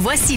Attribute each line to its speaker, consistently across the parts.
Speaker 1: Voici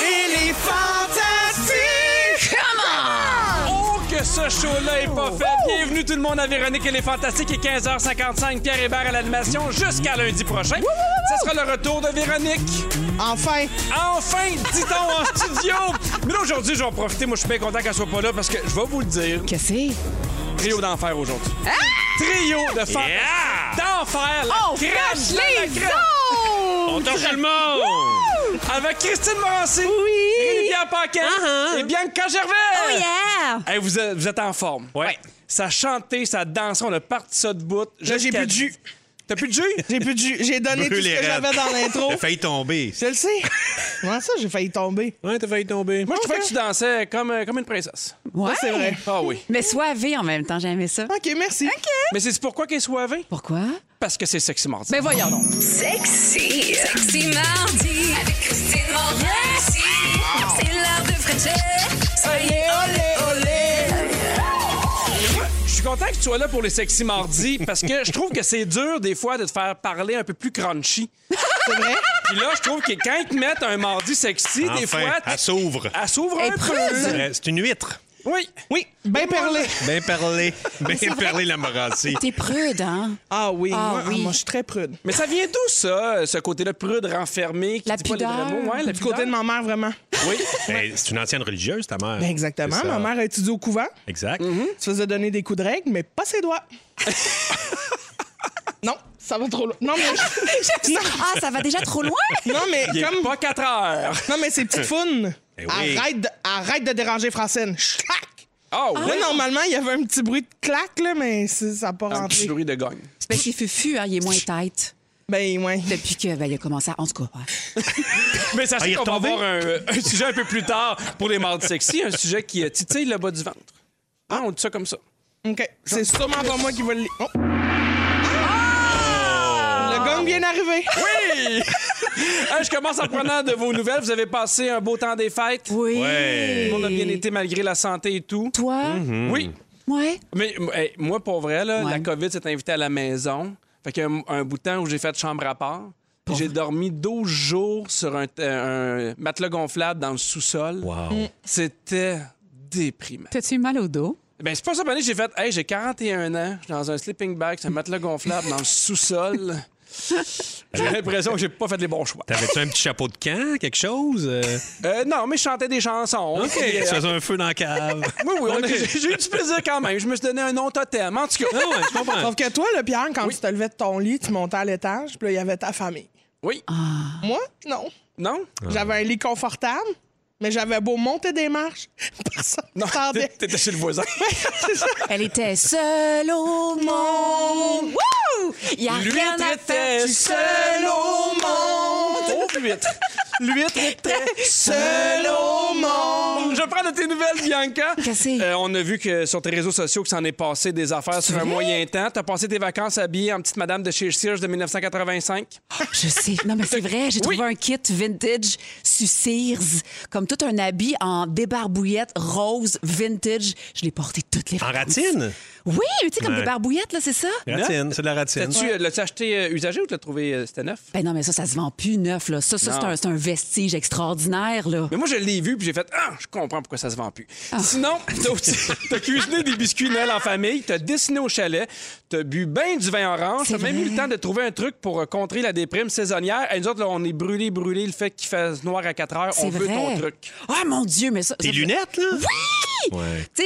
Speaker 2: Il est fantastique! Oh, que ce show-là est pas fait! Bienvenue tout le monde à Véronique et les Fantastiques et 15h55, Pierre Hébert à l'animation jusqu'à lundi prochain. Ça sera le retour de Véronique.
Speaker 3: Enfin!
Speaker 2: Enfin, dit-on en studio! Mais là, aujourd'hui, je vais en profiter. Moi, je suis bien content qu'elle soit pas là parce que je vais vous le dire.
Speaker 3: Qu'est-ce que Ah!
Speaker 2: Trio d'enfer aujourd'hui. Trio de fantastiques d'enfer! La
Speaker 3: Oh,
Speaker 2: crème
Speaker 3: fraîche
Speaker 2: de la
Speaker 3: les
Speaker 2: crème.
Speaker 3: ondes!
Speaker 2: Avec Christine Morancy! Oui! Pierre Paquet! Et Bianca Gervais!
Speaker 3: Oh yeah!
Speaker 2: Hey, vous, êtes, vous êtes en forme. Ouais. Ça chantait, ça dansait, on a parti ça de bout.
Speaker 3: Là, j'ai
Speaker 2: Jusqu'à-
Speaker 3: plus de jus.
Speaker 2: T'as plus de jus?
Speaker 3: J'ai plus de jus. J'ai donné tout ce
Speaker 4: Brûlé
Speaker 3: que
Speaker 4: raide.
Speaker 3: j'avais dans l'intro.
Speaker 4: T'as failli tomber.
Speaker 3: Je le sais. Comment ça, j'ai failli tomber?
Speaker 4: Ouais, t'as failli tomber.
Speaker 2: Moi, je trouvais que tu dansais comme, euh, comme une princesse.
Speaker 3: Ouais. c'est vrai.
Speaker 2: Ah oui.
Speaker 5: Mais soivé en même temps, j'aimais ça.
Speaker 3: OK, merci.
Speaker 2: Mais c'est pourquoi qu'elle est soivée?
Speaker 5: Pourquoi?
Speaker 2: Parce que c'est sexy mardi.
Speaker 5: Ben voyons donc.
Speaker 6: Sexy. Sexy mardi. Avec Christine Morancy. C'est l'heure de Frencher.
Speaker 2: Je suis content que tu sois là pour les sexy mardis parce que je trouve que c'est dur des fois de te faire parler un peu plus crunchy.
Speaker 3: C'est vrai?
Speaker 2: Puis là, je trouve que quand ils te mettent un mardi sexy, des
Speaker 4: Enfin,
Speaker 2: fois.
Speaker 4: elle s'ouvre.
Speaker 2: Elle s'ouvre un
Speaker 5: Elle est prude.
Speaker 2: peu.
Speaker 4: Euh, C'est une huître.
Speaker 2: Oui.
Speaker 3: Oui, bien perlé.
Speaker 4: Bien parlé. Bien parlé, la Morancy.
Speaker 5: T'es prude, hein?
Speaker 3: Ah oui,
Speaker 5: Ah
Speaker 3: moi, ah,
Speaker 5: oui.
Speaker 3: moi, je suis très prude.
Speaker 2: Mais ça vient d'où, ça, ce côté-là prude, renfermé, qui
Speaker 5: La
Speaker 2: dit pas les
Speaker 5: pudeur.
Speaker 2: vrais mots? Ouais, la
Speaker 3: Du côté de
Speaker 2: pudeur.
Speaker 3: ma mère, vraiment.
Speaker 2: Oui.
Speaker 4: Ben, C'est une ancienne religieuse, ta mère.
Speaker 3: Ben exactement. Mm-hmm.
Speaker 4: C'est
Speaker 3: Ma
Speaker 4: ça.
Speaker 3: mère a étudié au couvent.
Speaker 4: Exact.
Speaker 3: Se faisait donner des coups de règle, mais pas ses doigts. non, ça va trop loin. Non, mais... non,
Speaker 5: Ah, ça va déjà trop loin?
Speaker 3: non, mais
Speaker 2: Il est
Speaker 3: comme...
Speaker 2: pas 4 heures.
Speaker 3: Non, mais ces petites founes.
Speaker 4: Eh oui.
Speaker 3: Arrête, de, arrête de déranger Francine. Schlac!
Speaker 2: Ah oui.
Speaker 3: Là, normalement, il y avait un petit bruit de claque, là, mais c'est- ça n'a pas
Speaker 2: Un petit
Speaker 3: rentré.
Speaker 2: bruit de gagne.
Speaker 5: Ben, c'est fufu, hein? Il est moins tight.
Speaker 3: Ben, ouais.
Speaker 5: Depuis que, ben, il a commencé à... En tout cas, ouais.
Speaker 2: Mais
Speaker 4: Ah, il
Speaker 2: sachez
Speaker 4: est
Speaker 2: qu'on va
Speaker 4: retombé?
Speaker 2: avoir un, un sujet un peu plus tard pour les mardis sexy, un sujet qui euh, titille le bas du ventre. Ah, on dit ça comme ça.
Speaker 3: OK. C'est sûrement pas moi qui vais le lire. Oh. Le gong vient d'arriver.
Speaker 2: Oui! Hey, je commence en prenant de vos nouvelles. Vous avez passé un beau temps des fêtes.
Speaker 5: Oui.
Speaker 4: Ouais.
Speaker 2: On a bien été malgré la santé et tout.
Speaker 5: Toi?
Speaker 2: Oui.
Speaker 5: Ouais.
Speaker 2: Mais m- hey, moi, pour vrai, là,
Speaker 5: Ouais.
Speaker 2: la COVID s'est invitée à la maison. Fait qu'il y a un, un bout de temps où j'ai fait chambre à part. J'ai dormi 12 jours sur un, t- un matelas gonflable dans le sous-sol.
Speaker 4: Wow.
Speaker 2: C'était déprimant.
Speaker 5: T'as-tu eu mal au dos?
Speaker 2: Ben, c'est pas ça, Bonnie, j'ai fait, hey, j'ai 41 ans, je suis dans un sleeping bag, c'est un matelas gonflable dans le sous-sol. J'ai l'impression que j'ai pas fait les bons choix.
Speaker 4: T'avais-tu un petit chapeau de camp, quelque chose? Euh,
Speaker 2: Euh, non, mais je chantais des chansons.
Speaker 4: Tu
Speaker 2: Puis, euh,
Speaker 4: faisais un feu dans la cave.
Speaker 2: oui, oui, on a-
Speaker 4: Ok.
Speaker 2: j'ai j'ai eu du plaisir quand même. Je me suis donné un nom totem. En tout cas,
Speaker 4: Ah ouais, je comprends.
Speaker 3: Sauf que toi, le Pierre, quand tu te levais de ton lit, tu montais à l'étage, puis là, il y avait ta famille.
Speaker 2: ah, oui.
Speaker 3: Moi, non.
Speaker 2: Non?
Speaker 3: J'avais un lit confortable, mais j'avais beau monter des marches, personne
Speaker 2: Non.
Speaker 3: m'entendait.
Speaker 2: T'étais chez le voisin.
Speaker 3: C'est ça.
Speaker 5: Elle était seule au monde. Wouh! Il y a
Speaker 2: Lui
Speaker 5: rien à faire.
Speaker 2: était seul au monde. Oh, huit. Lui était seul au monde. Je prends de tes nouvelles, Bianca.
Speaker 5: Qu'est-ce que c'est?
Speaker 2: Euh, on a vu que sur tes réseaux sociaux que s'en est passé des affaires sur un moyen temps. T'as passé tes vacances habillée en petite madame de chez Sears de 1985.
Speaker 5: Je sais. Non, mais c'est vrai. J'ai trouvé
Speaker 2: Oui.
Speaker 5: un kit vintage sur Sears, comme tout un habit en débarbouillette rose vintage. Je l'ai porté toutes les
Speaker 4: En
Speaker 5: vacances.
Speaker 4: ratine?
Speaker 5: Oui, tu sais, comme
Speaker 4: Ouais.
Speaker 5: des barbouillettes, là, c'est ça?
Speaker 4: Ratine, c'est de la ratine.
Speaker 2: T'as-tu, euh, l'as-tu acheté euh, usagé ou t'as trouvé euh, c'était neuf?
Speaker 5: Ben non, mais ça, ça se vend plus neuf, là. Ça, ça c'est
Speaker 2: Non.
Speaker 5: un, c'est un vestige extraordinaire, là.
Speaker 2: Mais moi, je l'ai vu, puis j'ai fait Ah, je comprends pourquoi ça se vend plus.
Speaker 3: Ah.
Speaker 2: Sinon, t'as aussi- t'as cuisiné des biscuits Noël en famille, t'as dessiné au chalet, t'as bu bien du vin orange,
Speaker 5: C'est
Speaker 2: t'as même
Speaker 5: vrai.
Speaker 2: eu le temps de trouver un truc pour euh, contrer la déprime saisonnière. Et nous autres, là, on est brûlés, brûlés, le fait qu'il fasse noir à 4 heures, on
Speaker 5: C'est vrai.
Speaker 2: veut ton truc.
Speaker 5: Ah, mon Dieu, mais ça...
Speaker 4: Tes
Speaker 5: ça-
Speaker 4: lunettes, là?
Speaker 5: Tu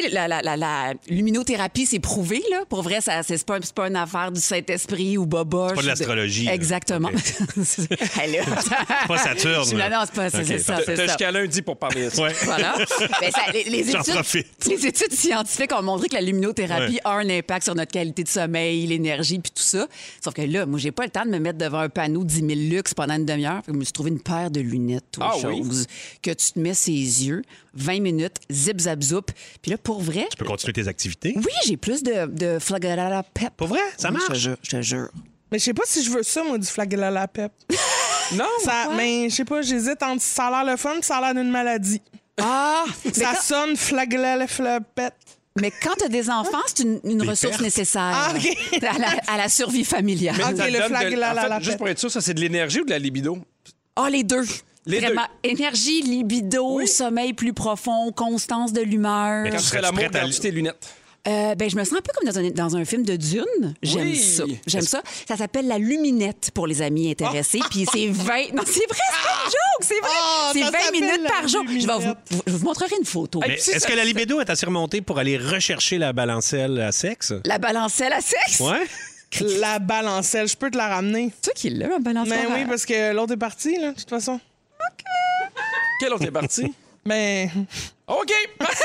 Speaker 5: sais, la, la, la, la luminothérapie, c'est prouvé, là. Pour vrai, ça, c'est pas, c'est pas une affaire du Saint-Esprit ou Boba.
Speaker 4: pas de l'astrologie, là.
Speaker 5: Exactement. Elle a-
Speaker 4: Pas Saturne,
Speaker 5: Je suis- Non,
Speaker 4: là.
Speaker 5: non, c'est pas c'est-
Speaker 4: Ok,
Speaker 5: c'est ça.
Speaker 2: T'as
Speaker 5: c'est ça.
Speaker 2: jusqu'à lundi pour parler de ça.
Speaker 4: Ouais.
Speaker 5: Voilà. Ben, ça- les, les
Speaker 4: J'en
Speaker 5: études,
Speaker 4: profite.
Speaker 5: les études scientifiques ont montré que la luminothérapie
Speaker 4: Ouais.
Speaker 5: a un impact sur notre qualité de sommeil, l'énergie, puis tout ça. Sauf que là, moi, j'ai pas le temps de me mettre devant un panneau 10 000 luxe pendant une demi-heure. Fait que Je me suis trouvé une paire de lunettes, toi,
Speaker 2: Ah oui?
Speaker 5: chose, que tu te mets ses yeux, 20 minutes, zip, zap, zoup. Puis là, pour vrai,
Speaker 4: Tu peux continuer tes activités.
Speaker 5: oui, j'ai plus de, de flagrala pep.
Speaker 4: Pour vrai? Ça
Speaker 5: Oui, Je te
Speaker 4: marche?
Speaker 5: jure, je te jure.
Speaker 3: Mais je sais pas si je veux ça, moi, du flagellala pep.
Speaker 2: Non?
Speaker 3: Ça, mais je sais pas, j'hésite entre ça a l'air le fun, ça a l'air d'une maladie.
Speaker 5: Ah!
Speaker 3: Ça sonne flagellala pep.
Speaker 5: Mais quand tu as des enfants, c'est une, une ressource
Speaker 4: pertes.
Speaker 5: nécessaire
Speaker 3: Ah, OK.
Speaker 5: à, la, à la survie familiale.
Speaker 3: Mais- Ok,
Speaker 2: Ça
Speaker 3: le
Speaker 2: donne de-
Speaker 3: flag, la-
Speaker 2: en
Speaker 3: la-
Speaker 2: fait,
Speaker 3: la
Speaker 2: juste
Speaker 3: fête.
Speaker 2: pour être sûr, ça, c'est de l'énergie ou de la libido?
Speaker 5: Ah, les deux.
Speaker 2: Les
Speaker 5: Vraiment. Énergie, libido, sommeil plus profond, constance de l'humeur.
Speaker 2: Quand
Speaker 4: tu
Speaker 2: tu ferais
Speaker 4: serais
Speaker 2: l'amour,
Speaker 4: prête à
Speaker 2: garde
Speaker 4: le-
Speaker 2: tes lunettes.
Speaker 5: Euh, ben, je me sens un peu comme dans un, dans un film de Dune. J'aime
Speaker 2: Oui.
Speaker 5: ça. J'aime ça. Ça s'appelle La Luminette pour les amis intéressés. Puis c'est 20. Non, c'est vrai, c'est pas une joke. C'est vrai.
Speaker 3: Ah,
Speaker 5: c'est
Speaker 3: ça
Speaker 5: 20
Speaker 3: s'appelle
Speaker 5: minutes
Speaker 3: La
Speaker 5: par jour. Je vais vous,
Speaker 3: Luminette.
Speaker 5: vous- je vous montrerai une photo.
Speaker 4: Mais
Speaker 2: si
Speaker 4: est-ce
Speaker 2: ça-
Speaker 4: que la libido est assez remontée pour aller rechercher la balancelle à sexe?
Speaker 5: La balancelle à sexe.
Speaker 4: Ouais.
Speaker 3: La balancelle, je peux te la ramener.
Speaker 5: C'est toi qui l'as, ma balancelle.
Speaker 3: Mais
Speaker 5: à-
Speaker 3: Ben oui, parce que l'autre est parti, là, de toute façon.
Speaker 2: Quel autre est parti?
Speaker 3: Mais,
Speaker 2: OK, parfait!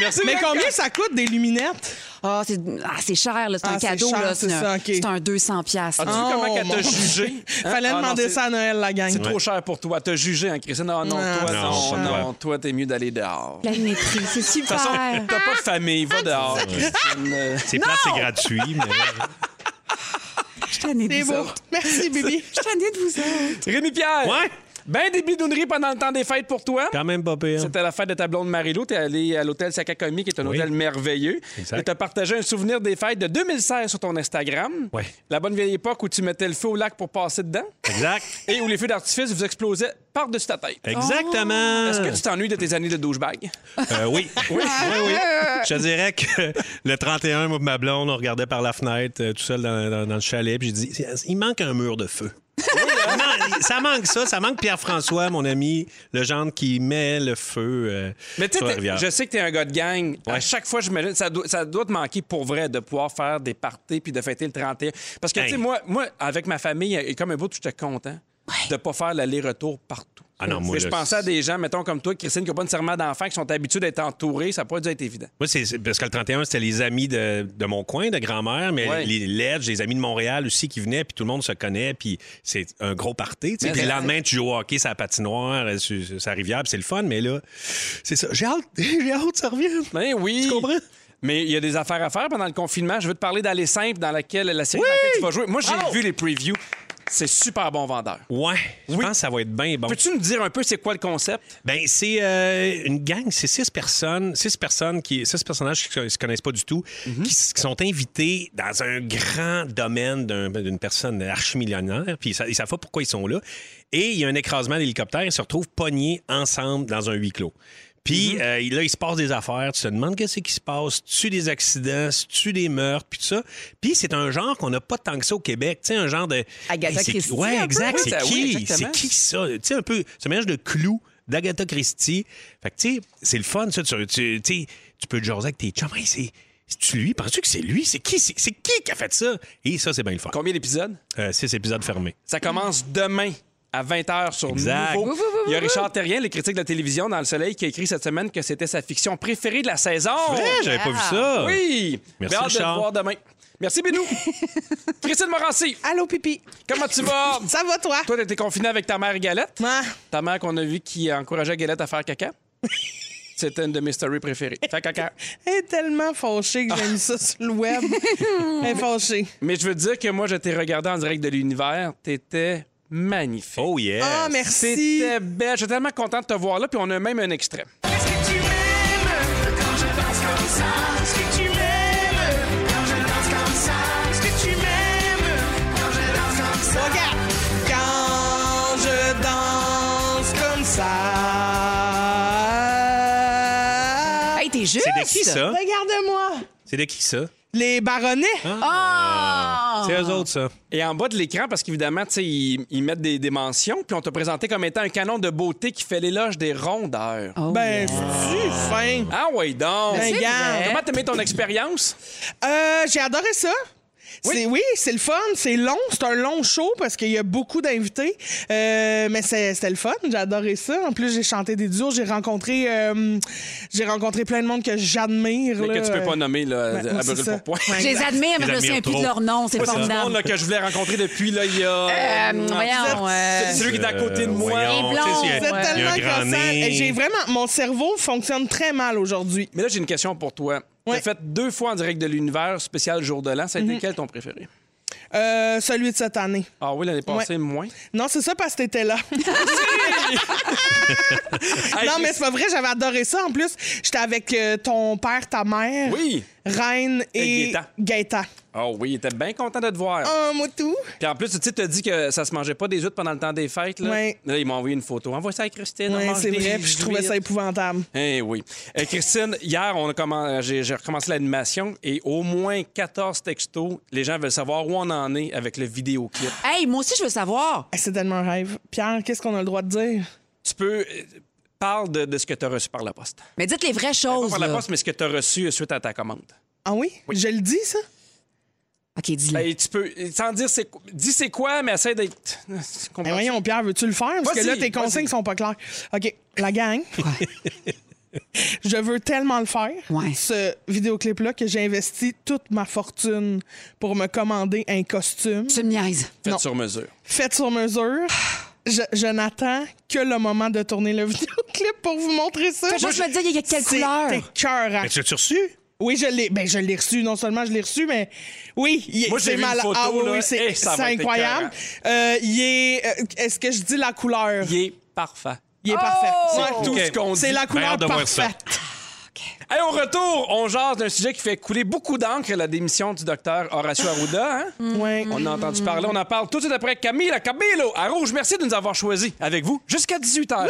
Speaker 2: Merci,
Speaker 3: Ben, mais
Speaker 2: Bianca.
Speaker 3: combien ça coûte des luminettes?
Speaker 5: Ah, c'est ah, c'est cher, là. C'est
Speaker 3: Ah,
Speaker 5: un
Speaker 3: c'est
Speaker 5: cadeau,
Speaker 3: cher,
Speaker 5: là.
Speaker 3: c'est
Speaker 5: un,
Speaker 3: ça, OK.
Speaker 5: c'est un 200$. piastres.
Speaker 2: As-tu vu comment
Speaker 3: Oh,
Speaker 2: qu'elle
Speaker 3: mon
Speaker 2: t'a
Speaker 3: Dieu.
Speaker 2: jugé? Hein?
Speaker 3: Fallait
Speaker 2: Ah, non,
Speaker 3: demander
Speaker 2: c'est-
Speaker 3: ça à Noël, la gang.
Speaker 2: C'est trop cher pour toi. T'as jugé en Christine. Ah non,
Speaker 3: Non,
Speaker 2: toi,
Speaker 3: c'est
Speaker 2: non,
Speaker 4: cher.
Speaker 2: non, toi, t'es mieux d'aller dehors. De
Speaker 5: La métrie, c'est
Speaker 2: toute
Speaker 5: super.
Speaker 2: façon, t'as pas de famille, va dehors. Christine. Euh,
Speaker 4: C'est plate, c'est gratuit, mais
Speaker 5: Je suis tannée de
Speaker 3: C'est
Speaker 5: vous
Speaker 3: beau.
Speaker 5: autres.
Speaker 3: Merci, bébé.
Speaker 5: Je suis tannée de vous autres.
Speaker 2: Rémi Pierre!
Speaker 4: Ouais.
Speaker 2: Ben des bidouneries pendant le temps des fêtes pour toi.
Speaker 4: quand même pas pire.
Speaker 2: C'était la fête de ta blonde Marilou. T'es allé à l'hôtel Sakakomi, qui est un
Speaker 4: Oui.
Speaker 2: hôtel merveilleux.
Speaker 4: Exact.
Speaker 2: Et t'as partagé un souvenir des fêtes de 2016 sur ton Instagram.
Speaker 4: Ouais.
Speaker 2: La bonne vieille époque où tu mettais le feu au lac pour passer dedans
Speaker 4: Exact.
Speaker 2: et où les feux d'artifice vous explosaient par-dessus ta tête.
Speaker 4: Exactement.
Speaker 2: Est-ce que tu t'ennuies de tes années de douchebag?
Speaker 4: Euh, oui. oui. Oui, oui. Je te dirais que le 31, moi et ma blonde, on regardait par la fenêtre, euh, tout seul dans, dans- dans le chalet, puis j'ai dit il manque un mur de feu. Il man- ça manque ça, ça manque Pierre-François, mon ami, le genre qui met le feu euh,
Speaker 2: Mais tu sais,
Speaker 4: sur la
Speaker 2: t'es-
Speaker 4: rivière.
Speaker 2: je sais que t'es un gars de gang. À
Speaker 4: Ouais.
Speaker 2: chaque fois, j'imagine, ça doit, ça doit te manquer pour vrai de pouvoir faire des parties puis de fêter le 31. Parce que, tu sais,
Speaker 4: Hey.
Speaker 2: moi, moi, avec ma famille, il y a comme un bout, j'étais content de pas faire l'aller-retour partout.
Speaker 4: Ah non, moi,
Speaker 2: Mais je
Speaker 4: là,
Speaker 2: pensais à des gens, mettons, comme toi, Christine, qui n'ont pas nécessairement d'enfants, qui sont habitués d'être entourés. Ça n'a pas dû être évident.
Speaker 4: Moi, c'est c'est- parce que le 31, c'était les amis de, de mon coin, de grand-mère, mais
Speaker 2: Ouais.
Speaker 4: les Ledge, les amis de Montréal aussi qui venaient, puis tout le monde se connaît, puis c'est un gros party. tu sais.
Speaker 2: Mais
Speaker 4: Puis le
Speaker 2: c'est-
Speaker 4: lendemain, tu joues au hockey, sa patinoire, euh, sur, sur sa rivière, puis c'est le fun, mais là, c'est ça. J'ai hâte, j'ai hâte, ça revienne.
Speaker 2: Ben oui.
Speaker 4: Tu comprends?
Speaker 2: Mais il y a des affaires à faire pendant le confinement. Je veux te parler d'aller simple dans laquelle la série dans laquelle tu vas jouer. Moi, j'ai
Speaker 4: Oh!
Speaker 2: vu les previews. C'est super bon vendeur.
Speaker 4: Ouais, je
Speaker 2: Oui.
Speaker 4: pense que ça va être bien bon.
Speaker 2: Peux-tu me dire un peu c'est quoi le concept?
Speaker 4: Ben, c'est euh, une gang, c'est six personnes, six personnes qui, six personnages qui se connaissent pas du tout,
Speaker 5: Mhm.
Speaker 4: qui, s- qui sont invités dans un grand domaine d'un- d'une personne archimillionnaire, puis ils sa- ils savent pas pourquoi ils sont là. Et il y a un écrasement d'hélicoptère, ils se retrouvent pognés ensemble dans un huis clos. Puis
Speaker 5: Mhm.
Speaker 4: euh, il- là, il se passe des affaires. Tu te demandes qu'est-ce qui se passe. Tu des accidents, tu des meurtres, puis tout ça. Puis c'est un genre qu'on n'a pas tant que ça au Québec. Tu sais, un genre de
Speaker 5: Agatha
Speaker 4: c'est-
Speaker 5: Christie, un
Speaker 4: Ouais,
Speaker 5: peu, ben
Speaker 4: exact.
Speaker 2: oui.
Speaker 4: C'est
Speaker 2: Ah oui,
Speaker 4: qui
Speaker 2: exactement.
Speaker 4: C'est qui ça? Tu sais, un peu, ce mélange de clous d'Agatha Christie. Fait que, tu sais, c'est le fun, ça. Tu, tu, tu sais, tu peux te jaser avec tes chums. Hey, c'est. C'est-tu lui? Penses-tu que c'est lui? C'est qui? C'est c'est qui qui a fait ça? Et ça, c'est bien le fun.
Speaker 2: Combien d'épisodes?
Speaker 4: Euh, six épisodes fermés.
Speaker 2: Ça commence demain à 20h sur
Speaker 4: Exact.
Speaker 2: Nouveau. Il y a Richard Terrien, le critique de la télévision dans Le Soleil, qui a écrit cette semaine que c'était sa fiction préférée de la saison.
Speaker 4: Ouais, Eh, j'avais pas vu ça.
Speaker 2: Oui!
Speaker 4: Merci,
Speaker 2: J'ai hâte de le
Speaker 4: Richard.
Speaker 2: voir demain. Merci, Bénou. Christine Morancy,
Speaker 3: Allô, pipi.
Speaker 2: comment tu vas?
Speaker 3: Ça va, toi?
Speaker 2: Toi, t'étais confiné avec ta mère Galette.
Speaker 3: Ah,
Speaker 2: Ta mère qu'on a vue qui encourageait Galette à faire caca. C'était une de mes stories préférées. Fait caca.
Speaker 3: elle est tellement fâchée que j'ai mis ça sur le web. elle est fâchée.
Speaker 2: Mais je veux te dire que moi, je t'ai regardé en direct de l'univers. T'étais magnifique.
Speaker 4: Oh, yes.
Speaker 3: Ah, merci.
Speaker 2: C'était belle. J'étais tellement content de te voir là, puis on a même un extrait.
Speaker 3: Regarde. Quand je danse comme ça.
Speaker 5: Hey, t'es juste.
Speaker 4: C'est de qui, ça?
Speaker 3: Regarde-moi.
Speaker 4: C'est de qui, ça? Euh,
Speaker 3: Les baronnets.
Speaker 4: Hein? C'est eux autres, ça.
Speaker 2: Et en bas de l'écran, parce qu'évidemment, tu sais, ils, ils mettent des dimensions, puis on t'a présenté comme étant un canon de beauté qui fait l'éloge des rondeurs.
Speaker 5: Oh,
Speaker 3: Ben, c'est fin.
Speaker 2: Ah oui, donc!
Speaker 3: Ben, regarde.
Speaker 2: Comment t'as mis ton expérience?
Speaker 3: Euh, j'ai adoré ça. C'est, oui, c'est le fun, c'est long, c'est un long show parce qu'il y a beaucoup d'invités, Euh, mais c'est- c'était le fun, j'ai adoré ça. En plus, j'ai chanté des duos, j'ai rencontré, euh, j'ai rencontré plein de monde que j'admire.
Speaker 2: Mais
Speaker 3: là.
Speaker 2: que tu peux pas nommer là,
Speaker 3: ben,
Speaker 2: à
Speaker 3: c'est
Speaker 2: brûle
Speaker 3: ça.
Speaker 2: pour point.
Speaker 5: Je les admire, mais je
Speaker 4: admire
Speaker 5: me souviens plus
Speaker 4: trop.
Speaker 5: de leur nom. C'est
Speaker 2: Moi, c'est tout le monde là,
Speaker 5: formidable.
Speaker 2: que je voulais rencontrer depuis là, il y a.
Speaker 5: Euh, voyons, euh,
Speaker 2: C'est celui qui est à côté de
Speaker 4: Euh,
Speaker 2: moi.
Speaker 4: voyons,
Speaker 5: Les blonds,
Speaker 4: tu sais, il y a-
Speaker 3: C'est
Speaker 5: Ouais.
Speaker 4: il y a
Speaker 3: tellement
Speaker 4: un grand
Speaker 3: colossal.
Speaker 4: nez.
Speaker 3: Et J'ai vraiment, mon cerveau fonctionne très mal aujourd'hui.
Speaker 2: Mais là, j'ai une question pour toi.
Speaker 3: Ouais. Mhm.
Speaker 2: T'as fait deux fois en direct de l'univers, spécial jour de l'an. Ça a été quel ton préféré?
Speaker 3: Euh, celui de cette année.
Speaker 2: Ah oui, l'année passée, moins.
Speaker 3: Non, c'est ça parce que t'étais là. non, mais c'est pas vrai, j'avais adoré ça. En plus, j'étais avec euh, ton père, ta mère,
Speaker 2: Oui!
Speaker 3: Reine
Speaker 2: Et
Speaker 3: et,
Speaker 2: Gaétan.
Speaker 3: Gaëtan.
Speaker 2: Ah oui, il était bien content de te voir.
Speaker 3: Un mot tout.
Speaker 2: Puis en plus, tu sais, t'as dit que ça se mangeait pas des huîtres pendant le temps des fêtes. Là,
Speaker 3: Ouais.
Speaker 2: là ils m'ont envoyé une photo. Envoie ça à Christine. on
Speaker 3: Oui,
Speaker 2: mange
Speaker 3: c'est
Speaker 2: des
Speaker 3: vrai, puis je trouvais ça
Speaker 2: huîtres.
Speaker 3: épouvantable.
Speaker 2: Eh oui. Euh, Christine, hier, on a commen- euh, j'ai j'ai recommencé l'animation et au moins 14 textos. Les gens veulent savoir où on en est avec le vidéoclip.
Speaker 5: Hey, moi aussi, je veux savoir.
Speaker 3: Ah, C'est tellement un rêve. Pierre, qu'est-ce qu'on a le droit de dire?
Speaker 2: Tu peux. euh, Parle de, de ce que tu as reçu par la poste.
Speaker 5: Mais dites les vraies
Speaker 2: Pas
Speaker 5: choses.
Speaker 2: par la
Speaker 5: là.
Speaker 2: poste, mais ce que tu as reçu suite à ta commande.
Speaker 3: Ah oui? Je le dis, ça?
Speaker 5: OK, dis-le.
Speaker 2: Ben, tu peux. Sans dire c'est quoi. Dis c'est quoi, mais essaie d'être. euh, Tu comprends?
Speaker 3: Ben voyons, Pierre, veux-tu le faire? Parce que
Speaker 2: Vas-y,
Speaker 3: là, tes
Speaker 2: vas-y.
Speaker 3: consignes sont pas claires. OK, la gang. Je veux tellement le faire,
Speaker 5: Ouais.
Speaker 3: ce vidéoclip-là, que j'ai investi toute ma fortune pour me commander un costume
Speaker 5: Tu me niaises.
Speaker 2: Faites
Speaker 3: non.
Speaker 2: sur mesure.
Speaker 3: fait sur mesure. Je, je n'attends que le moment de tourner le vidéoclip pour vous montrer ça.
Speaker 5: Fais juste me dire, il y a quelle
Speaker 3: C'est
Speaker 5: couleur?
Speaker 3: écœurant.
Speaker 4: Mais tu l'as-tu reçu?
Speaker 3: Oui, je l'ai. Ben, je l'ai reçu. Non seulement je l'ai reçu, mais oui, il est-
Speaker 2: Moi, j'ai
Speaker 3: c'est
Speaker 2: vu une
Speaker 3: malade.
Speaker 2: photo,
Speaker 3: ah, oui,
Speaker 2: là,
Speaker 3: oui, c'est
Speaker 2: et ça
Speaker 3: c'est
Speaker 2: va être
Speaker 3: incroyable. Euh, il est. euh, Est-ce que je dis la couleur?
Speaker 2: Il est parfait. Oh!
Speaker 3: Il est parfait.
Speaker 5: Oh!
Speaker 3: Ouais.
Speaker 2: Tout
Speaker 4: Ok.
Speaker 2: ce qu'on dit.
Speaker 3: C'est la
Speaker 4: Ben,
Speaker 3: couleur
Speaker 4: hâte de voir ça.
Speaker 3: parfaite.
Speaker 2: Hey, au retour, on jase d'un sujet qui fait couler beaucoup d'encre, la démission du docteur Horacio Arruda. hein?
Speaker 5: Hmm.
Speaker 3: Ouais.
Speaker 5: Ah
Speaker 2: On a entendu parler, on en parle tout de suite après Camille Cabello à Rouge. Merci de nous avoir choisis avec vous jusqu'à 18h.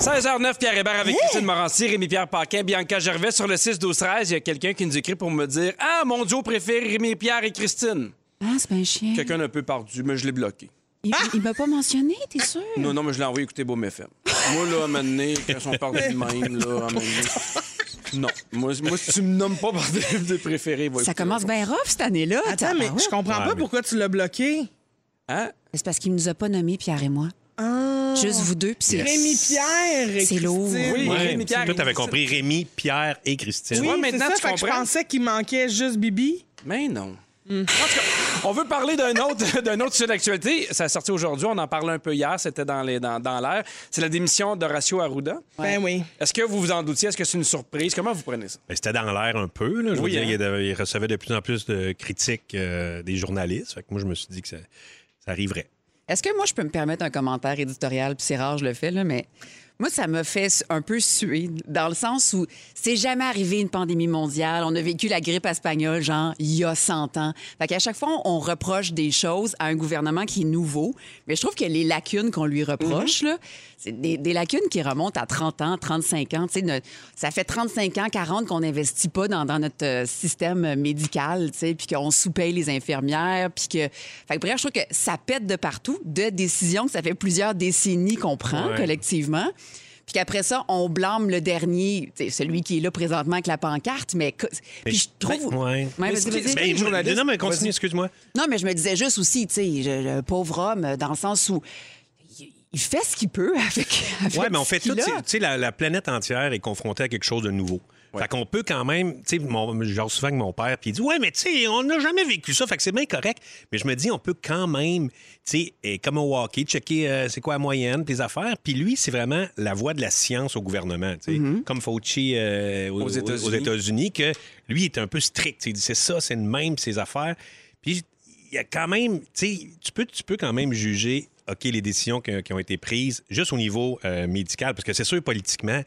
Speaker 2: 16h09, Pierre Hébert avec Christine Morancy, Rémi-Pierre Paquin, Bianca Gervais sur le 6-12-13. Il y a quelqu'un qui nous écrit pour me dire « Ah, mon duo préféré, Rémi-Pierre et Christine.
Speaker 5: Ah, c'est pas un chien.
Speaker 2: Quelqu'un un peu perdu, mais je l'ai bloqué.
Speaker 5: Il, il m'a pas mentionné, t'es sûr?
Speaker 2: Non, non, mais je l'ai envoyé écouter Boom FM. Moi, là, à un moment donné, quand ils sont perdus de même, là, à un moment donné- Non. Moi, moi, si tu me nommes pas par des, des préférés, va
Speaker 5: Ça
Speaker 2: écouter
Speaker 5: commence
Speaker 2: l'autre.
Speaker 5: bien rough cette année-là. Ah
Speaker 3: Attends, Ah, mais
Speaker 5: Tabarouette.
Speaker 3: je comprends
Speaker 2: Ah,
Speaker 4: Ouais,
Speaker 3: pas
Speaker 4: mais-
Speaker 3: pourquoi tu l'as bloqué.
Speaker 2: Hein?
Speaker 5: C'est parce qu'il nous a pas nommés, Pierre et moi. Juste vous deux, puis c'est.
Speaker 3: Rémi Pierre.
Speaker 5: C'est lourd.
Speaker 2: Oui,
Speaker 4: Ouais.
Speaker 2: Rémi, Pierre
Speaker 4: Toi,
Speaker 2: et
Speaker 4: t'avais
Speaker 2: Christine.
Speaker 4: compris Rémi, Pierre et Christine.
Speaker 3: Oui,
Speaker 2: vois,
Speaker 3: c'est
Speaker 2: maintenant,
Speaker 3: ça,
Speaker 2: tu
Speaker 3: fait que je
Speaker 2: comprends.
Speaker 3: pensais qu'il manquait juste Bibi.
Speaker 2: Mais non.
Speaker 5: Hmm.
Speaker 2: En tout cas, on veut parler d'un autre, d'un autre sujet d'actualité. Ça a sorti aujourd'hui, on en parlait un peu hier, c'était dans, les, dans, dans l'air. C'est la démission d'Horacio Arruda.
Speaker 3: Ben oui.
Speaker 2: Est-ce que vous vous en doutiez? Est-ce que c'est une surprise? Comment vous prenez ça?
Speaker 4: Ben, C'était dans l'air un peu. Là. Je veux
Speaker 2: Oui,
Speaker 4: dire,
Speaker 2: hein.
Speaker 4: il y avait- il recevait de plus en plus de critiques euh, des journalistes. Fait que moi, je me suis dit que ça, ça arriverait.
Speaker 5: Est-ce que moi, je peux me permettre un commentaire éditorial? Puis c'est rare, je le fais, là, mais moi, ça me fait un peu suer, dans le sens où c'est jamais arrivé une pandémie mondiale. On a vécu la grippe espagnole, genre, il y a 100 ans. Fait qu'à chaque fois, on reproche des choses à un gouvernement qui est nouveau. Mais je trouve que les lacunes qu'on lui reproche, là, c'est des, des lacunes qui remontent à 30 ans, 35 ans. Tu sais, ne- ça fait 35 ans, 40 qu'on n'investit pas dans, dans notre euh, système médical, tu sais, puis qu'on sous-paye les infirmières, puis que... Fait que bref, je trouve que ça pète de partout, de décisions que ça fait plusieurs décennies qu'on prend
Speaker 4: Ouais.
Speaker 5: collectivement. Puis qu'après ça, on blâme le dernier, tu sais, celui qui est là présentement avec la pancarte, mais... que- Puis je trouve...
Speaker 4: Ben, ouais.
Speaker 5: Ouais,
Speaker 4: Mais
Speaker 5: vas-y, vas-y.
Speaker 4: Ben, moi, non, mais continue, excuse-moi.
Speaker 5: Non, mais je me disais juste aussi, tu sais, je- le pauvre homme, dans le sens où il- il fait ce qu'il peut avec. avec
Speaker 4: Ouais, mais on
Speaker 5: ce
Speaker 4: fait
Speaker 5: qu'il
Speaker 4: tout.
Speaker 5: a.
Speaker 4: Tu sais, la, la planète entière est confrontée à quelque chose de nouveau. Fait qu'on peut quand même, tu sais, mon- genre souvent avec mon père, puis il dit, ouais, mais tu sais, on n'a jamais vécu ça, fait que c'est bien correct. Mais je me dis, on peut quand même, tu sais, eh, comme au hockey, checker euh, c'est quoi la moyenne, des affaires. Puis lui, c'est vraiment la voie de la science au gouvernement, tu sais, comme Fauci euh, aux,
Speaker 2: Mm-hmm. Aux États-Unis.
Speaker 4: aux États-Unis, que lui il est un peu strict. Il dit, c'est ça, c'est le même, ces affaires. Puis il y a quand même, tu sais, tu peux, tu peux quand même juger, OK, les décisions que- qui ont été prises juste au niveau euh, médical, parce que c'est sûr, politiquement,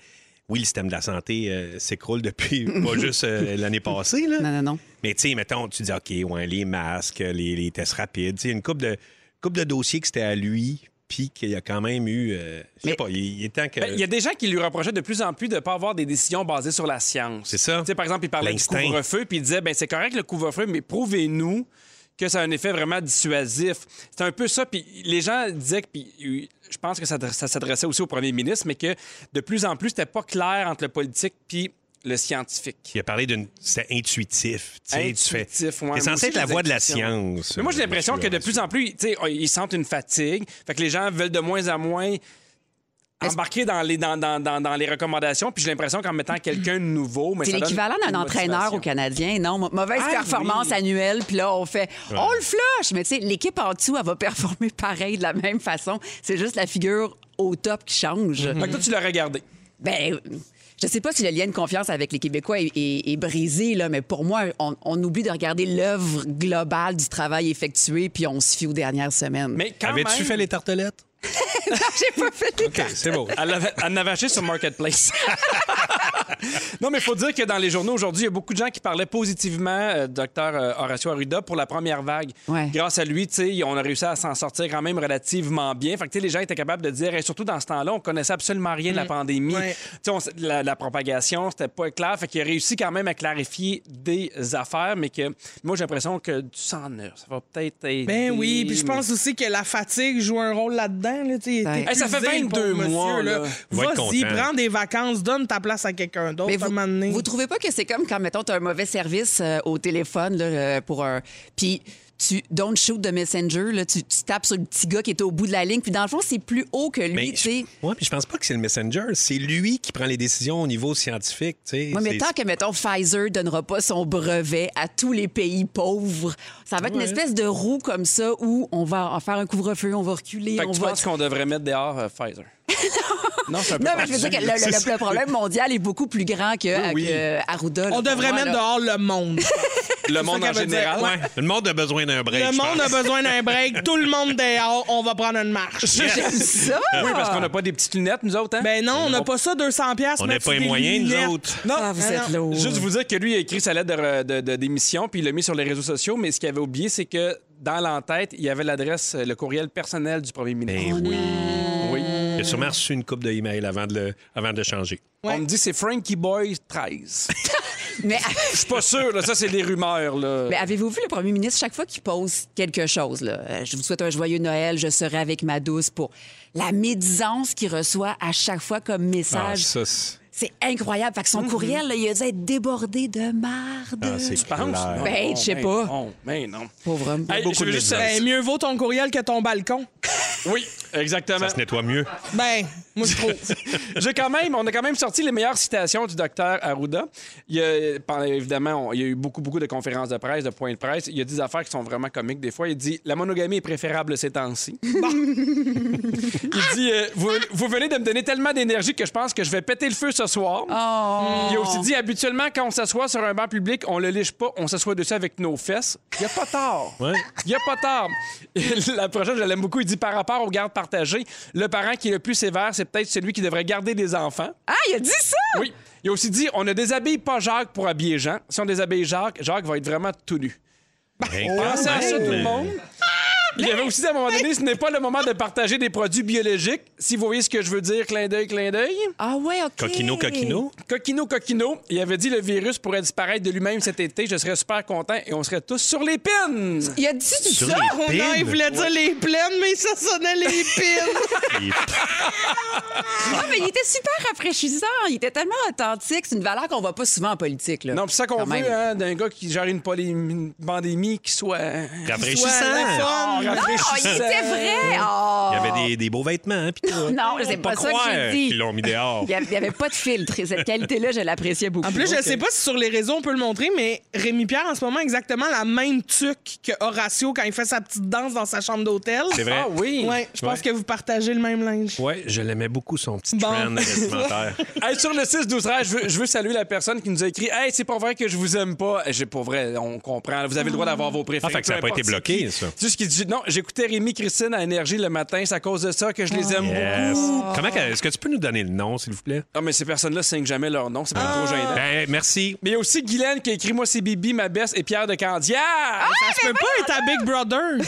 Speaker 4: oui, le système de la santé euh, s'écroule depuis pas juste euh, l'année passée, là.
Speaker 5: Non, non, non.
Speaker 4: Mais tu sais, mettons, tu dis, OK, ouais, les masques, les, les tests rapides, tu sais, une coupe de, couple de dossiers que c'était à lui. puis qu'il y a quand même eu. euh, je sais
Speaker 5: Mais-
Speaker 4: pas, il, il est temps que.
Speaker 2: Ben, Il y a des gens qui lui reprochaient de plus en plus de ne pas avoir des décisions basées sur la science.
Speaker 4: C'est ça.
Speaker 2: Tu sais, par exemple, il parlait du
Speaker 4: L'instinct.
Speaker 2: couvre-feu, puis il disait ben, c'est correct le couvre-feu, mais prouvez-nous que ça a un effet vraiment dissuasif. C'est un peu ça. Puis les gens disaient que, puis euh, je pense que ça, ça s'adressait aussi au premier ministre, mais que de plus en plus, c'était pas clair entre le politique puis le scientifique.
Speaker 4: Il a parlé d'une. C'est intuitif. tu sais, tu fais-
Speaker 2: Intuitif, ouais. Moi
Speaker 4: C'est censé
Speaker 2: aussi,
Speaker 4: être la
Speaker 2: j'ai
Speaker 4: voie de la
Speaker 2: l'impression.
Speaker 4: science.
Speaker 2: Mais moi, j'ai
Speaker 4: euh,
Speaker 2: l'impression que
Speaker 4: monsieur
Speaker 2: de plus
Speaker 4: Robinson.
Speaker 2: en plus, tu sais, oh, ils sentent une fatigue. Fait que les gens veulent de moins en moins embarquer dans les, dans, dans, dans, dans les recommandations. Puis j'ai l'impression qu'en mettant quelqu'un de nouveau. mais
Speaker 5: C'est
Speaker 2: ça donne
Speaker 5: l'équivalent
Speaker 2: une
Speaker 5: d'un entraîneur
Speaker 2: motivation.
Speaker 5: au Canadien, non? Mau- Mauvaise
Speaker 2: Ah,
Speaker 5: performance
Speaker 2: oui.
Speaker 5: annuelle, puis là, on fait on le flush! Mais tu sais, l'équipe en dessous, elle va performer pareil de la même façon. C'est juste la figure au top qui change.
Speaker 2: Fait que toi, tu l'as regardé.
Speaker 5: Ben, je sais pas si le lien de confiance avec les Québécois est, est- est brisé, là, mais pour moi, on, on oublie de regarder l'œuvre globale du travail effectué, puis on se fie aux dernières semaines.
Speaker 2: Mais quand
Speaker 4: Avais-tu
Speaker 2: même,
Speaker 4: fait les tartelettes?
Speaker 5: j'ai pas fait les
Speaker 4: OK, c'est beau.
Speaker 2: Elle l'avait- elle en avait acheté sur Marketplace. non, mais il faut dire que dans les journaux aujourd'hui, il y a beaucoup de gens qui parlaient positivement euh, docteur Horacio Arruda pour la première vague.
Speaker 5: Ouais.
Speaker 2: Grâce à lui, tu sais, on a réussi à s'en sortir quand même relativement bien. Fait que, tu sais, les gens étaient capables de dire, et surtout dans ce temps-là, on connaissait absolument rien de la pandémie.
Speaker 3: Ouais.
Speaker 2: Tu sais, on s- la, la propagation, c'était pas clair. Fait qu'il a réussi quand même à clarifier des affaires, mais que moi, j'ai l'impression que du sang neuf, ça va peut-être aider.
Speaker 3: Ben oui, puis je
Speaker 2: mais-
Speaker 3: pense aussi que la fatigue joue un rôle là-dedans. Là, tu sais, il était
Speaker 5: Ouais.
Speaker 2: Hey, ça fait
Speaker 3: épuisé, le
Speaker 2: 22
Speaker 3: pauvre
Speaker 2: mois,
Speaker 3: monsieur,
Speaker 2: là.
Speaker 4: Va être
Speaker 3: Vas-y,
Speaker 4: content.
Speaker 3: prends des vacances, donne ta place à quelqu'un d'autre
Speaker 5: Mais
Speaker 3: à un moment donné.
Speaker 5: vous, vous trouvez pas que c'est comme quand, mettons, tu as un mauvais service euh, au téléphone là, euh, pour un. Puis tu don't shoot de messenger, là, tu, tu tapes sur le petit gars qui est au bout de la ligne. Puis dans le fond, c'est plus haut que lui,
Speaker 4: Mais
Speaker 5: tu
Speaker 4: je,
Speaker 5: sais.
Speaker 4: ouais, puis je pense pas que c'est le messenger. C'est lui qui prend les décisions au niveau scientifique. tu sais.
Speaker 5: Moi, mais
Speaker 4: C'est-
Speaker 5: tant que, mettons, Pfizer donnera pas son brevet à tous les pays pauvres, ça va être une espèce de roue comme ça où on va en faire un couvre-feu, on va reculer,
Speaker 2: Fait que
Speaker 5: on
Speaker 2: tu
Speaker 5: va.
Speaker 2: penses qu'on devrait mettre dehors euh, Pfizer? non, c'est un peu
Speaker 5: Non, mais je veux dire que le, le- le problème mondial est beaucoup plus grand
Speaker 2: Oui,
Speaker 5: que,
Speaker 2: oui.
Speaker 5: que Arruda. là,
Speaker 3: On
Speaker 5: pour
Speaker 3: devrait
Speaker 5: moi,
Speaker 3: mettre
Speaker 5: là.
Speaker 3: dehors le monde.
Speaker 2: Le monde en
Speaker 3: qu'elle veut dire.
Speaker 2: général.
Speaker 4: Ouais, le monde a besoin d'un break.
Speaker 3: Le
Speaker 4: je
Speaker 3: monde a
Speaker 4: pense.
Speaker 3: besoin d'un break. Tout le monde dehors. On va prendre une marche.
Speaker 5: J'aime ça!
Speaker 2: Oui, parce qu'on n'a pas des petites lunettes, nous autres, hein?
Speaker 3: Ben non, on n'a pas ça 200 pièces.
Speaker 4: On n'a pas les moyens, nous autres.
Speaker 2: Non,
Speaker 5: Ah, vous
Speaker 3: Ah,
Speaker 5: êtes lourd.
Speaker 2: Juste vous dire que lui a écrit sa lettre de re- de- de- d'émission, puis il l'a mis sur les réseaux sociaux, mais ce qu'il avait oublié, c'est que dans l'entête, il y avait l'adresse, euh, le courriel personnel du premier ministre.
Speaker 4: Ben oui.
Speaker 2: Oui.
Speaker 4: Il a sûrement reçu une coupe de email avant de le, avant de le changer.
Speaker 3: Ouais.
Speaker 2: On me dit que c'est Frankie Boy 13.
Speaker 5: Mais.
Speaker 2: Je suis pas sûr, là, ça, c'est des rumeurs, là.
Speaker 5: Mais avez-vous vu le premier ministre, chaque fois qu'il pose quelque chose, là, euh, je vous souhaite un joyeux Noël, je serai avec ma douce pour la médisance qu'il reçoit à chaque fois comme
Speaker 4: Ah,
Speaker 5: message,
Speaker 4: ça, c'est-
Speaker 5: c'est incroyable. Fait que son courriel, là, il a dû être débordé de marde.
Speaker 4: ah, c'est
Speaker 2: tu penses?
Speaker 4: clair.
Speaker 2: Non,
Speaker 5: Ben,
Speaker 2: non,
Speaker 5: je sais pas.
Speaker 2: Non, mais non.
Speaker 5: Pauvre homme.
Speaker 2: Hey, je veux juste-
Speaker 3: Ben, mieux vaut ton courriel que ton balcon.
Speaker 2: Oui, exactement.
Speaker 4: Ça se nettoie mieux.
Speaker 3: Ben, moi, je trouve.
Speaker 2: J'ai quand même, on a quand même sorti les meilleures citations du docteur Arruda. Il y a, par- évidemment, on- il y a eu beaucoup, beaucoup de conférences de presse, de points de presse. Il y a des affaires qui sont vraiment comiques des fois. Il dit La monogamie est préférable ces temps-ci. Bon. il dit euh, vous, vous venez de me donner tellement d'énergie que je pense que je vais péter le feu ce soir. Il a aussi dit Habituellement, quand on s'assoit sur un banc public, on le liche pas, on s'assoit dessus avec nos fesses. Il n'y a pas tort.
Speaker 4: Ouais.
Speaker 2: Il n'y a pas tard. La prochaine, je l'aime beaucoup. Il dit par rapport aux gardes partagées, le parent qui est le plus sévère, c'est peut-être celui qui devrait garder les enfants.
Speaker 5: Ah, il a dit ça!
Speaker 2: Oui. Il a aussi dit on ne déshabille pas Jacques pour habiller Jean. Si on déshabille Jacques, Jacques va être vraiment tout nu.
Speaker 4: Ben,
Speaker 2: Pensez à ça, tout le monde. Il y avait aussi dit à un moment donné, ce n'est pas le moment de partager des produits biologiques. Si vous voyez ce que je veux dire, clin d'œil, clin d'œil.
Speaker 5: Ah ouais, OK.
Speaker 4: Coquino, coquino.
Speaker 2: Coquino, coquino. Il avait dit le virus pourrait disparaître de lui-même cet été. Je serais super content et on serait tous sur les pins.
Speaker 5: Il a dit ça?
Speaker 4: Sur
Speaker 3: Oh
Speaker 4: les
Speaker 3: non, il
Speaker 4: pins.
Speaker 3: voulait dire les plaines, mais ça sonnait les pins.
Speaker 4: Les-
Speaker 5: Ah, mais il était super rafraîchissant. Il était tellement authentique. C'est une valeur qu'on voit pas souvent en politique. Là.
Speaker 2: Non, c'est ça qu'on
Speaker 5: Quand
Speaker 2: veut,
Speaker 5: même.
Speaker 2: hein, d'un gars qui gère une, poly- une pandémie qui soit. hein. Ah,
Speaker 3: Ouais, le
Speaker 4: Rafraîchissant.
Speaker 3: fun.
Speaker 5: Non, Ah, il était vrai! Oh.
Speaker 4: Il y avait des, des beaux vêtements. hein, puis tout.
Speaker 5: Non, c'est
Speaker 4: Faut
Speaker 5: pas ça que
Speaker 4: croire
Speaker 5: j'ai dit.
Speaker 4: qu'ils l'ont mis dehors.
Speaker 5: Il n'y avait, pas de filtre. Et cette qualité-là, je l'appréciais beaucoup.
Speaker 3: En plus, je
Speaker 5: Donc,
Speaker 3: sais pas si sur les réseaux on peut le montrer, mais Rémi Pierre en ce moment a exactement la même tuque que Horatio quand il fait sa petite danse dans sa chambre d'hôtel.
Speaker 4: C'est vrai.
Speaker 2: Ah oui!
Speaker 3: Ouais, je pense
Speaker 4: Ouais.
Speaker 3: que vous partagez le même linge.
Speaker 4: Ouais, je l'aimais beaucoup, son petit
Speaker 3: Bon.
Speaker 4: trend vestimentaire.
Speaker 2: Hey, sur le 6 12 je veux, je veux saluer la personne qui nous a écrit Hey, c'est pas vrai que je vous aime pas. J'ai pour vrai, on comprend. Vous avez le droit d'avoir vos préférences.
Speaker 4: Ah, fait que ça a
Speaker 2: peu
Speaker 4: pas été
Speaker 2: importe
Speaker 4: bloqué,
Speaker 2: qui.
Speaker 4: ça.
Speaker 2: Tu sais, ce qui dit non, j'écoutais Rémi Christine à Énergie le matin. C'est à cause de ça que je
Speaker 5: Ah.
Speaker 2: les aime
Speaker 4: Yes.
Speaker 2: beaucoup.
Speaker 4: Comment que- est-ce que tu peux nous donner le nom, s'il vous plaît?
Speaker 2: Non, mais ces personnes-là signent jamais leur nom. C'est pas
Speaker 5: Ah.
Speaker 2: trop gênant.
Speaker 4: Ben, merci.
Speaker 2: Mais il y a aussi Guylaine qui a écrit Moi, c'est Bibi, ma best et Pierre de Candia.
Speaker 5: Ah!
Speaker 3: Ça se peut pas être à Big Brother.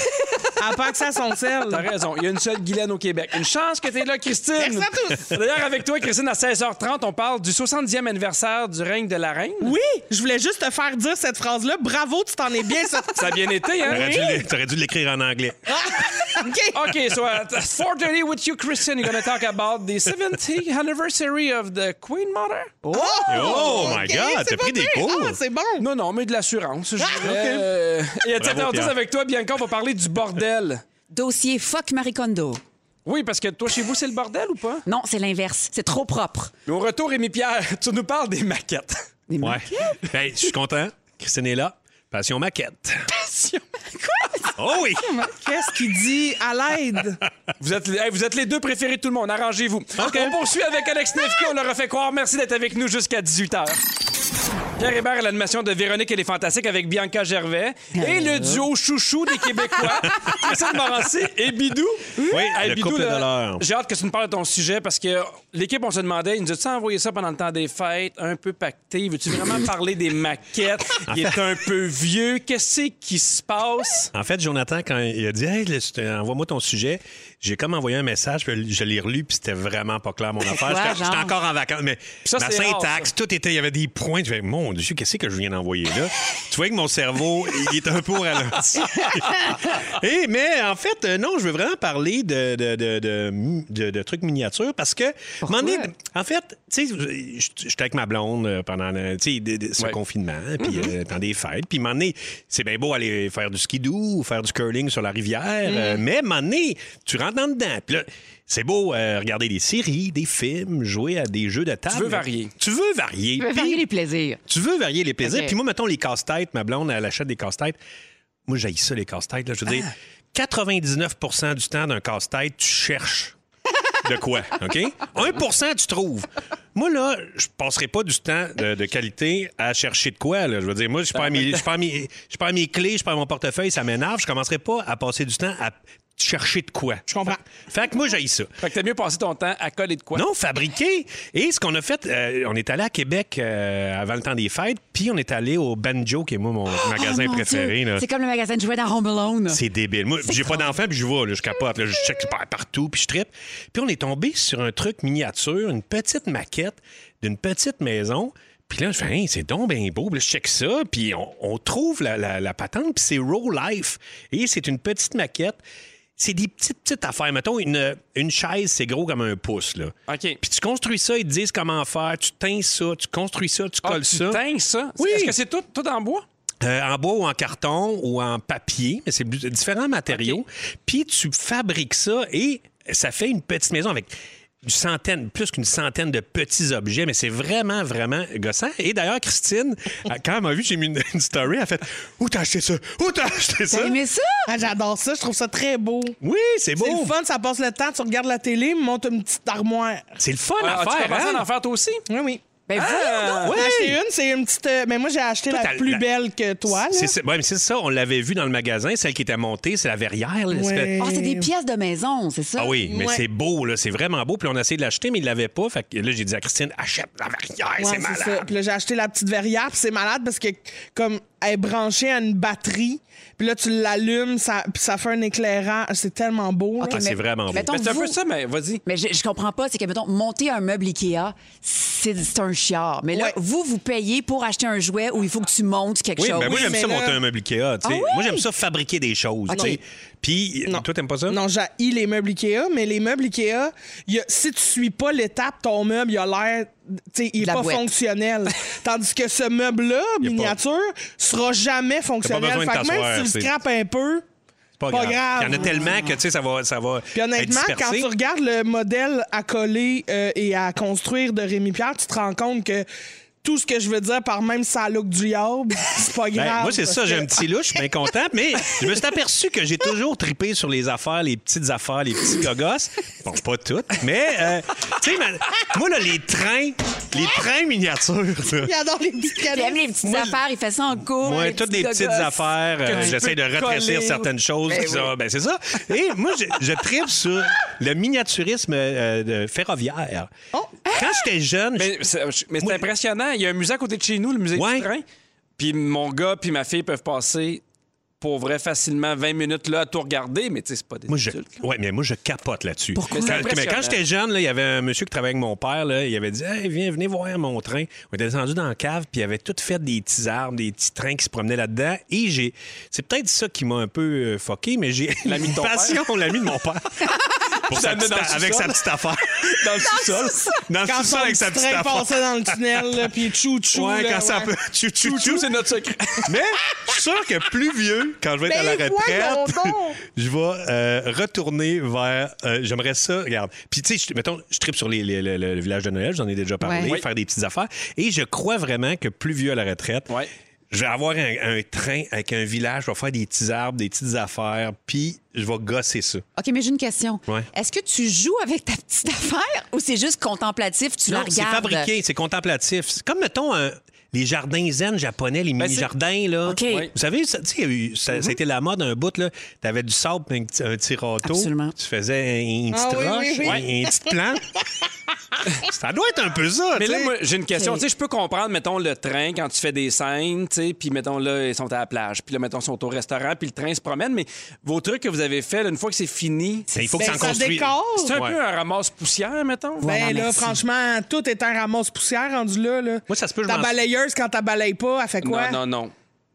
Speaker 3: À part que ça son sel.
Speaker 2: T'as raison, il y a une seule Guylaine au Québec. Une chance que t'es là, Christine.
Speaker 3: Merci à tous.
Speaker 2: D'ailleurs, avec toi, Christine, à 16h30, on parle du 70e anniversaire du règne de la reine.
Speaker 3: Oui, je voulais juste te faire dire cette phrase-là. Bravo, tu t'en es bien sorti.
Speaker 2: Ça a bien été, hein?
Speaker 4: T'aurais dû l'é- T'aurais dû l'écrire en anglais.
Speaker 3: OK.
Speaker 2: OK, so at 4.30 with you, Christine, you're going to talk about the 70th anniversary of the Queen Mother.
Speaker 3: Oh,
Speaker 4: Oh my
Speaker 3: OK,
Speaker 4: God,
Speaker 3: c'est
Speaker 4: t'as
Speaker 3: pas
Speaker 4: pris des
Speaker 3: pire.
Speaker 4: cours.
Speaker 3: Ah, c'est bon.
Speaker 2: Non, non, mais de l'assurance, je dirais. Euh, Et à 17h10
Speaker 4: Bravo, Pierre.
Speaker 2: avec toi, Bianca, on va parler du bordel.
Speaker 5: euh, Dossier fuck Marie Kondo.
Speaker 2: Oui, parce que toi, chez vous, c'est le bordel ou pas?
Speaker 5: Non, c'est l'inverse. C'est trop propre.
Speaker 2: Mais au retour, Rémi-Pierre, tu nous parles des maquettes.
Speaker 5: Des
Speaker 4: Ouais.
Speaker 5: marques.
Speaker 4: Ben, je suis content. Christine est là. Passion maquette. Oh oui!
Speaker 3: Qu'est-ce qu'il dit à l'aide?
Speaker 2: Vous êtes, hey, vous êtes les deux préférés de tout le monde, arrangez-vous.
Speaker 4: Ah.
Speaker 2: On poursuit avec Alex Nevsky, on leur a fait croire. Merci d'être avec nous jusqu'à 18h. Pierre Hébert à l'animation de Véronique et les Fantastiques avec Bianca Gervais et le duo chouchou des Québécois, Christine Morancy et Bidou.
Speaker 4: Oui, le couple de l'heure.
Speaker 2: J'ai hâte que tu nous parles de ton sujet parce que l'équipe, on se demandait, ils nous ont envoyé ça pendant le temps des fêtes, un peu pacté. Veux-tu vraiment parler des maquettes? Il est un peu vieux. Qu'est-ce qui se passe?
Speaker 4: En fait, Jonathan, quand il a dit Hey, le- c'est- euh, envoie-moi ton sujet, j'ai comme envoyé un message, puis je l'ai relu, puis c'était vraiment pas clair, mon affaire.
Speaker 5: quoi,
Speaker 4: J'étais- J'étais
Speaker 5: genre?
Speaker 4: encore en vacances, mais
Speaker 2: ça,
Speaker 4: ma
Speaker 2: c'est rare,
Speaker 4: syntaxe, tout était, il y avait des points. Je fais, mon Dieu, qu'est-ce que je viens d'envoyer là? tu vois que mon cerveau, il est un peu au ralenti. Et, mais en fait, euh, non, je veux vraiment parler de, de, de, de, de- de trucs miniatures parce que. m'en est- en fait, tu sais, je- j'étais avec ma blonde euh, pendant le- tu sais, de- de- ce
Speaker 2: Ouais.
Speaker 4: confinement, puis euh, pendant des fêtes. Puis, m'en c'est bien beau aller faire du skidoo ou faire du curling sur la rivière, euh, mais m'en tu rentres dans dedans. Puis là, c'est beau euh, regarder des séries, des films, jouer à des jeux de table.
Speaker 2: veux varier.
Speaker 4: Tu veux varier.
Speaker 5: Tu veux varier les plaisirs.
Speaker 4: Tu veux varier les plaisirs.
Speaker 5: Ok.
Speaker 4: Puis moi, mettons les casse-têtes. Ma blonde, elle achète des casse-têtes. Moi, j'haïs ça, les casse-têtes. là. Je veux dire,
Speaker 5: Ah.
Speaker 4: 99 du temps d'un casse-tête, tu cherches de quoi, OK? 1 tu trouves. Moi, là, je passerai pas du temps de, de qualité à chercher de quoi. Là. Je veux dire, moi, je perds, mes, je, perds mes, je perds mes clés, je perds mon portefeuille, ça m'énerve. Je commencerai pas à passer du temps à chercher de quoi.
Speaker 3: Je comprends.
Speaker 4: Fait que moi, j'haïs ça.
Speaker 2: Fait que t'as mieux passé ton temps à coller de quoi?
Speaker 4: Non, fabriqué. Et ce qu'on a fait, euh, on est allé à Québec euh, avant le temps des fêtes, puis on est allé au Banjo, qui est moi mon magasin
Speaker 5: Oh, mon
Speaker 4: préféré.
Speaker 5: Dieu.
Speaker 4: là.
Speaker 5: C'est comme le magasin de jouets dans Home Alone.
Speaker 4: C'est débile. Moi, j'ai pas d'enfant, puis je vois, là, je capote, là, je check par- partout, puis je trippe. Puis on est tombé sur un truc miniature, une petite maquette d'une petite maison. Puis là, je fais, Hein, c'est donc bien beau. Puis là, je check ça, puis on, on trouve la, la- la patente, puis c'est Row Life. Et c'est une petite maquette. C'est des petites, petites affaires. Mettons, une, une chaise, c'est gros comme un pouce, là.
Speaker 2: OK.
Speaker 4: Puis tu construis ça, ils te disent comment faire. Tu teins ça, tu construis ça, tu
Speaker 2: Ah,
Speaker 4: colles
Speaker 2: tu
Speaker 4: ça.
Speaker 2: teins ça?
Speaker 4: Oui.
Speaker 2: Est-ce que c'est tout, tout en bois?
Speaker 4: Euh, en bois ou en carton ou en papier, mais c'est bu- différents matériaux. Puis tu fabriques ça et ça fait une petite maison avec une centaine, plus qu'une centaine de petits objets, mais c'est vraiment, vraiment gossant. Et d'ailleurs, Christine, euh, quand elle m'a vu, j'ai mis une, une story, elle a fait « Où t'as acheté ça? Où t'as acheté ça?
Speaker 5: T'as aimé ça?
Speaker 3: Ah, J'adore ça, je trouve ça très beau. »
Speaker 4: Oui, c'est
Speaker 3: C'est
Speaker 4: beau.
Speaker 3: le fun, ça passe le temps, tu regardes la télé, monte une petite armoire.
Speaker 4: C'est le fun
Speaker 2: Ah,
Speaker 4: à
Speaker 2: tu
Speaker 4: faire,
Speaker 2: commences à
Speaker 4: hein?
Speaker 2: en faire toi aussi?
Speaker 3: Oui, oui.
Speaker 5: Ben, voyons donc.
Speaker 3: J'en ai acheté une, c'est une petite. euh, mais moi, j'ai acheté
Speaker 4: Toi,
Speaker 3: la
Speaker 4: t'as
Speaker 3: plus
Speaker 4: la-
Speaker 3: belle que toi. là.
Speaker 4: C'est ça, ouais, mais c'est ça, on l'avait vu dans le magasin, celle qui était montée, c'est la verrière. là, l'espèce-
Speaker 3: Ouais.
Speaker 5: Ah, c'est des pièces de maison, c'est ça?
Speaker 4: Ah oui, mais
Speaker 3: Ouais.
Speaker 4: c'est beau, là. C'est vraiment beau. Puis on a essayé de l'acheter, mais il l'avait pas. Fait que là, j'ai dit à Christine, achète la verrière,
Speaker 3: Ouais,
Speaker 4: c'est
Speaker 3: c'est
Speaker 4: malade.
Speaker 3: ça. Puis là, j'ai acheté la petite verrière, puis c'est malade parce que, comme, elle est branchée à une batterie, puis là, tu l'allumes, ça, puis ça fait un éclairant. C'est tellement beau. là.
Speaker 4: Ah, c'est
Speaker 5: mais-
Speaker 4: vraiment beau.
Speaker 5: mettons-
Speaker 2: Mais c'est un
Speaker 5: vous-
Speaker 2: peu ça, mais vas-y.
Speaker 5: Mais je, je comprends pas, c'est que, mettons, monter un meuble Ikea, c'est c'est un chiard. Mais là,
Speaker 3: Ouais.
Speaker 5: vous, vous payez pour acheter un jouet où il faut que tu montes quelque
Speaker 4: Oui,
Speaker 5: chose.
Speaker 4: ben moi, j'aime
Speaker 3: mais
Speaker 4: ça
Speaker 3: là- Ah
Speaker 4: monter un meuble Ikea. tu sais.
Speaker 5: oui?
Speaker 4: Moi, j'aime ça fabriquer des choses. tu sais. Puis,
Speaker 3: Non.
Speaker 4: toi, t'aimes pas ça?
Speaker 3: Non, j'ai les meubles Ikea, mais les meubles Ikea, il y a- si tu suis pas l'étape, ton meuble, il a l'air. tu sais, il est
Speaker 5: De la
Speaker 3: pas
Speaker 5: boîte.
Speaker 3: fonctionnel. Tandis que ce meuble-là,
Speaker 4: Il y a pas-
Speaker 3: miniature, sera jamais fonctionnel.
Speaker 4: besoin de
Speaker 3: Fait que même
Speaker 4: t'asseoir,
Speaker 3: si tu le
Speaker 4: c'est-
Speaker 3: scrapes un peu.
Speaker 4: C'est pas,
Speaker 3: Pas grave.
Speaker 4: Il y en a tellement que, tu sais, ça va, ça va
Speaker 3: Puis
Speaker 4: être
Speaker 3: honnêtement,
Speaker 4: dispersé.
Speaker 3: quand tu regardes le modèle à coller euh, et à construire de Rémi Pierre, tu te rends compte que tout ce que je veux dire par même ça look du yob, c'est pas
Speaker 4: Ben,
Speaker 3: grave.
Speaker 4: moi, c'est ça, j'ai un petit louche, je suis bien content, mais je me suis aperçu que j'ai toujours tripé sur les affaires, les petites affaires, les petits gogos. Bon, pas toutes, mais, euh, tu sais, ma- moi, là, les trains, les trains miniatures, là.
Speaker 3: Il adore les petites
Speaker 5: Il aime les petites
Speaker 4: Moi, je-
Speaker 5: affaires, il fait ça en cours.
Speaker 4: Moi,
Speaker 5: les
Speaker 4: toutes
Speaker 5: petits
Speaker 4: les petites
Speaker 5: gogos.
Speaker 4: affaires, euh,
Speaker 2: tu
Speaker 4: j'essaie de
Speaker 2: peux
Speaker 4: rétrécir
Speaker 2: coller.
Speaker 4: certaines choses. qui sont- ben, c'est ça. Et moi, je, je tripe sur le miniaturisme euh, de ferroviaire.
Speaker 2: Oh.
Speaker 4: Quand j'étais jeune,
Speaker 2: Mais c'est mais c'est impressionnant. Il y a un musée à côté de chez nous, le musée
Speaker 4: Ouais.
Speaker 2: du train. Puis mon gars puis ma fille peuvent passer pour vrai facilement 20 minutes là à tout regarder, mais tu sais, c'est pas des
Speaker 4: Moi, je,
Speaker 2: adultes.
Speaker 4: ouais, mais moi, je capote là-dessus.
Speaker 2: Pourquoi?
Speaker 4: Quand,
Speaker 2: C'est
Speaker 4: mais quand
Speaker 2: impressionnant.
Speaker 4: j'étais jeune, là, il y avait un monsieur qui travaillait avec mon père. Là, il avait dit hey, Viens, venez voir mon train. On était descendu dans la cave, puis il avait tout fait des petits arbres, des petits trains qui se promenaient là-dedans. Et j'ai. C'est peut-être ça qui m'a un peu euh, fucké, mais j'ai
Speaker 2: L'ami de ton père?
Speaker 4: passion, l'ami de mon père. Pour sa
Speaker 2: Ça
Speaker 4: petite-
Speaker 2: amenait dans le
Speaker 4: avec sa
Speaker 2: sous-sol.
Speaker 4: petite affaire.
Speaker 2: Dans le sous-sol.
Speaker 4: Dans le
Speaker 3: Quand
Speaker 4: sous-sol
Speaker 3: son
Speaker 4: avec sa
Speaker 3: petit
Speaker 4: petite
Speaker 3: train
Speaker 4: affaire.
Speaker 3: passait dans le tunnel, là, puis tchou-tchou.
Speaker 4: Ouais,
Speaker 3: là,
Speaker 4: quand ça peut. Tchou, tchou, tchou.
Speaker 2: c'est notre secret.
Speaker 4: Mais je suis sûr que plus vieux, quand je vais être
Speaker 3: Ben,
Speaker 4: à la
Speaker 3: voyons
Speaker 4: retraite,
Speaker 3: donc!
Speaker 4: je vais euh, retourner vers. euh, J'aimerais ça. Regarde. Puis, tu sais, je- mettons, je tripe sur les, les- le- le village de Noël, j'en ai déjà parlé,
Speaker 5: Ouais.
Speaker 4: faire des petites affaires. Et je crois vraiment que plus vieux à la retraite,
Speaker 2: Ouais.
Speaker 4: je vais avoir un, un train avec un village, je vais faire des petits arbres, des petites affaires, puis je vais gosser ça.
Speaker 5: OK, mais j'ai une question.
Speaker 4: Ouais.
Speaker 5: Est-ce que tu joues avec ta petite affaire ou c'est juste contemplatif, tu la
Speaker 4: Non, c'est
Speaker 5: regardes?
Speaker 4: fabriqué, c'est contemplatif. C'est comme, mettons, un- les jardins zen japonais, les
Speaker 2: c'est-
Speaker 4: mini-jardins, là.
Speaker 5: OK. Oui.
Speaker 4: Vous savez, ça, tu sais, il y a eu- ça, ça a été la mode un bout, là. T'avais du sable, puis un, petit- un petit râteau.
Speaker 5: Absolument.
Speaker 4: Tu faisais un- une petite
Speaker 3: Ah oui,
Speaker 4: roche,
Speaker 3: oui, oui.
Speaker 4: un- une petite plante. ça doit être un peu ça,
Speaker 2: Mais
Speaker 4: tu
Speaker 2: là,
Speaker 4: sais.
Speaker 2: moi, j'ai une question.
Speaker 5: Ok.
Speaker 2: Tu sais, je peux comprendre, mettons, le train quand tu fais des scènes, tu sais, puis mettons, là, ils sont à la plage, puis là, mettons, ils sont au restaurant, puis le train se promène, mais vos trucs que vous avez fait, là, une fois que c'est fini,
Speaker 4: Mais
Speaker 2: c'est
Speaker 4: il faut que
Speaker 3: Ben,
Speaker 4: ça en
Speaker 3: ça
Speaker 4: construise.
Speaker 3: décore.
Speaker 2: c'est un
Speaker 4: Ouais.
Speaker 2: peu un ramasse-poussière, mettons.
Speaker 3: Ben
Speaker 5: Voilà,
Speaker 3: là,
Speaker 5: merci.
Speaker 3: franchement, tout est un ramasse-poussière rendu là, là.
Speaker 4: Moi, ça se peut, je
Speaker 3: Ta
Speaker 4: m'en-
Speaker 3: balayeuse, quand t'as balaye pas, elle fait quoi?
Speaker 2: Non, non, non.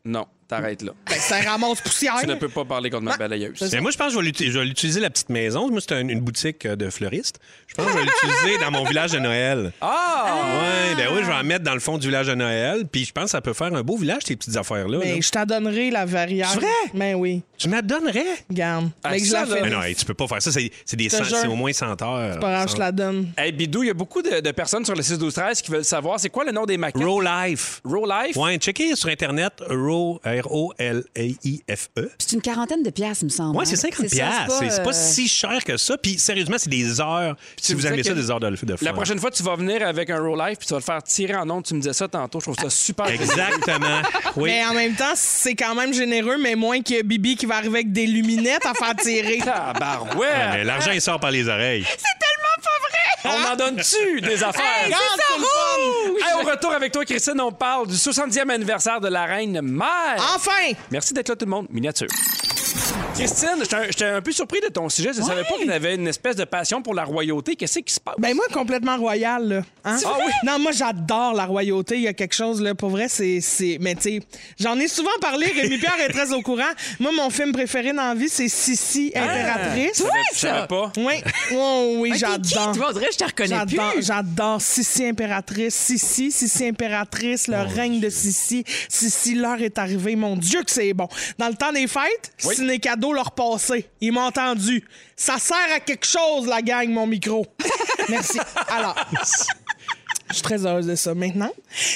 Speaker 2: Non, t'arrêtes là.
Speaker 3: Ben, c'est un ramasse-poussière.
Speaker 2: Tu ne peux pas parler contre ma balayeuse.
Speaker 4: Mais moi, je pense que je vais l'uti- je vais l'utiliser, la petite maison. Moi, c'est un- une boutique euh, de fleuristes. Je pense que je vais l'utiliser dans mon village de Noël.
Speaker 2: Ah!
Speaker 4: Ouais, ben oui, je vais en mettre dans le fond du village de Noël. Puis je pense que ça peut faire un beau village, ces petites affaires-là. là.
Speaker 3: Mais Ben, je t'en donnerai la variable.
Speaker 4: C'est vrai?
Speaker 3: Ben oui,
Speaker 4: Tu m'adonnerais?
Speaker 3: garde.
Speaker 2: Ah,
Speaker 3: Fait que je la
Speaker 2: ça, là.
Speaker 3: fais.
Speaker 4: Mais Ben non, hey, tu peux pas faire ça. C'est c'est des
Speaker 3: te
Speaker 4: cent-
Speaker 3: jure.
Speaker 4: c'est au moins 100 heures.
Speaker 3: Pas grave, je te la donne.
Speaker 2: Hey, Bidou, il y a beaucoup de, de personnes sur le 6 12 13 qui veulent savoir c'est quoi le nom des maquettes.
Speaker 4: Row Life.
Speaker 2: Row Life?
Speaker 4: Ouais, checkez sur Internet Row, R-O-L-A-I-F-E.
Speaker 5: Puis C'est une quarantaine de piastres, il me semble.
Speaker 4: Ouais,
Speaker 5: hein?
Speaker 4: E. c'est 50
Speaker 5: ça,
Speaker 4: piastres. C'est c'est pas,
Speaker 5: euh,
Speaker 4: si cher que ça. Puis sérieusement, c'est des heures. Si
Speaker 2: me
Speaker 4: vous
Speaker 2: disais
Speaker 4: aimez ça,
Speaker 2: que
Speaker 4: des heures de, de fun.
Speaker 2: La prochaine fois, tu vas venir avec un Row Life puis tu vas le faire tirer en ondes. Tu me disais ça tantôt. Je trouve ça super.
Speaker 4: Exactement. Oui.
Speaker 3: Mais en même temps, c'est quand même généreux, mais moins que Bibi qui va arriver avec des luminettes à faire tirer.
Speaker 4: Ouais, Ah, mais
Speaker 2: Tabarouette!
Speaker 4: L'argent, il sort par les oreilles.
Speaker 2: On en donne-tu des affaires?
Speaker 3: Regarde, c'est le fun!
Speaker 2: Hey, au retour avec toi, Christine, on parle du 70e anniversaire de la reine mère.
Speaker 3: Enfin!
Speaker 2: Merci d'être là, tout le monde. Miniature. Christine, j'étais un- j'étais un peu surpris de ton sujet. Je savais pas que tu avais une espèce de passion pour la royauté. Qu'est-ce qui se passe?
Speaker 3: Ben moi, complètement royal, là. Hein?
Speaker 2: vrai?
Speaker 3: Non, moi, j'adore la royauté. Il y a quelque chose, là, pour vrai, c'est... c'est- Mais tu sais, j'en ai souvent parlé, Rémi-Pierre est très au courant. Moi, mon film préféré dans la vie, c'est Sissi, Impératrice.
Speaker 2: je savais pas.
Speaker 3: Oui, oui, oui,
Speaker 5: t'es qui?
Speaker 3: j'adore.
Speaker 5: Tu vois, on dirait que je te reconnais plus.
Speaker 3: J'adore, j'adore Sissi impératrice, Sissi, Sissi impératrice, le règne de Sissi, Sissi, l'heure est arrivée, mon Dieu que c'est bon. Dans le temps des fêtes, ciné cadeau leur passé. Ils m'ont entendu. Ça sert à quelque chose, la gang, mon micro. Merci. Alors. Je suis très heureuse de ça. Maintenant,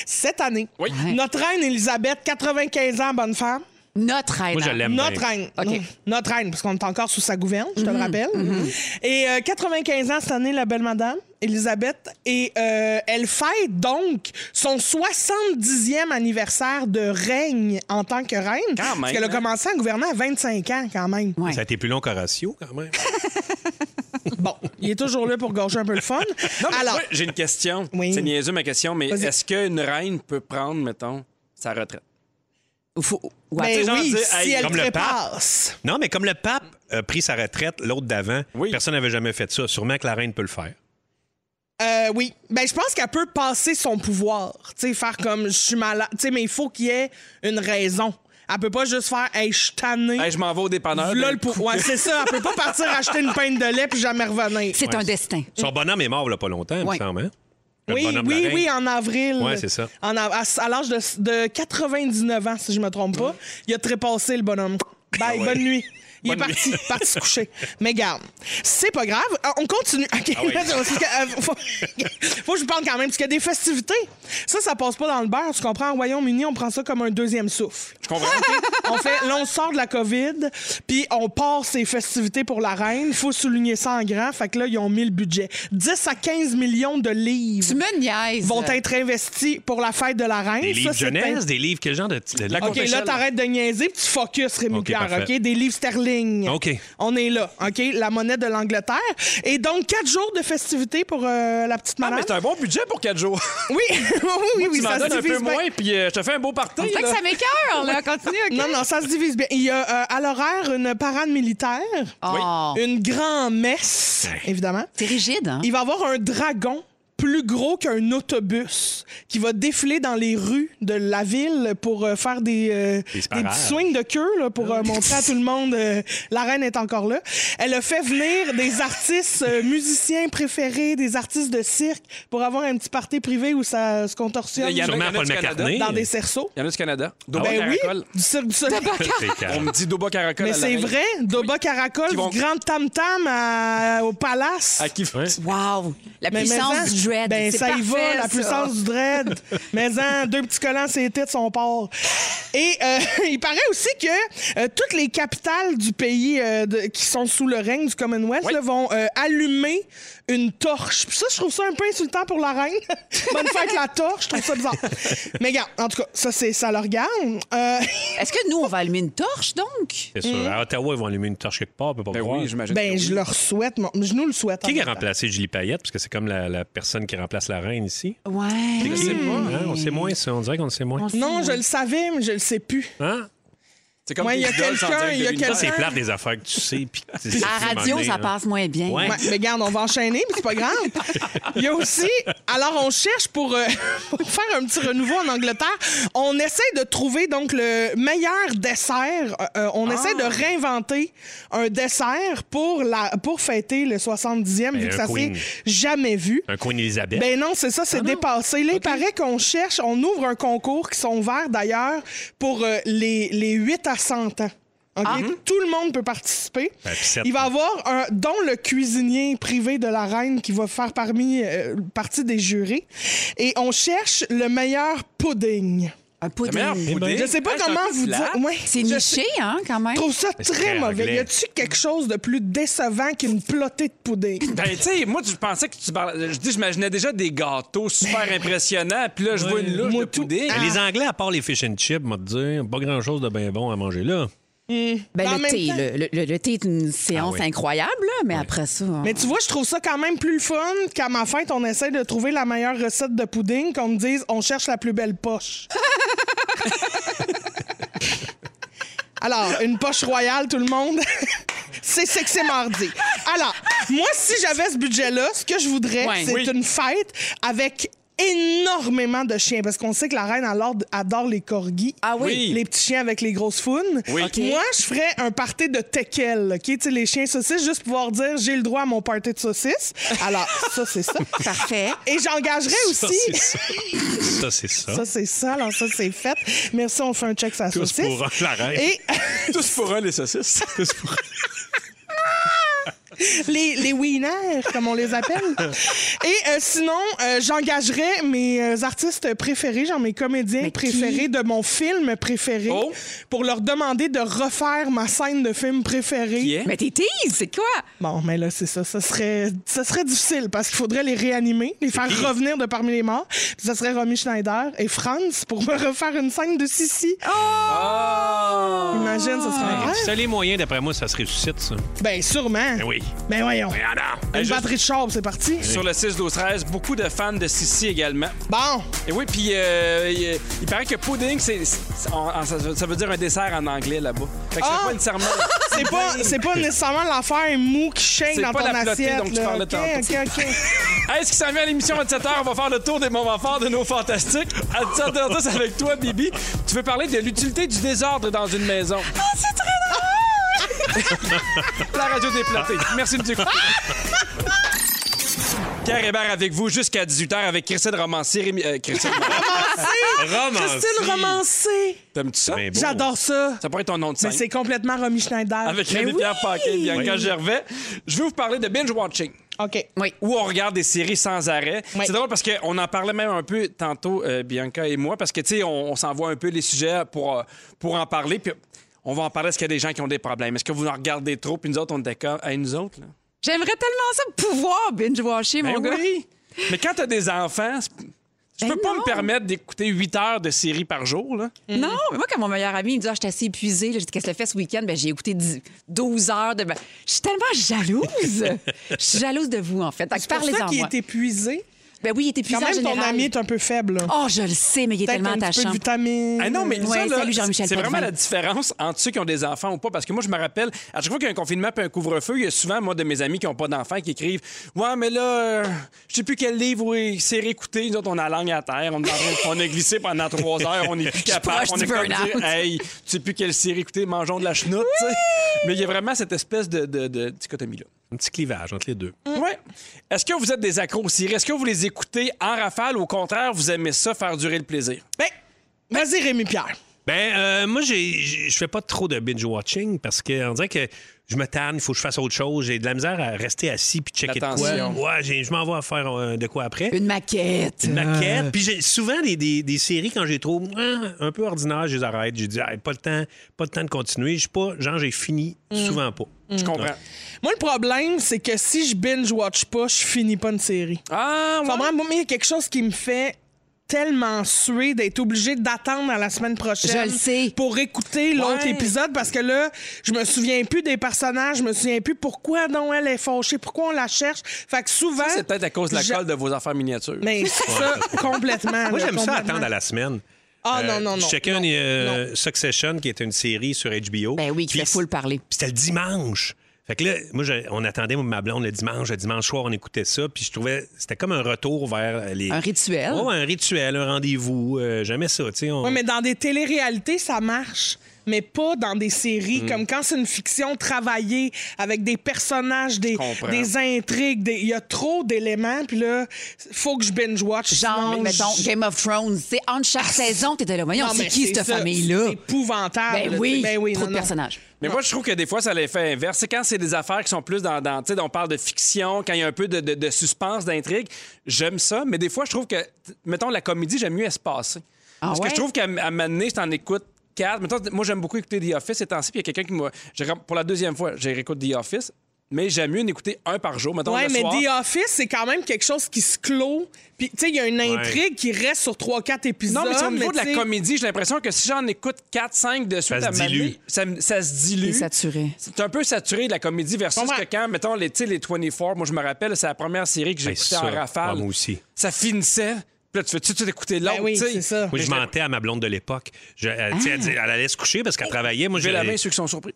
Speaker 3: cette année,
Speaker 2: Oui.
Speaker 3: notre reine Elisabeth, 95 ans, bonne femme,
Speaker 5: euh, Notre hein. reine.
Speaker 4: Moi, je l'aime bien.
Speaker 3: notre reine.
Speaker 5: OK.
Speaker 3: Non, Notre reine, parce qu'on est encore sous sa gouverne, je te le rappelle.
Speaker 2: Mhm.
Speaker 3: Et euh, 95 ans cette année, la belle madame, Elisabeth. Et euh, elle fête donc son 70e anniversaire de règne en tant que reine.
Speaker 2: Quand même,
Speaker 3: parce qu'elle a
Speaker 2: hein?
Speaker 3: commencé à gouverner à 25 ans, quand même.
Speaker 5: Ouais.
Speaker 4: Ça a été plus long qu'Horatio, quand même.
Speaker 3: Bon, il est toujours là pour gorger un peu le fun.
Speaker 2: Non, mais
Speaker 3: Alors,
Speaker 2: moi, j'ai une question.
Speaker 3: Oui.
Speaker 2: C'est niaiseux, ma question, mais
Speaker 3: Vas-y.
Speaker 2: est-ce qu'une reine peut prendre, mettons, sa retraite?
Speaker 5: Ou faut- ou-
Speaker 3: ben
Speaker 2: tu sais, genre
Speaker 3: oui,
Speaker 2: dire,
Speaker 3: si
Speaker 2: hey,
Speaker 3: elle
Speaker 4: comme le pape.
Speaker 3: trépasse.
Speaker 4: Non, mais comme le pape a pris sa retraite, l'autre d'avant,
Speaker 2: Oui.
Speaker 4: personne n'avait jamais fait ça. Sûrement que la reine peut le faire.
Speaker 3: Euh, oui. Ben, je pense qu'elle peut passer son pouvoir. Tu sais, faire comme je suis malade. Tu sais, mais il faut qu'il y ait une raison. Elle peut pas juste faire, hey, je suis tannée.
Speaker 2: Hey, je m'en vais au dépanneur.
Speaker 3: V'là
Speaker 2: ben,
Speaker 3: le pour- Ouais, c'est ça. Elle peut pas partir acheter une pinte de lait puis jamais revenir.
Speaker 5: C'est un destin.
Speaker 4: Son bonhomme est mort, là, pas longtemps, il me
Speaker 5: Ouais.
Speaker 4: semble. hein? Le
Speaker 3: Oui,
Speaker 4: bonhomme de la
Speaker 3: oui,
Speaker 4: reine.
Speaker 3: oui, en avril.
Speaker 4: Ouais, c'est ça.
Speaker 3: En av- à, à l'âge de, de 99 ans, si je me trompe pas, il a trépassé le bonhomme. Bye, bonne nuit. Il est
Speaker 4: Ah Bonne
Speaker 3: parti,
Speaker 4: nuit.
Speaker 3: parti se coucher. Mais garde, c'est pas grave. Ah, On continue. OK,
Speaker 4: Ah oui.
Speaker 3: là, parce que, euh, faut, faut que je vous parle quand même, parce qu'il y a des festivités. Ça, ça passe pas dans le beurre, tu comprends? Au Royaume-Uni, on prend ça comme un deuxième souffle.
Speaker 2: Je comprends.
Speaker 3: on fait, là, on sort de la COVID, puis on part ces festivités pour la reine. Faut souligner ça en grand. Fait que là, ils ont mis le budget. 10 à 15 millions de livres
Speaker 5: Tu me niaises.
Speaker 3: vont être investis pour la fête de la reine.
Speaker 4: Des livres
Speaker 3: Ça, c'est
Speaker 4: jeunesse, des livres, quel genre de. de- de-
Speaker 3: OK, là, t'arrêtes de niaiser puis tu focus, Rémi
Speaker 4: OK,
Speaker 3: Pierre,
Speaker 4: parfait.
Speaker 3: OK? Des livres sterling.
Speaker 4: OK.
Speaker 3: On est là, OK? La monnaie de l'Angleterre. Et donc, quatre jours de festivités pour euh, la petite
Speaker 2: Ah, mais
Speaker 3: madame.
Speaker 2: c'est un bon budget pour 4 jours.
Speaker 3: oui, oui, oui, oui,
Speaker 2: tu m'en
Speaker 3: ça se
Speaker 2: donnes un
Speaker 3: divise
Speaker 2: peu
Speaker 3: bien.
Speaker 2: moins, puis euh, je te fais un beau party.
Speaker 5: On dirait que
Speaker 2: là.
Speaker 5: ça m'écœure, là. Continue, OK?
Speaker 3: Non, non, ça se divise bien. Il y a euh, à l'horaire une parade militaire,
Speaker 2: Ah.
Speaker 5: Oh,
Speaker 3: une grande messe, évidemment.
Speaker 5: T'es rigide, hein?
Speaker 3: Il va y avoir un dragon plus gros qu'un autobus qui va défiler dans les rues de la ville pour euh, faire des, euh,
Speaker 4: Des
Speaker 3: des
Speaker 4: parades.
Speaker 3: petits swings de queue là, pour euh, montrer à tout le monde euh, la reine est encore là. Elle a fait venir des artistes euh, musiciens préférés, des artistes de cirque pour avoir un petit party privé où ça se contorsionne
Speaker 2: Il y en a-
Speaker 4: Sûrement
Speaker 2: il y en a
Speaker 4: Paul
Speaker 2: du Canada.
Speaker 4: McCartney.
Speaker 3: dans des cerceaux.
Speaker 2: Il y en a du Canada. Doba
Speaker 3: Ben oui,
Speaker 2: Caracol.
Speaker 3: du cirque du Soleil.
Speaker 4: C'est carré.
Speaker 2: On me dit Doba Caracol.
Speaker 3: Mais
Speaker 2: à la
Speaker 3: c'est
Speaker 2: reine.
Speaker 3: vrai, Doba Caracol,
Speaker 2: Qui
Speaker 3: du
Speaker 2: vont-
Speaker 3: grand tam-tam à- au palace.
Speaker 2: À qui
Speaker 4: Ouais.
Speaker 5: Wow! La
Speaker 3: Mais
Speaker 5: puissance
Speaker 3: mais en-
Speaker 5: du dread.
Speaker 3: Ben,
Speaker 5: c'est
Speaker 3: ça y
Speaker 5: parfait,
Speaker 3: va, la
Speaker 5: ça.
Speaker 3: puissance du dread. mais en, deux petits collants, c'est têtes, son port. Et euh, il paraît aussi que euh, toutes les capitales du pays euh, de- qui sont sous le règne du Commonwealth là, vont euh, allumer une torche. Puis ça, je trouve ça un peu insultant pour la reine. Bonne fête, la torche, je trouve ça bizarre. Mais regarde, en tout cas, ça, c'est, ça le regarde. Euh,
Speaker 5: Est-ce que nous, on va allumer une torche, donc?
Speaker 4: C'est sûr. À Ottawa, ils vont allumer une torche quelque part, on peut pas
Speaker 2: Ben
Speaker 4: croire.
Speaker 2: oui, j'imagine.
Speaker 3: ben,
Speaker 2: que
Speaker 3: je
Speaker 2: oui.
Speaker 3: leur souhaite, mon- je nous le souhaite. en
Speaker 4: Qui a
Speaker 3: même temps.
Speaker 4: remplacé Julie Payette? Parce que c'est comme la, la personne qui remplace la reine ici.
Speaker 5: Ouais.
Speaker 4: C'est qui? Hein, On sait moins, ça. On dirait qu'on le sait moins.
Speaker 3: Non, je le savais, mais je le sais plus.
Speaker 4: Hein?
Speaker 2: C'est comme
Speaker 3: Ouais, il y a
Speaker 2: tes idoles sans
Speaker 3: quelqu'un,
Speaker 2: direct
Speaker 3: il y a
Speaker 2: de l'univers.
Speaker 4: Ça, c'est
Speaker 3: Quelqu'un-
Speaker 4: plate des affaires que tu sais. hein. Puis,
Speaker 5: À la radio, ça passe moins bien.
Speaker 4: Ouais.
Speaker 3: Ouais, mais garde, on va enchaîner, mais c'est pas grave. Il y a aussi, alors on cherche pour, euh, pour faire un petit renouveau en Angleterre, on essaie de trouver donc le meilleur dessert. Euh, euh, on essaie
Speaker 4: Ah.
Speaker 3: de réinventer un dessert pour la pour fêter le 70e, vu
Speaker 4: Ben, un
Speaker 3: que ça s'est
Speaker 4: queen.
Speaker 3: jamais vu.
Speaker 4: Un coin Elisabeth.
Speaker 3: Ben non, c'est ça, c'est dépassé. Là, il paraît qu'on cherche, on ouvre un concours qui sont ouverts d'ailleurs pour euh, les, les 8 à 100 ans. OK? Tout le monde peut participer.
Speaker 4: Ben, puis sept.
Speaker 3: il va y avoir un dont le cuisinier privé de la reine qui va faire parmi euh, partie des jurés. Et on cherche le meilleur pudding.
Speaker 5: Un
Speaker 2: Le meilleur
Speaker 5: pudding.
Speaker 2: pudding.
Speaker 3: Je sais pas
Speaker 2: Hey, Eh, ah, c'est un
Speaker 3: comment
Speaker 2: peu
Speaker 3: vous
Speaker 2: plat.
Speaker 3: dire. Ouais,
Speaker 5: C'est
Speaker 3: je
Speaker 5: niché, hein, quand même?
Speaker 3: trouve ça très,
Speaker 4: c'est très
Speaker 3: mauvais.
Speaker 4: anglais.
Speaker 3: Y a-tu quelque chose de plus décevant qu'une plotée de pudding?
Speaker 2: Ben, tu sais, moi, tu pensais que tu parlais. Je dis, j'imaginais déjà des gâteaux super
Speaker 3: Ben,
Speaker 2: impressionnants, puis là, je vois une louche de
Speaker 3: Moutou.
Speaker 2: pudding.
Speaker 4: Mais Ben, Les Anglais, à part les fish and chips, m'a dire, pas grand-chose de bien bon à manger là.
Speaker 5: Ben,
Speaker 3: En
Speaker 5: le
Speaker 3: même
Speaker 5: thé,
Speaker 3: temps-
Speaker 5: le, le- le- le thé est une séance
Speaker 4: Ah oui.
Speaker 5: incroyable, là, mais après ça. hein.
Speaker 3: Mais tu vois, je trouve ça quand même plus le fun qu'à ma fête, on essaie de trouver la meilleure recette de pudding, qu'on me dise on cherche la plus belle poche. Alors, une poche royale, tout le monde. C'est sexy mardi. Alors, moi, si j'avais ce budget-là, ce que je voudrais,
Speaker 5: Ouais.
Speaker 3: c'est
Speaker 2: Oui.
Speaker 3: une fête avec énormément de chiens, parce qu'on sait que la reine alors- adore les corgis.
Speaker 5: Ah oui?
Speaker 2: Oui.
Speaker 3: Les petits chiens avec les grosses founes.
Speaker 2: Oui.
Speaker 5: OK.
Speaker 3: Moi, Ah, je ferais un party de teckel, OK? Tu sais, les chiens saucisses, juste pour pouvoir dire j'ai le droit à mon party de saucisses. Alors, ça, c'est ça.
Speaker 5: Parfait.
Speaker 3: Et j'engagerais
Speaker 4: Ça,
Speaker 3: aussi.
Speaker 4: c'est ça. ça, c'est ça.
Speaker 3: Ça, c'est ça. Alors, ça, c'est fait. Merci, on fait un check sur la
Speaker 4: Tous
Speaker 3: saucisse.
Speaker 4: pour un, la reine.
Speaker 3: Et
Speaker 2: Tous pour un, les saucisses.
Speaker 4: Tous pour un.
Speaker 3: les, les wieners, comme on les appelle. Et euh, sinon, euh, j'engagerais mes euh, artistes préférés, genre mes comédiens
Speaker 5: Mais qui?
Speaker 3: préférés de mon film préféré,
Speaker 2: Oh.
Speaker 3: pour leur demander de refaire ma scène de film préférée.
Speaker 2: Qui est?
Speaker 5: Mais t'es tease, c'est quoi?
Speaker 3: Bon, mais là, c'est ça. Ça serait, ça serait difficile parce qu'il faudrait les réanimer, les faire revenir de parmi les morts. Puis ça serait Romy Schneider et Franz pour me refaire une scène de Sissi.
Speaker 2: Ah!
Speaker 3: Imagine, ça serait un
Speaker 4: Le
Speaker 3: rêve.
Speaker 4: seul moyen, d'après moi, ça se ressuscite, ça.
Speaker 3: Ben, sûrement.
Speaker 4: Ben oui.
Speaker 3: Ben voyons.
Speaker 4: Ah non.
Speaker 3: Une
Speaker 2: juste-
Speaker 3: batterie de char, c'est parti.
Speaker 2: Sur le 6 12 13 beaucoup de fans de Sissi également.
Speaker 3: Bon,
Speaker 2: Et oui, puis euh, il, il paraît que pudding, c'est, c'est- en- en- ça, veut- ça veut dire un dessert en anglais là-bas. Fait que c'est
Speaker 3: Ah!
Speaker 2: pas nécessairement.
Speaker 3: c'est pas, c'est pas nécessairement l'affaire mou qui chaîne
Speaker 2: Ben C'est
Speaker 3: dans
Speaker 2: pas
Speaker 3: ton
Speaker 2: la flottée
Speaker 3: assiette.
Speaker 2: dont tu
Speaker 3: là.
Speaker 2: parlais
Speaker 3: OK,
Speaker 2: tantôt.
Speaker 3: OK, OK.
Speaker 2: Hey, Est-ce qu'il s'en vient à l'émission à 17h? On va faire le tour des moments forts de nos fantastiques. À 17h10 avec toi, Bibi. Tu veux parler de l'utilité du désordre dans une maison. Ah, c'est très drôle! La radio déplantée. Merci de nous écouter. Pierre Hébert avec vous jusqu'à 18h avec Christine Romancier. Rémi- euh, Christine,
Speaker 4: Romancier.
Speaker 3: Christine Romancé.
Speaker 2: t'aimes-tu ça?
Speaker 4: Mais beau.
Speaker 3: J'adore ça.
Speaker 2: Ça pourrait être ton nom de
Speaker 3: Mais
Speaker 2: scène.
Speaker 3: c'est complètement Romy Schneider.
Speaker 2: Avec
Speaker 3: Mais
Speaker 2: Rémi
Speaker 3: oui!
Speaker 2: Pierre Paquet et Bianca Gervais. Je vais vous parler de binge-watching.
Speaker 3: OK.
Speaker 5: Oui.
Speaker 2: où on regarde des séries sans arrêt.
Speaker 3: Oui.
Speaker 2: C'est drôle parce qu'on en parlait même un peu tantôt, euh, Bianca et moi, parce que, tu sais, on, on s'envoie un peu les sujets pour, euh, pour en parler. Puis on va en parler. Est-ce qu'il y a des gens qui ont des problèmes? Est-ce que vous en regardez trop? Puis nous autres, on est d'accord. Hey, nous autres, là.
Speaker 5: J'aimerais tellement ça pouvoir binge-watcher, mon
Speaker 2: Ben
Speaker 5: gars.
Speaker 2: oui! Mais quand t'as des enfants, c'est- je
Speaker 5: Ben
Speaker 2: peux pas
Speaker 5: non.
Speaker 2: me permettre d'écouter 8 heures de séries par jour, là.
Speaker 5: Non, mais moi, quand mon meilleur ami il me dit, ah, je suis assez épuisée, là, j'ai dit, qu'est-ce que tu fait ce week-end? Ben, j'ai écouté 10 12 heures de. ben, je suis tellement jalouse. je suis jalouse de vous, en fait. Fait que
Speaker 3: C'est pour
Speaker 5: Parlez-en.
Speaker 3: ça qu'il
Speaker 5: moi.
Speaker 3: est épuisé.
Speaker 5: Ben oui, il était épuisé.
Speaker 3: Quand
Speaker 5: en
Speaker 3: même, ton
Speaker 5: général.
Speaker 3: ami est un peu faible. là.
Speaker 5: Oh, je le sais, mais il est
Speaker 3: Peut-être
Speaker 5: tellement
Speaker 3: un petit peu
Speaker 5: attachant.
Speaker 3: de vitamine.
Speaker 2: Ah non, mais
Speaker 5: Ouais,
Speaker 2: ça, là,
Speaker 5: salut, Jean-Michel
Speaker 2: c'est vraiment
Speaker 5: Padvin.
Speaker 2: la différence entre ceux qui ont des enfants ou pas. Parce que moi, je me rappelle, à chaque fois qu'il y a un confinement et un couvre-feu, il y a souvent, moi, de mes amis qui n'ont pas d'enfants qui écrivent Ouais, mais là, euh, je sais plus quel livre oui, c'est réécouté. Nous autres, on a la langue à terre. On, est en train- on a glissé pendant trois heures. On n'est plus
Speaker 5: suis
Speaker 2: capable.
Speaker 5: proche
Speaker 2: On
Speaker 5: du
Speaker 2: est comme
Speaker 5: burn-out.
Speaker 2: dire, Hey, tu sais plus quelle série écouter, mangeons de la chenoute. tu sais. Mais il y a vraiment cette espèce de, de- de dichotomie-là.
Speaker 4: Un petit clivage entre les deux.
Speaker 2: Ouais. Est-ce que vous êtes des accros aux séries? Est-ce que vous les écoutez en rafale ou au contraire, vous aimez ça faire durer le plaisir?
Speaker 3: Ben, vas-y, Rémi Pierre.
Speaker 4: Ben, euh, moi, j'ai- j'ai- je fais pas trop de binge-watching parce que on dirait que je me tanne, il faut que je fasse autre chose. J'ai de la misère à rester assis puis checker de
Speaker 2: Attention.
Speaker 4: quoi. Ouais, j'ai- je m'en vais à faire euh, de quoi
Speaker 3: Ah.
Speaker 4: après.
Speaker 5: Une maquette.
Speaker 4: Une maquette. Puis j'ai souvent des, des- des séries, quand j'ai trop un peu ordinaire, je les arrête. J'ai dit, Hey, pas le temps, pas le temps de continuer. Je suis pas, genre, j'ai fini
Speaker 3: Mm.
Speaker 4: souvent pas.
Speaker 3: Ah,
Speaker 2: Je comprends.
Speaker 3: Moi, le problème, c'est que si je binge-watch pas, je finis pas une série.
Speaker 2: Ah, ouais.
Speaker 3: Faut vraiment, moi, il y a quelque chose qui me fait tellement suer d'être obligé d'attendre à la semaine prochaine
Speaker 5: Je le sais.
Speaker 3: pour écouter l'autre épisode parce que là je me souviens plus des personnages je me souviens plus pourquoi non elle est fauchée pourquoi on la cherche fait que souvent
Speaker 2: Ça, c'est peut-être à cause de la
Speaker 3: je-
Speaker 2: colle de vos affaires miniatures.
Speaker 3: mais ça complètement
Speaker 4: Moi,
Speaker 3: là,
Speaker 4: j'aime ça
Speaker 3: complètement.
Speaker 4: attendre à la semaine.
Speaker 3: ah non non non
Speaker 4: Euh, Je checkais un, euh, Succession, qui est une série sur HBO.
Speaker 5: Ben oui, qui
Speaker 4: Puis
Speaker 5: fait full parler.
Speaker 4: Puis c'était le dimanche. Fait que là, moi, je- on attendait moi, ma blonde le dimanche. Le dimanche soir, on écoutait ça. Puis je trouvais, c'était comme un retour vers les.
Speaker 5: Un rituel.
Speaker 4: Ouais, ouais, un rituel, un rendez-vous. Euh, J'aimais ça, tu sais. on-
Speaker 3: Oui, mais dans des téléréalités, ça marche. Mais pas dans des séries,
Speaker 4: Mm.
Speaker 3: comme quand c'est une fiction travaillée avec des personnages, des,
Speaker 2: comprends.
Speaker 3: des intrigues. des- Il y a trop d'éléments, puis là, faut que je binge-watch.
Speaker 5: Genre,
Speaker 3: sinon,
Speaker 5: mettons,
Speaker 3: je- Ah,
Speaker 5: Game of Thrones. C'est entre chaque saison, t'étais là. Voyons,
Speaker 3: Non,
Speaker 5: c'est
Speaker 3: mais
Speaker 5: qui cette
Speaker 3: ça,
Speaker 5: famille-là?
Speaker 3: C'est épouvantable.
Speaker 5: Ben
Speaker 3: là, tu sais.
Speaker 5: oui,
Speaker 3: Ben
Speaker 5: trop
Speaker 3: non,
Speaker 5: de
Speaker 3: non.
Speaker 5: personnages.
Speaker 2: Mais moi, je trouve que des fois, ça a l'effet inverse. C'est quand c'est des affaires qui sont plus dans. dans tu sais, on parle de fiction, quand il y a un peu de, de- de suspense, d'intrigue. J'aime ça, mais des fois, je trouve que. t- Mettons, la comédie, j'aime mieux espacer.
Speaker 5: Ah
Speaker 2: Parce
Speaker 5: ouais?
Speaker 2: que je trouve qu'à m- à m'amener, je t'en écoute. quatre. Mettons, moi, j'aime beaucoup écouter The Office ces temps-ci, puis il y a quelqu'un qui m'a. j'ai rem- Pour la deuxième fois, j'ai réécouté The Office, mais j'aime mieux en écouter un par jour. Mettons,
Speaker 3: Ouais,
Speaker 2: le
Speaker 3: mais
Speaker 2: soir.
Speaker 3: The Office, c'est quand même quelque chose qui se clôt. Puis, tu sais, il y a une intrigue qui reste sur 3-4 épisodes.
Speaker 2: Non, mais c'est au niveau de la
Speaker 3: tu sais,
Speaker 2: comédie, j'ai l'impression que si j'en écoute 4-5 de suite
Speaker 4: se
Speaker 2: à m'amener,
Speaker 4: dilue.
Speaker 2: ça, me- ça se dilue.
Speaker 5: C'est saturé.
Speaker 2: C'est un peu saturé de la comédie versus
Speaker 3: Comprends.
Speaker 2: que quand, mettons, les, tu sais, les 24, moi je me rappelle, c'est la première série que j'ai
Speaker 4: Ben,
Speaker 2: écoutée
Speaker 4: ça,
Speaker 2: en rafale.
Speaker 4: ouais, moi aussi.
Speaker 2: Ça finissait, puis là tu fais tout de suite écouter l'autre,
Speaker 3: Ben oui,
Speaker 2: tu sais.
Speaker 3: c'est ça.
Speaker 4: Moi, je mentais à ma blonde de l'époque. Je- Elle, tu sais, elle disait- elle allait se coucher parce qu'elle travaillait. Moi,
Speaker 2: J'ai la main
Speaker 4: j'allais-
Speaker 2: ceux qui sont surpris.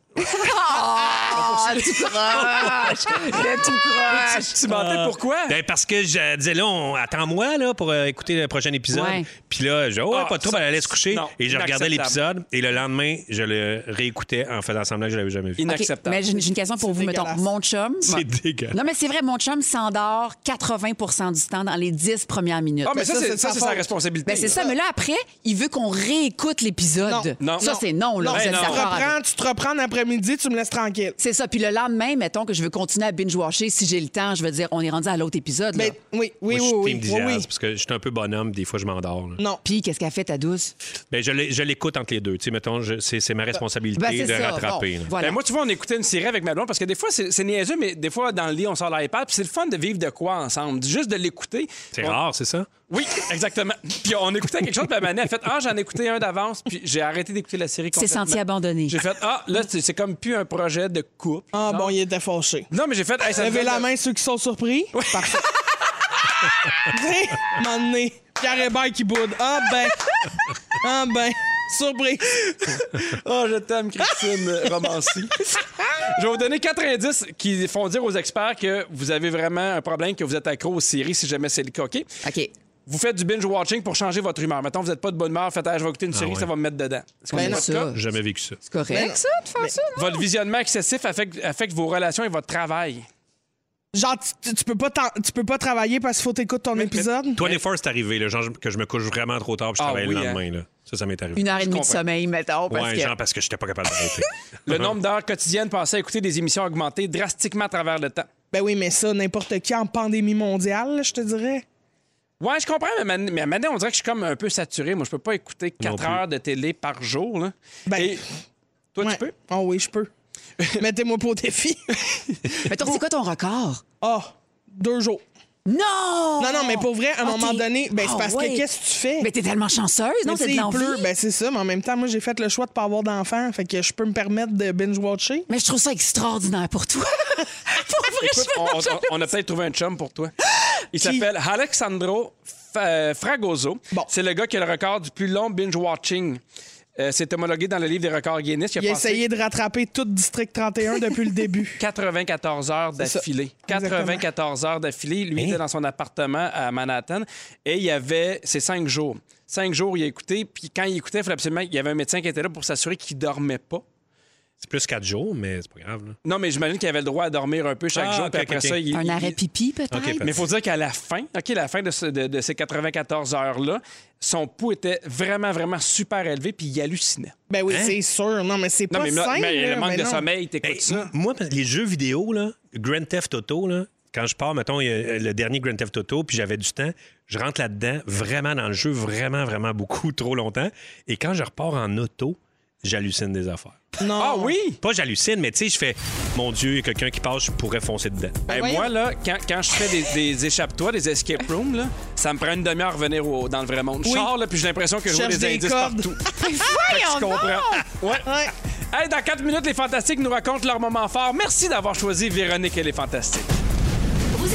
Speaker 5: Ah, tu croches! Le tout croche!
Speaker 2: tu mentais pourquoi?
Speaker 4: Ben, parce que je disais, là, on- attends-moi là, pour euh, écouter le prochain épisode.
Speaker 5: Ouais.
Speaker 4: Puis là, je dis, oh, ouais,
Speaker 2: Ah,
Speaker 4: pas de trouble,
Speaker 2: ça-
Speaker 4: elle allait se coucher.
Speaker 2: non,
Speaker 4: et je regardais
Speaker 2: inacceptable.
Speaker 4: l'épisode. Et le lendemain, je le réécoutais en faisant semblant que je l'avais jamais vu.
Speaker 5: OK,
Speaker 2: Inacceptable.
Speaker 5: mais j'ai j'ai une question pour vous, mettons.
Speaker 3: dégueulasse.
Speaker 5: Mon chum.
Speaker 4: C'est
Speaker 5: Ouais.
Speaker 4: dégueulasse.
Speaker 5: Non, mais c'est vrai, mon chum s'endort 80 du temps dans les 10 premières minutes.
Speaker 2: Ah, mais ça,
Speaker 3: ça, c'est
Speaker 2: c'est
Speaker 3: de
Speaker 2: ça,
Speaker 3: sa
Speaker 2: c'est sa
Speaker 3: faute.
Speaker 2: responsabilité.
Speaker 5: Ben, c'est ça, mais là, après, il veut qu'on réécoute l'épisode.
Speaker 2: Non. Non.
Speaker 5: Ça,
Speaker 2: Non.
Speaker 5: c'est non, là.
Speaker 3: Non,
Speaker 5: vous êtes
Speaker 3: tu,
Speaker 2: non.
Speaker 3: te
Speaker 5: d'accord avec
Speaker 3: reprends, tu te reprends l'après-midi, tu me laisses tranquille.
Speaker 5: C'est ça. Puis le lendemain, mettons que je veux continuer à binge-watcher, si j'ai le temps, je veux dire, on est rendu à l'autre épisode. là.
Speaker 3: Ben, oui, oui,
Speaker 4: Moi,
Speaker 3: oui,
Speaker 4: je suis
Speaker 3: oui,
Speaker 4: team
Speaker 3: oui,
Speaker 4: Diaz,
Speaker 3: oui.
Speaker 4: parce que je suis un peu bonhomme, des fois je m'endors. là.
Speaker 3: Non.
Speaker 5: Puis qu'est-ce qu'a fait ta douce?
Speaker 4: Mais Ben, je l'ai- je l'écoute entre les deux. Tu sais, mettons, je- c'est c'est ma responsabilité
Speaker 5: Ben, c'est
Speaker 4: de
Speaker 5: ça.
Speaker 4: rattraper.
Speaker 5: Bon,
Speaker 4: là.
Speaker 5: voilà.
Speaker 2: Ben, moi, tu vois, on écoutait une série avec ma blonde parce que des fois, c'est c'est niaiseux, mais des fois, dans le lit, on sort l'iPad, puis c'est le fun de vivre de quoi ensemble. Juste de l'écouter.
Speaker 4: C'est
Speaker 2: On-
Speaker 4: rare, c'est ça?
Speaker 2: Oui, exactement. Puis on écoutait quelque chose, puis Mané a fait Ah, j'en ai écouté un d'avance, puis j'ai arrêté d'écouter la série.
Speaker 5: s'est
Speaker 2: complètement.
Speaker 5: senti abandonné.
Speaker 2: J'ai fait Ah, là, c'est c'est comme plus un projet de couple.
Speaker 3: Ah bon, il était fâché.
Speaker 2: Non, mais j'ai fait. Hey, ça
Speaker 3: Levez
Speaker 2: devait-
Speaker 3: la main ceux qui sont surpris. Parfait. T'sais, à un moment donné, Pierre Hébert qui boude. Ah ben. Ah ben. Surpris.
Speaker 2: Oh, je t'aime, Christine euh, Romancy. je vais vous donner quatre indices qui font dire aux experts que vous avez vraiment un problème, que vous êtes accro aux séries, si jamais c'est le cas. OK?
Speaker 3: Ben,
Speaker 5: OK.
Speaker 2: Vous faites du binge-watching pour changer votre humeur. Mettons, vous n'êtes pas de bonne humeur, faites Ah, je vais écouter une série,
Speaker 4: ouais.
Speaker 2: ça va me mettre dedans. Est-ce qu'on
Speaker 5: Ben
Speaker 2: est
Speaker 5: non.
Speaker 2: votre cas?
Speaker 5: Ça.
Speaker 4: J'ai jamais vécu ça.
Speaker 5: C'est
Speaker 3: Ben
Speaker 5: correct, ça, de faire ça?
Speaker 2: Votre visionnement excessif affecte, affecte vos relations et votre travail.
Speaker 3: Genre, tu, tu peux pas t'en- tu peux pas travailler parce qu'il faut t'écouter ton épisode?
Speaker 4: 24, c'est arrivé, là, genre je- que je me couche vraiment trop tard puis je
Speaker 2: Ah
Speaker 4: travaille
Speaker 2: oui,
Speaker 4: le
Speaker 2: hein.
Speaker 4: lendemain. Là. Ça, ça m'est arrivé.
Speaker 5: Une heure et demie de sommeil, mettons, parce
Speaker 4: ouais,
Speaker 5: que...
Speaker 4: genre parce que j'étais pas capable d'arrêter.
Speaker 2: Le nombre d'heures quotidiennes passées à écouter des émissions a augmenté drastiquement à travers le temps.
Speaker 3: Ben oui, mais ça, n'importe qui en pandémie mondiale, là, je te dirais.
Speaker 2: Ouais, je comprends, mais man- mais maintenant, on dirait que je suis comme un peu saturé. Moi, je peux pas écouter
Speaker 4: Non
Speaker 2: 4 heures de télé par jour. Là.
Speaker 3: Ben,
Speaker 2: Et toi,
Speaker 3: Ouais.
Speaker 2: tu peux?
Speaker 3: Oh oui, je peux. Mettez-moi pour défi.
Speaker 5: Mais toi, c'est quoi ton record?
Speaker 3: Ah, deux jours.
Speaker 5: Non!
Speaker 3: Non, non, mais pour vrai, à un
Speaker 5: Ah,
Speaker 3: moment
Speaker 5: t'es-
Speaker 3: donné, ben,
Speaker 5: Ah,
Speaker 3: c'est parce
Speaker 5: ouais.
Speaker 3: que qu'est-ce que tu fais?
Speaker 5: Mais t'es tellement chanceuse,
Speaker 3: Mais
Speaker 5: non? T'as
Speaker 3: tu
Speaker 5: de
Speaker 3: sais, il
Speaker 5: l'envie.
Speaker 3: pleut, ben c'est ça, mais en même temps, moi, j'ai fait le choix de pas avoir d'enfant, fait que je peux me permettre de binge-watcher.
Speaker 5: Mais je trouve ça extraordinaire pour toi. pour vrai,
Speaker 2: Écoute,
Speaker 5: je
Speaker 2: on,
Speaker 5: fais
Speaker 2: on- on a peut-être trouvé un chum pour toi. Il
Speaker 3: Qui?
Speaker 2: s'appelle Alexandro Fa- Fragoso.
Speaker 3: Bon.
Speaker 2: C'est le gars qui a le record du plus long binge-watching. Euh, c'est homologué dans le livre des records Guinness. Il a,
Speaker 3: Il a
Speaker 2: passé
Speaker 3: essayé de rattraper tout District 31 depuis le début.
Speaker 2: 94 heures
Speaker 3: ça.
Speaker 2: d'affilée.
Speaker 3: Exactement.
Speaker 2: 94 heures d'affilée. Lui
Speaker 4: Hein?
Speaker 2: était dans son appartement à Manhattan et il y avait ses cinq jours. Cinq jours, il a écouté. Puis quand il écoutait, il fallait absolument. Il y avait un médecin qui était là pour s'assurer qu'il dormait pas.
Speaker 4: c'est plus quatre jours, mais c'est pas grave. Là.
Speaker 2: Non, mais j'imagine qu'il avait le droit à dormir un peu chaque
Speaker 4: Ah,
Speaker 2: jour.
Speaker 4: ok,
Speaker 2: puis
Speaker 4: ok,
Speaker 2: après
Speaker 4: ok.
Speaker 2: ça, il.
Speaker 5: Un
Speaker 2: il-
Speaker 5: arrêt pipi, peut-être?
Speaker 4: Ok,
Speaker 2: Mais il faut dire qu'à la fin, OK, la fin de, ce- de- de ces 94 heures-là, son pouls était vraiment, vraiment super élevé, puis il hallucinait.
Speaker 3: Ben oui,
Speaker 4: Hein?
Speaker 3: c'est sûr. Non, mais c'est
Speaker 2: Non,
Speaker 3: pas
Speaker 2: mais,
Speaker 3: simple.
Speaker 2: mais
Speaker 3: là,
Speaker 2: le manque
Speaker 3: ben
Speaker 2: de
Speaker 3: non.
Speaker 2: sommeil, t'écoutes
Speaker 4: Hey,
Speaker 2: ça.
Speaker 4: Moi, parce que les jeux vidéo, là, Grand Theft Auto, là, quand je pars, mettons, il y a euh, le dernier Grand Theft Auto, puis j'avais du temps, je rentre là-dedans, vraiment dans le jeu, vraiment, vraiment beaucoup, trop longtemps. Et quand je repars en auto, j'hallucine des affaires.
Speaker 3: Non.
Speaker 2: Ah oui!
Speaker 4: Pas j'hallucine, mais tu sais, je fais, mon Dieu, quelqu'un qui passe, je pourrais foncer dedans.
Speaker 5: Ben
Speaker 2: Hey,
Speaker 3: voyons.
Speaker 2: moi, là, quand, quand je fais des, des échappatoires, des escape rooms, là, ça me prend une demi-heure à revenir au- dans le vrai monde. Je
Speaker 3: Oui.
Speaker 2: sors, là, puis j'ai l'impression que je vois
Speaker 3: Cherche
Speaker 2: des,
Speaker 3: des
Speaker 2: indices
Speaker 3: cordes.
Speaker 2: partout. Fait que je comprends. Ouais.
Speaker 3: Ouais.
Speaker 2: Hey, dans 4 minutes, les Fantastiques nous racontent leur moment fort. Merci d'avoir choisi Véronique et les Fantastiques.
Speaker 6: Vous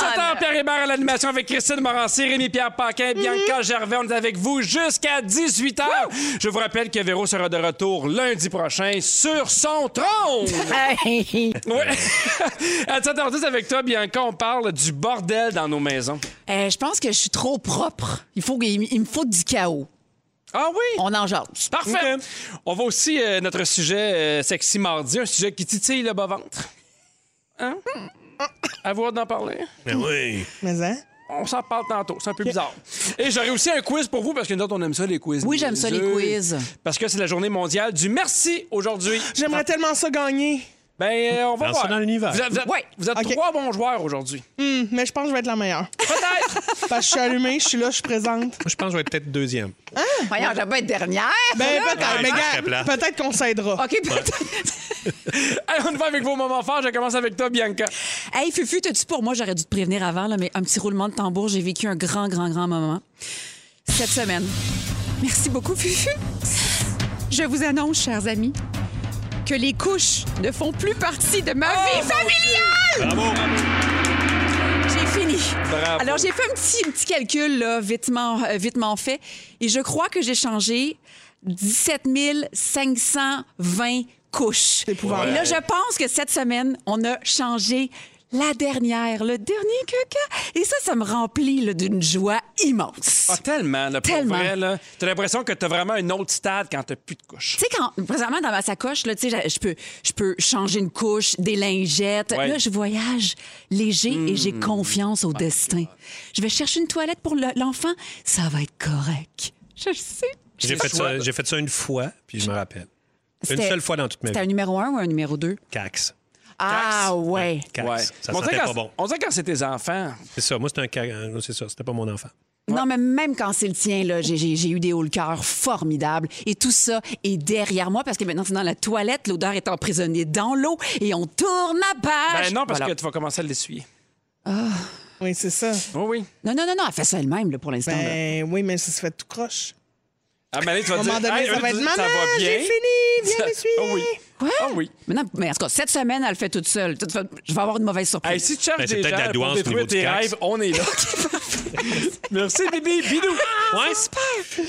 Speaker 2: 17 heures, Pierre Hébert à l'animation avec Christine Morancy, Rémi-Pierre Paquin, Bianca Gervais. On est avec vous jusqu'à 18 heures. Je vous rappelle que Véro sera de retour lundi prochain sur son trône. Ouais. à 17h10 avec toi, Bianca, on parle du bordel dans nos maisons.
Speaker 5: Euh, je pense que je suis trop propre. Il, faut, il, il me faut du chaos.
Speaker 2: Ah oui?
Speaker 5: On en jase.
Speaker 2: Parfait. On va aussi euh, notre sujet euh, sexy mardi, un sujet qui titille le bas-ventre. Hein? À vous d'en parler.
Speaker 4: Ben oui.
Speaker 3: Mais hein?
Speaker 2: On s'en parle tantôt. C'est un peu bizarre. Et j'aurais aussi un quiz pour vous parce que nous autres, on aime ça, les quiz.
Speaker 5: Oui, j'aime ça, les
Speaker 2: niaiseux.
Speaker 5: quiz.
Speaker 2: Parce que c'est la journée mondiale du merci aujourd'hui.
Speaker 3: J'aimerais tellement ça gagner.
Speaker 2: Ben, euh, on va
Speaker 4: Dans
Speaker 2: voir.
Speaker 4: ça, dans l'univers.
Speaker 2: Vous êtes, vous êtes-
Speaker 5: Ouais.
Speaker 2: vous êtes
Speaker 3: OK.
Speaker 2: trois bons joueurs aujourd'hui.
Speaker 3: Hum, mais je pense que je vais être la meilleure.
Speaker 2: Peut-être.
Speaker 3: Parce que je suis allumée, je suis là, je suis présente.
Speaker 4: Moi, je pense que je vais être peut-être deuxième.
Speaker 5: Voyons, je vais pas être dernière.
Speaker 3: Ben
Speaker 5: là.
Speaker 3: peut-être,
Speaker 4: Ouais,
Speaker 3: mais
Speaker 4: ça serait
Speaker 3: gars,
Speaker 4: plate.
Speaker 3: peut-être qu'on s'aidera.
Speaker 5: OK, peut-être.
Speaker 2: Allez, on va avec vos moments forts. Je commence avec toi, Bianca.
Speaker 5: Hey, Fufu, t'as-tu pour moi? J'aurais dû te prévenir avant, là, mais un petit roulement de tambour. J'ai vécu un grand, grand, grand moment cette semaine. Merci beaucoup, Fufu. Je vous annonce, chers amis, que les couches ne font plus partie de ma vie familiale! J'ai fini.
Speaker 2: Bravo.
Speaker 5: Alors, j'ai fait un petit, un petit calcul, là, vitement, euh, vitement fait, et je crois que j'ai changé 17 520 couches.
Speaker 3: épouvantable.
Speaker 5: Et là, je pense que cette semaine, on a changé la dernière, le dernier caca. Et ça, ça me remplit là, d'une joie immense.
Speaker 2: Ah, tellement, là, pour
Speaker 5: Tellement.
Speaker 2: vrai, là. T'as l'impression que t'as vraiment un autre stade quand t'as plus de couches.
Speaker 5: Tu sais, quand, présentement, dans ma sacoche, là, tu sais, j'a- je peux, je peux changer une couche, des lingettes.
Speaker 2: Ouais. Hmm. Ah,
Speaker 5: Là, je voyage léger et j'ai confiance au destin. Je vais chercher une toilette pour le- l'enfant. Ça va être correct. Je le sais.
Speaker 4: J'ai fait, ça, j'ai fait ça une fois, puis je me rappelle. Une
Speaker 5: C'était-
Speaker 4: seule fois dans toute ma
Speaker 5: C'était un
Speaker 4: vie.
Speaker 5: numéro un ou un numéro deux?
Speaker 4: Cax.
Speaker 5: Ah, ouais.
Speaker 4: Cax. Ça
Speaker 2: Mais on
Speaker 4: sentait
Speaker 2: dirait
Speaker 4: pas
Speaker 2: quand-
Speaker 4: bon.
Speaker 2: On dirait quand c'est tes
Speaker 3: Ah,
Speaker 2: enfants.
Speaker 4: C'est ça. Moi, c'était un cax. euh, C'est ça. C'était pas mon enfant.
Speaker 5: Non, mais même quand c'est le tien, là, j'ai- j'ai j'ai eu des hauts le cœur formidables. Et tout ça est derrière moi parce que maintenant, c'est dans la toilette, l'odeur est emprisonnée dans l'eau et on tourne la page.
Speaker 2: Ben non, parce
Speaker 5: Voilà.
Speaker 2: que tu vas commencer à l'essuyer.
Speaker 3: Oui, c'est ça.
Speaker 2: Oui, oui.
Speaker 5: Non, non, non, non, elle fait ça elle-même là, pour l'instant. là.
Speaker 3: Ben oui, mais ça se fait tout croche.
Speaker 2: À un moment donné, Ah, ben, tu vas
Speaker 3: À un
Speaker 2: dire,
Speaker 3: moment donné,
Speaker 2: Hey,
Speaker 3: ça va Oh être
Speaker 2: ça
Speaker 3: maman,
Speaker 2: va bien.
Speaker 3: j'ai fini,
Speaker 2: Ça-
Speaker 3: viens m'essuyer.
Speaker 2: Ah oui.
Speaker 5: Quoi?
Speaker 2: Ah oui.
Speaker 5: Mais, non, mais en tout cas, cette semaine, elle le fait toute seule. Toute fa- Je vais avoir une mauvaise
Speaker 2: Hey,
Speaker 5: surprise.
Speaker 2: si tu cherches
Speaker 4: Ben, c'est
Speaker 2: des
Speaker 4: peut-être
Speaker 2: gens
Speaker 4: la douance
Speaker 2: pour
Speaker 4: au
Speaker 2: détruire
Speaker 4: niveau du
Speaker 2: tes
Speaker 4: taxe.
Speaker 2: rêves, on est là. Merci, Bibi. Bidou.
Speaker 4: Ouais.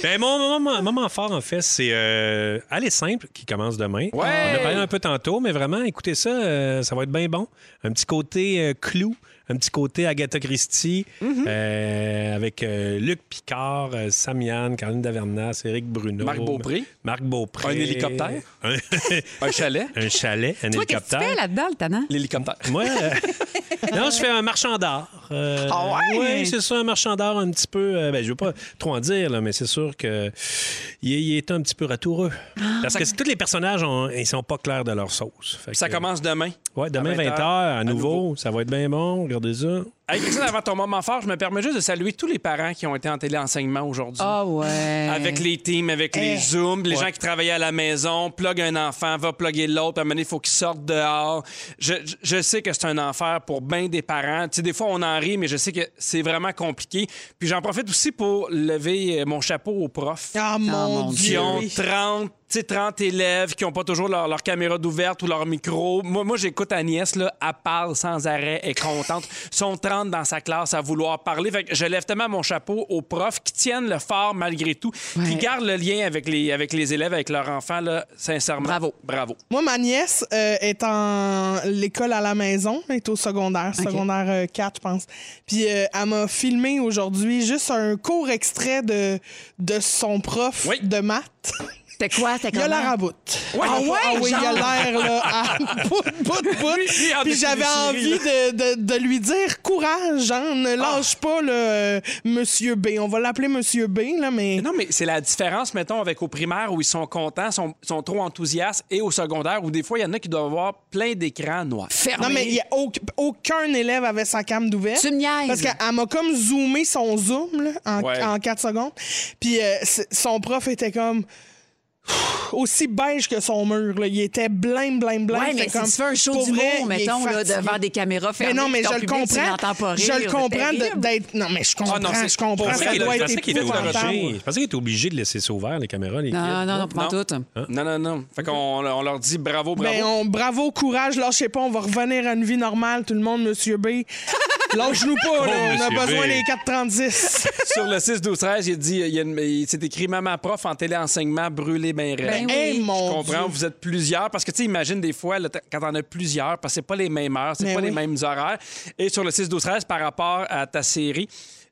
Speaker 4: Ben, mon mon- mon- mon moment fort, en fait, c'est euh, Aller simple, qui commence demain. On a parlé un peu tantôt, mais vraiment, écoutez ça, euh, ça va être bien bon. Un petit côté euh, clou, un petit côté Agatha Christie,
Speaker 2: Mhm.
Speaker 4: euh, avec euh, Luc Picard, euh, Sam Yann, Caroline Davernas, Éric Bruno.
Speaker 2: Marc Beaupré.
Speaker 4: Marc Beaupré.
Speaker 2: Un hélicoptère.
Speaker 4: Un,
Speaker 2: Un chalet.
Speaker 4: un chalet, un
Speaker 5: Toi, qu'est-ce que
Speaker 4: hélicoptère.
Speaker 5: tu fais là-dedans, le tannant?
Speaker 2: L'hélicoptère.
Speaker 4: Moi, euh, non, je fais un marchand d'art. Euh,
Speaker 5: Ah ouais?
Speaker 4: Oui, c'est ça, un marchand d'art un petit peu. euh, ben, je veux pas trop en dire, là, mais c'est sûr que il, est- il est un petit peu ratoureux. Parce que c'est- tous les personnages, ont, ils sont pas clairs de leur sauce. Fait
Speaker 2: Ça
Speaker 4: que-
Speaker 2: commence demain.
Speaker 4: Ouais, demain,
Speaker 2: à
Speaker 4: 20h,
Speaker 2: 20 heures,
Speaker 4: à,
Speaker 2: à
Speaker 4: nouveau,
Speaker 2: nouveau.
Speaker 4: Ça va être bien bon. Regardez ça.
Speaker 2: Hey, Christine, avant ton moment fort, je me permets juste de saluer tous les parents qui ont été en téléenseignement aujourd'hui.
Speaker 5: Ah ouais. Eh.
Speaker 2: Avec les teams, avec les Zooms, les gens qui travaillaient à la maison, plug un enfant, va plugger l'autre, à un moment donné, il faut qu'il sorte dehors. Je, je- je sais que c'est un enfer pour bien des parents. Tu sais, des fois, on en rit, mais je sais que c'est vraiment compliqué. Puis j'en profite aussi pour lever euh, mon chapeau aux profs
Speaker 3: Ah, mon,
Speaker 5: mon
Speaker 3: Dieu.
Speaker 2: qui ont
Speaker 3: oui.
Speaker 2: 30, tu sais, 30 élèves, qui n'ont pas toujours leur, leur caméra d'ouverte ou leur micro. Moi, moi j'écoute Agnès, là, elle parle sans arrêt, elle est contente. Ils sont 30 dans sa classe à vouloir parler. Fait que je lève tellement mon chapeau aux profs qui tiennent le fort malgré tout, qui
Speaker 5: Ouais.
Speaker 2: gardent le lien avec les, avec les élèves, avec leurs enfants, là, sincèrement.
Speaker 5: Bravo.
Speaker 2: Bravo.
Speaker 3: Moi, ma nièce euh, est en l'école à la maison, elle est au secondaire, secondaire euh, 4, je pense. Puis euh, elle m'a filmé aujourd'hui juste un court extrait de, de son prof
Speaker 2: Oui.
Speaker 3: de maths.
Speaker 5: T'es quoi? T'es
Speaker 3: Il a
Speaker 5: comment?
Speaker 3: l'air à bout.
Speaker 2: Ouais,
Speaker 3: ah
Speaker 2: ouais,
Speaker 3: oui, il a l'air là, à bout, bout, bout.
Speaker 2: lui, en
Speaker 3: Puis j'avais
Speaker 2: définitive,
Speaker 3: envie de, de- de lui dire courage, hein, ne
Speaker 2: Ah.
Speaker 3: lâche pas le euh, Monsieur B. On va l'appeler Monsieur B, là, mais.
Speaker 2: Non, mais c'est la différence, mettons, avec au primaire où ils sont contents, sont, sont trop enthousiastes, et au secondaire où des fois, il y en a qui doivent avoir plein d'écrans noirs.
Speaker 5: Fermé.
Speaker 3: Non, mais il y a au- aucun élève avait sa cam d'ouvert.
Speaker 5: Tu me niaises.
Speaker 3: Parce qu'elle m'a comme zoomé son zoom là, en,
Speaker 2: Ouais.
Speaker 3: en 4 secondes. Puis euh, c- son prof était comme Pfff, aussi beige que son mur. là. Il était blême, blême, blême.
Speaker 5: Ouais, mais
Speaker 3: C'était
Speaker 5: si
Speaker 3: comme,
Speaker 5: tu fais un show
Speaker 3: pour
Speaker 5: d'humour,
Speaker 3: vrai, il est
Speaker 5: mettons, là,
Speaker 3: fatigué.
Speaker 5: devant des caméras
Speaker 3: Mais
Speaker 5: fermées,
Speaker 3: non, mais
Speaker 5: puis
Speaker 3: je
Speaker 5: ton
Speaker 3: le
Speaker 5: public, tu
Speaker 3: comprends.
Speaker 5: l'entends pas rire,
Speaker 3: Je le
Speaker 5: c'est
Speaker 3: comprends de-
Speaker 5: terrible.
Speaker 3: d'être. Non, mais je comprends.
Speaker 2: Ah non, c'est-
Speaker 3: je comprends.
Speaker 2: pour vrai,
Speaker 3: Ça
Speaker 2: il a-
Speaker 3: doit
Speaker 2: je
Speaker 3: être
Speaker 2: pensais qu'il était
Speaker 3: épouvantable.
Speaker 4: Je pensais qu'il était obligé de laisser ça ouvert, les caméras. Les kids.
Speaker 5: Non, non, non, pas
Speaker 2: Non.
Speaker 5: tout.
Speaker 2: Non, non, non. Fait qu'on on leur dit bravo, bravo.
Speaker 3: Ben, on, bravo, courage, lâchez pas, on va revenir à une vie normale, tout le monde, Monsieur B. Lâche-nous pas, là, on a
Speaker 4: Monsieur B.
Speaker 3: besoin des 436.
Speaker 2: Sur le 6 12 13, il dit il y a une- il s'est écrit maman prof en téléenseignement brûlé ben raide.
Speaker 5: Ben oui.
Speaker 3: Eh,
Speaker 2: Je
Speaker 3: mon Dieu.
Speaker 2: comprends, vous êtes plusieurs parce que tu sais, imagine des fois là, t- quand on a plusieurs parce que c'est pas les mêmes heures, c'est
Speaker 3: Mais
Speaker 2: pas les
Speaker 3: Ben oui.
Speaker 2: mêmes horaires. Et sur le 6 12 13 par rapport à ta série,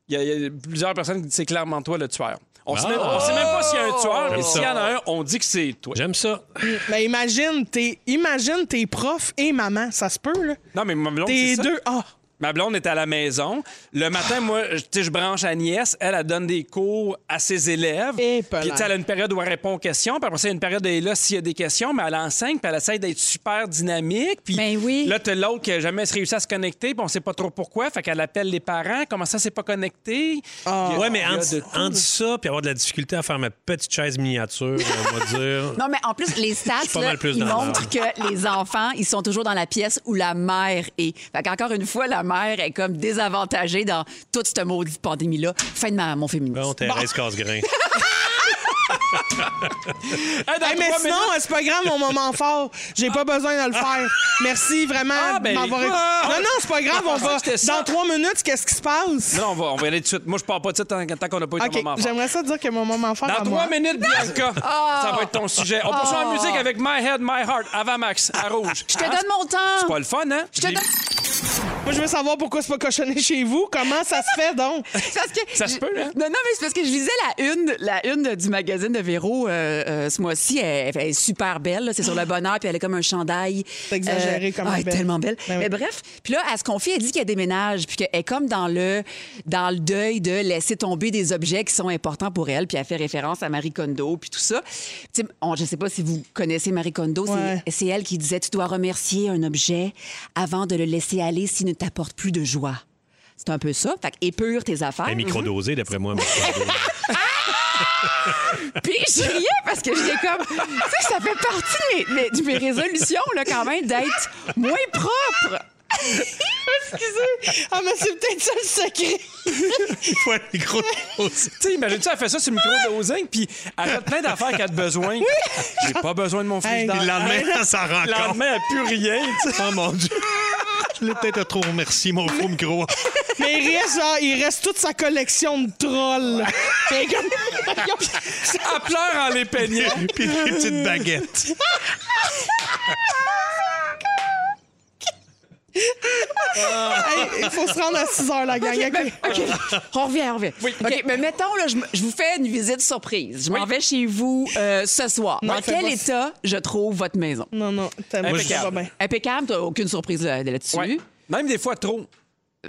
Speaker 2: il y, a- il y a plusieurs personnes qui disent c'est clairement toi le tueur. On sait même, on sait même pas s'il y a un tueur,
Speaker 4: Ah! J'aime
Speaker 2: mais
Speaker 4: ça.
Speaker 2: s'il y en a un, on dit que c'est toi.
Speaker 4: J'aime ça.
Speaker 3: Ben imagine, t'es, imagine tes profs et maman, ça se peut, là.
Speaker 2: Non mais ma blonde,
Speaker 3: T'es
Speaker 2: c'est ça.
Speaker 3: deux. Ah!
Speaker 2: Ma blonde est à la maison. Le matin, moi, je- tu sais, je branche Agnès. Elle, elle donne des cours à ses élèves.
Speaker 3: Et
Speaker 2: puis, tu sais, elle a une période où elle répond aux questions. Puis après ça, il y a une période où elle est là s'il y a des questions, mais elle enseigne, puis elle essaie d'être super dynamique. Puis
Speaker 5: Ben oui.
Speaker 2: là, t'as l'autre qui a jamais réussi à se connecter, puis on sait pas trop pourquoi. Fait qu'elle appelle les parents. Comment ça, c'est pas connecté?
Speaker 3: Ah.
Speaker 2: Puis,
Speaker 4: Ouais, mais
Speaker 2: il y a
Speaker 4: entre,
Speaker 2: de tout.
Speaker 4: entre ça puis avoir de la difficulté à faire ma petite chaise miniature, on va dire.
Speaker 5: Non, mais en plus, les stats,
Speaker 4: suis pas
Speaker 5: là,
Speaker 4: mal plus
Speaker 5: ils
Speaker 4: dans la
Speaker 5: montrent que les enfants, ils sont toujours dans la pièce où la mère est. Fait qu'encore une fois, la mère est comme désavantagée dans toute cette maudite pandémie-là. Fin de ma, mon féminisme.
Speaker 4: Bon, Thérèse Casgrain.
Speaker 2: Hey, dans
Speaker 3: Hey, mais
Speaker 2: trois
Speaker 3: sinon, euh,
Speaker 2: minutes-
Speaker 3: c'est pas grave, mon moment fort. J'ai pas besoin de le faire. Merci vraiment
Speaker 2: Ah, ben,
Speaker 3: de m'avoir
Speaker 2: ah!
Speaker 3: Non, non, c'est pas grave, on
Speaker 2: Je pensais
Speaker 3: va.
Speaker 2: que c'était ça.
Speaker 3: Dans trois minutes, qu'est-ce qui se passe?
Speaker 2: Non, on va, on va y aller tout de suite. Moi, je pars pas de suite tant, tant qu'on n'a pas eu ton
Speaker 3: OK,
Speaker 2: moment fort.
Speaker 3: j'aimerais ça dire que mon moment fort. à
Speaker 2: Dans
Speaker 3: moi. Ah.
Speaker 2: trois minutes, Bianca, ça va être ton sujet. On poursuit en musique avec My Head, My Heart, avant Max, à rouge. Hein?
Speaker 5: Je te donne mon
Speaker 4: Ah,
Speaker 2: C'est
Speaker 5: temps.
Speaker 2: pas le fun, hein?
Speaker 5: Ah. Je te donne...
Speaker 3: Moi, je veux savoir pourquoi c'est pas cochonné chez vous. Comment ça se fait donc?
Speaker 5: C'est parce que
Speaker 2: Ça se
Speaker 5: je-
Speaker 2: peut, hein?
Speaker 5: Non, non, mais c'est parce que je lisais la une, la une de- du magazine de Véro euh, euh, ce mois-ci. Elle, elle est super belle. là. C'est sur le bonheur, puis elle a comme un chandail.
Speaker 3: C'est exagéré comme elle est
Speaker 5: ah, elle est
Speaker 3: belle.
Speaker 5: tellement belle.
Speaker 3: Ben oui.
Speaker 5: Mais bref, puis là, elle se confie, elle dit qu'elle déménage, puis qu'elle est comme dans le, dans le deuil de laisser tomber des objets qui sont importants pour elle, puis elle fait référence à Marie Kondo, puis tout ça. Tu sais, on- je ne sais pas si vous connaissez Marie Kondo, c'est-
Speaker 3: Ouais.
Speaker 5: c'est elle qui disait Tu dois remercier un objet avant de le laisser aller s'il ne t'apporte plus de joie. C'est un peu ça. Fait que épure tes affaires.
Speaker 4: Un microdosé, d'après moi. microdosé.
Speaker 5: Puis je riais parce que j'étais comme, tu sais, ça fait partie de mes, mes- de mes résolutions, là, quand même, d'être moins propre.
Speaker 3: Excusez. Ah, mais c'est peut-être ça le secret.
Speaker 4: Ouais, microdosé.
Speaker 2: Tu sais, imagine-tu, elle fait ça sur le micro-dosing, puis elle a plein d'affaires qu'elle a besoin. J'ai pas besoin de mon
Speaker 3: Hey.
Speaker 2: frigidaire.
Speaker 4: Le lendemain, elle s'en rend
Speaker 2: Le
Speaker 4: compte.
Speaker 2: lendemain, elle a plus rien. tu sais.
Speaker 4: Oh mon Dieu. Je l'ai peut-être trop remercié, mon faux micro.
Speaker 3: Mais il reste, genre, il reste toute sa collection de trolls. C'est comme-
Speaker 2: Elle pleure en les peignant.
Speaker 4: Puis les petites baguettes.
Speaker 3: Hey, Il faut se rendre à 6 heures, la gang. OK.
Speaker 5: OK. On revient, on revient. OK, mais mettons, là, je, m- je vous fais une visite surprise. Je m'en vais chez vous euh, ce soir.
Speaker 3: Non,
Speaker 5: Dans
Speaker 3: fais
Speaker 5: quel
Speaker 3: pas
Speaker 5: état je trouve votre maison?
Speaker 3: Non, non, t'as
Speaker 2: Moi,
Speaker 3: ça va
Speaker 2: je-
Speaker 3: bien.
Speaker 5: Impeccable, t'as aucune surprise là- là-dessus. Euh,
Speaker 2: Ouais. Même des fois trop.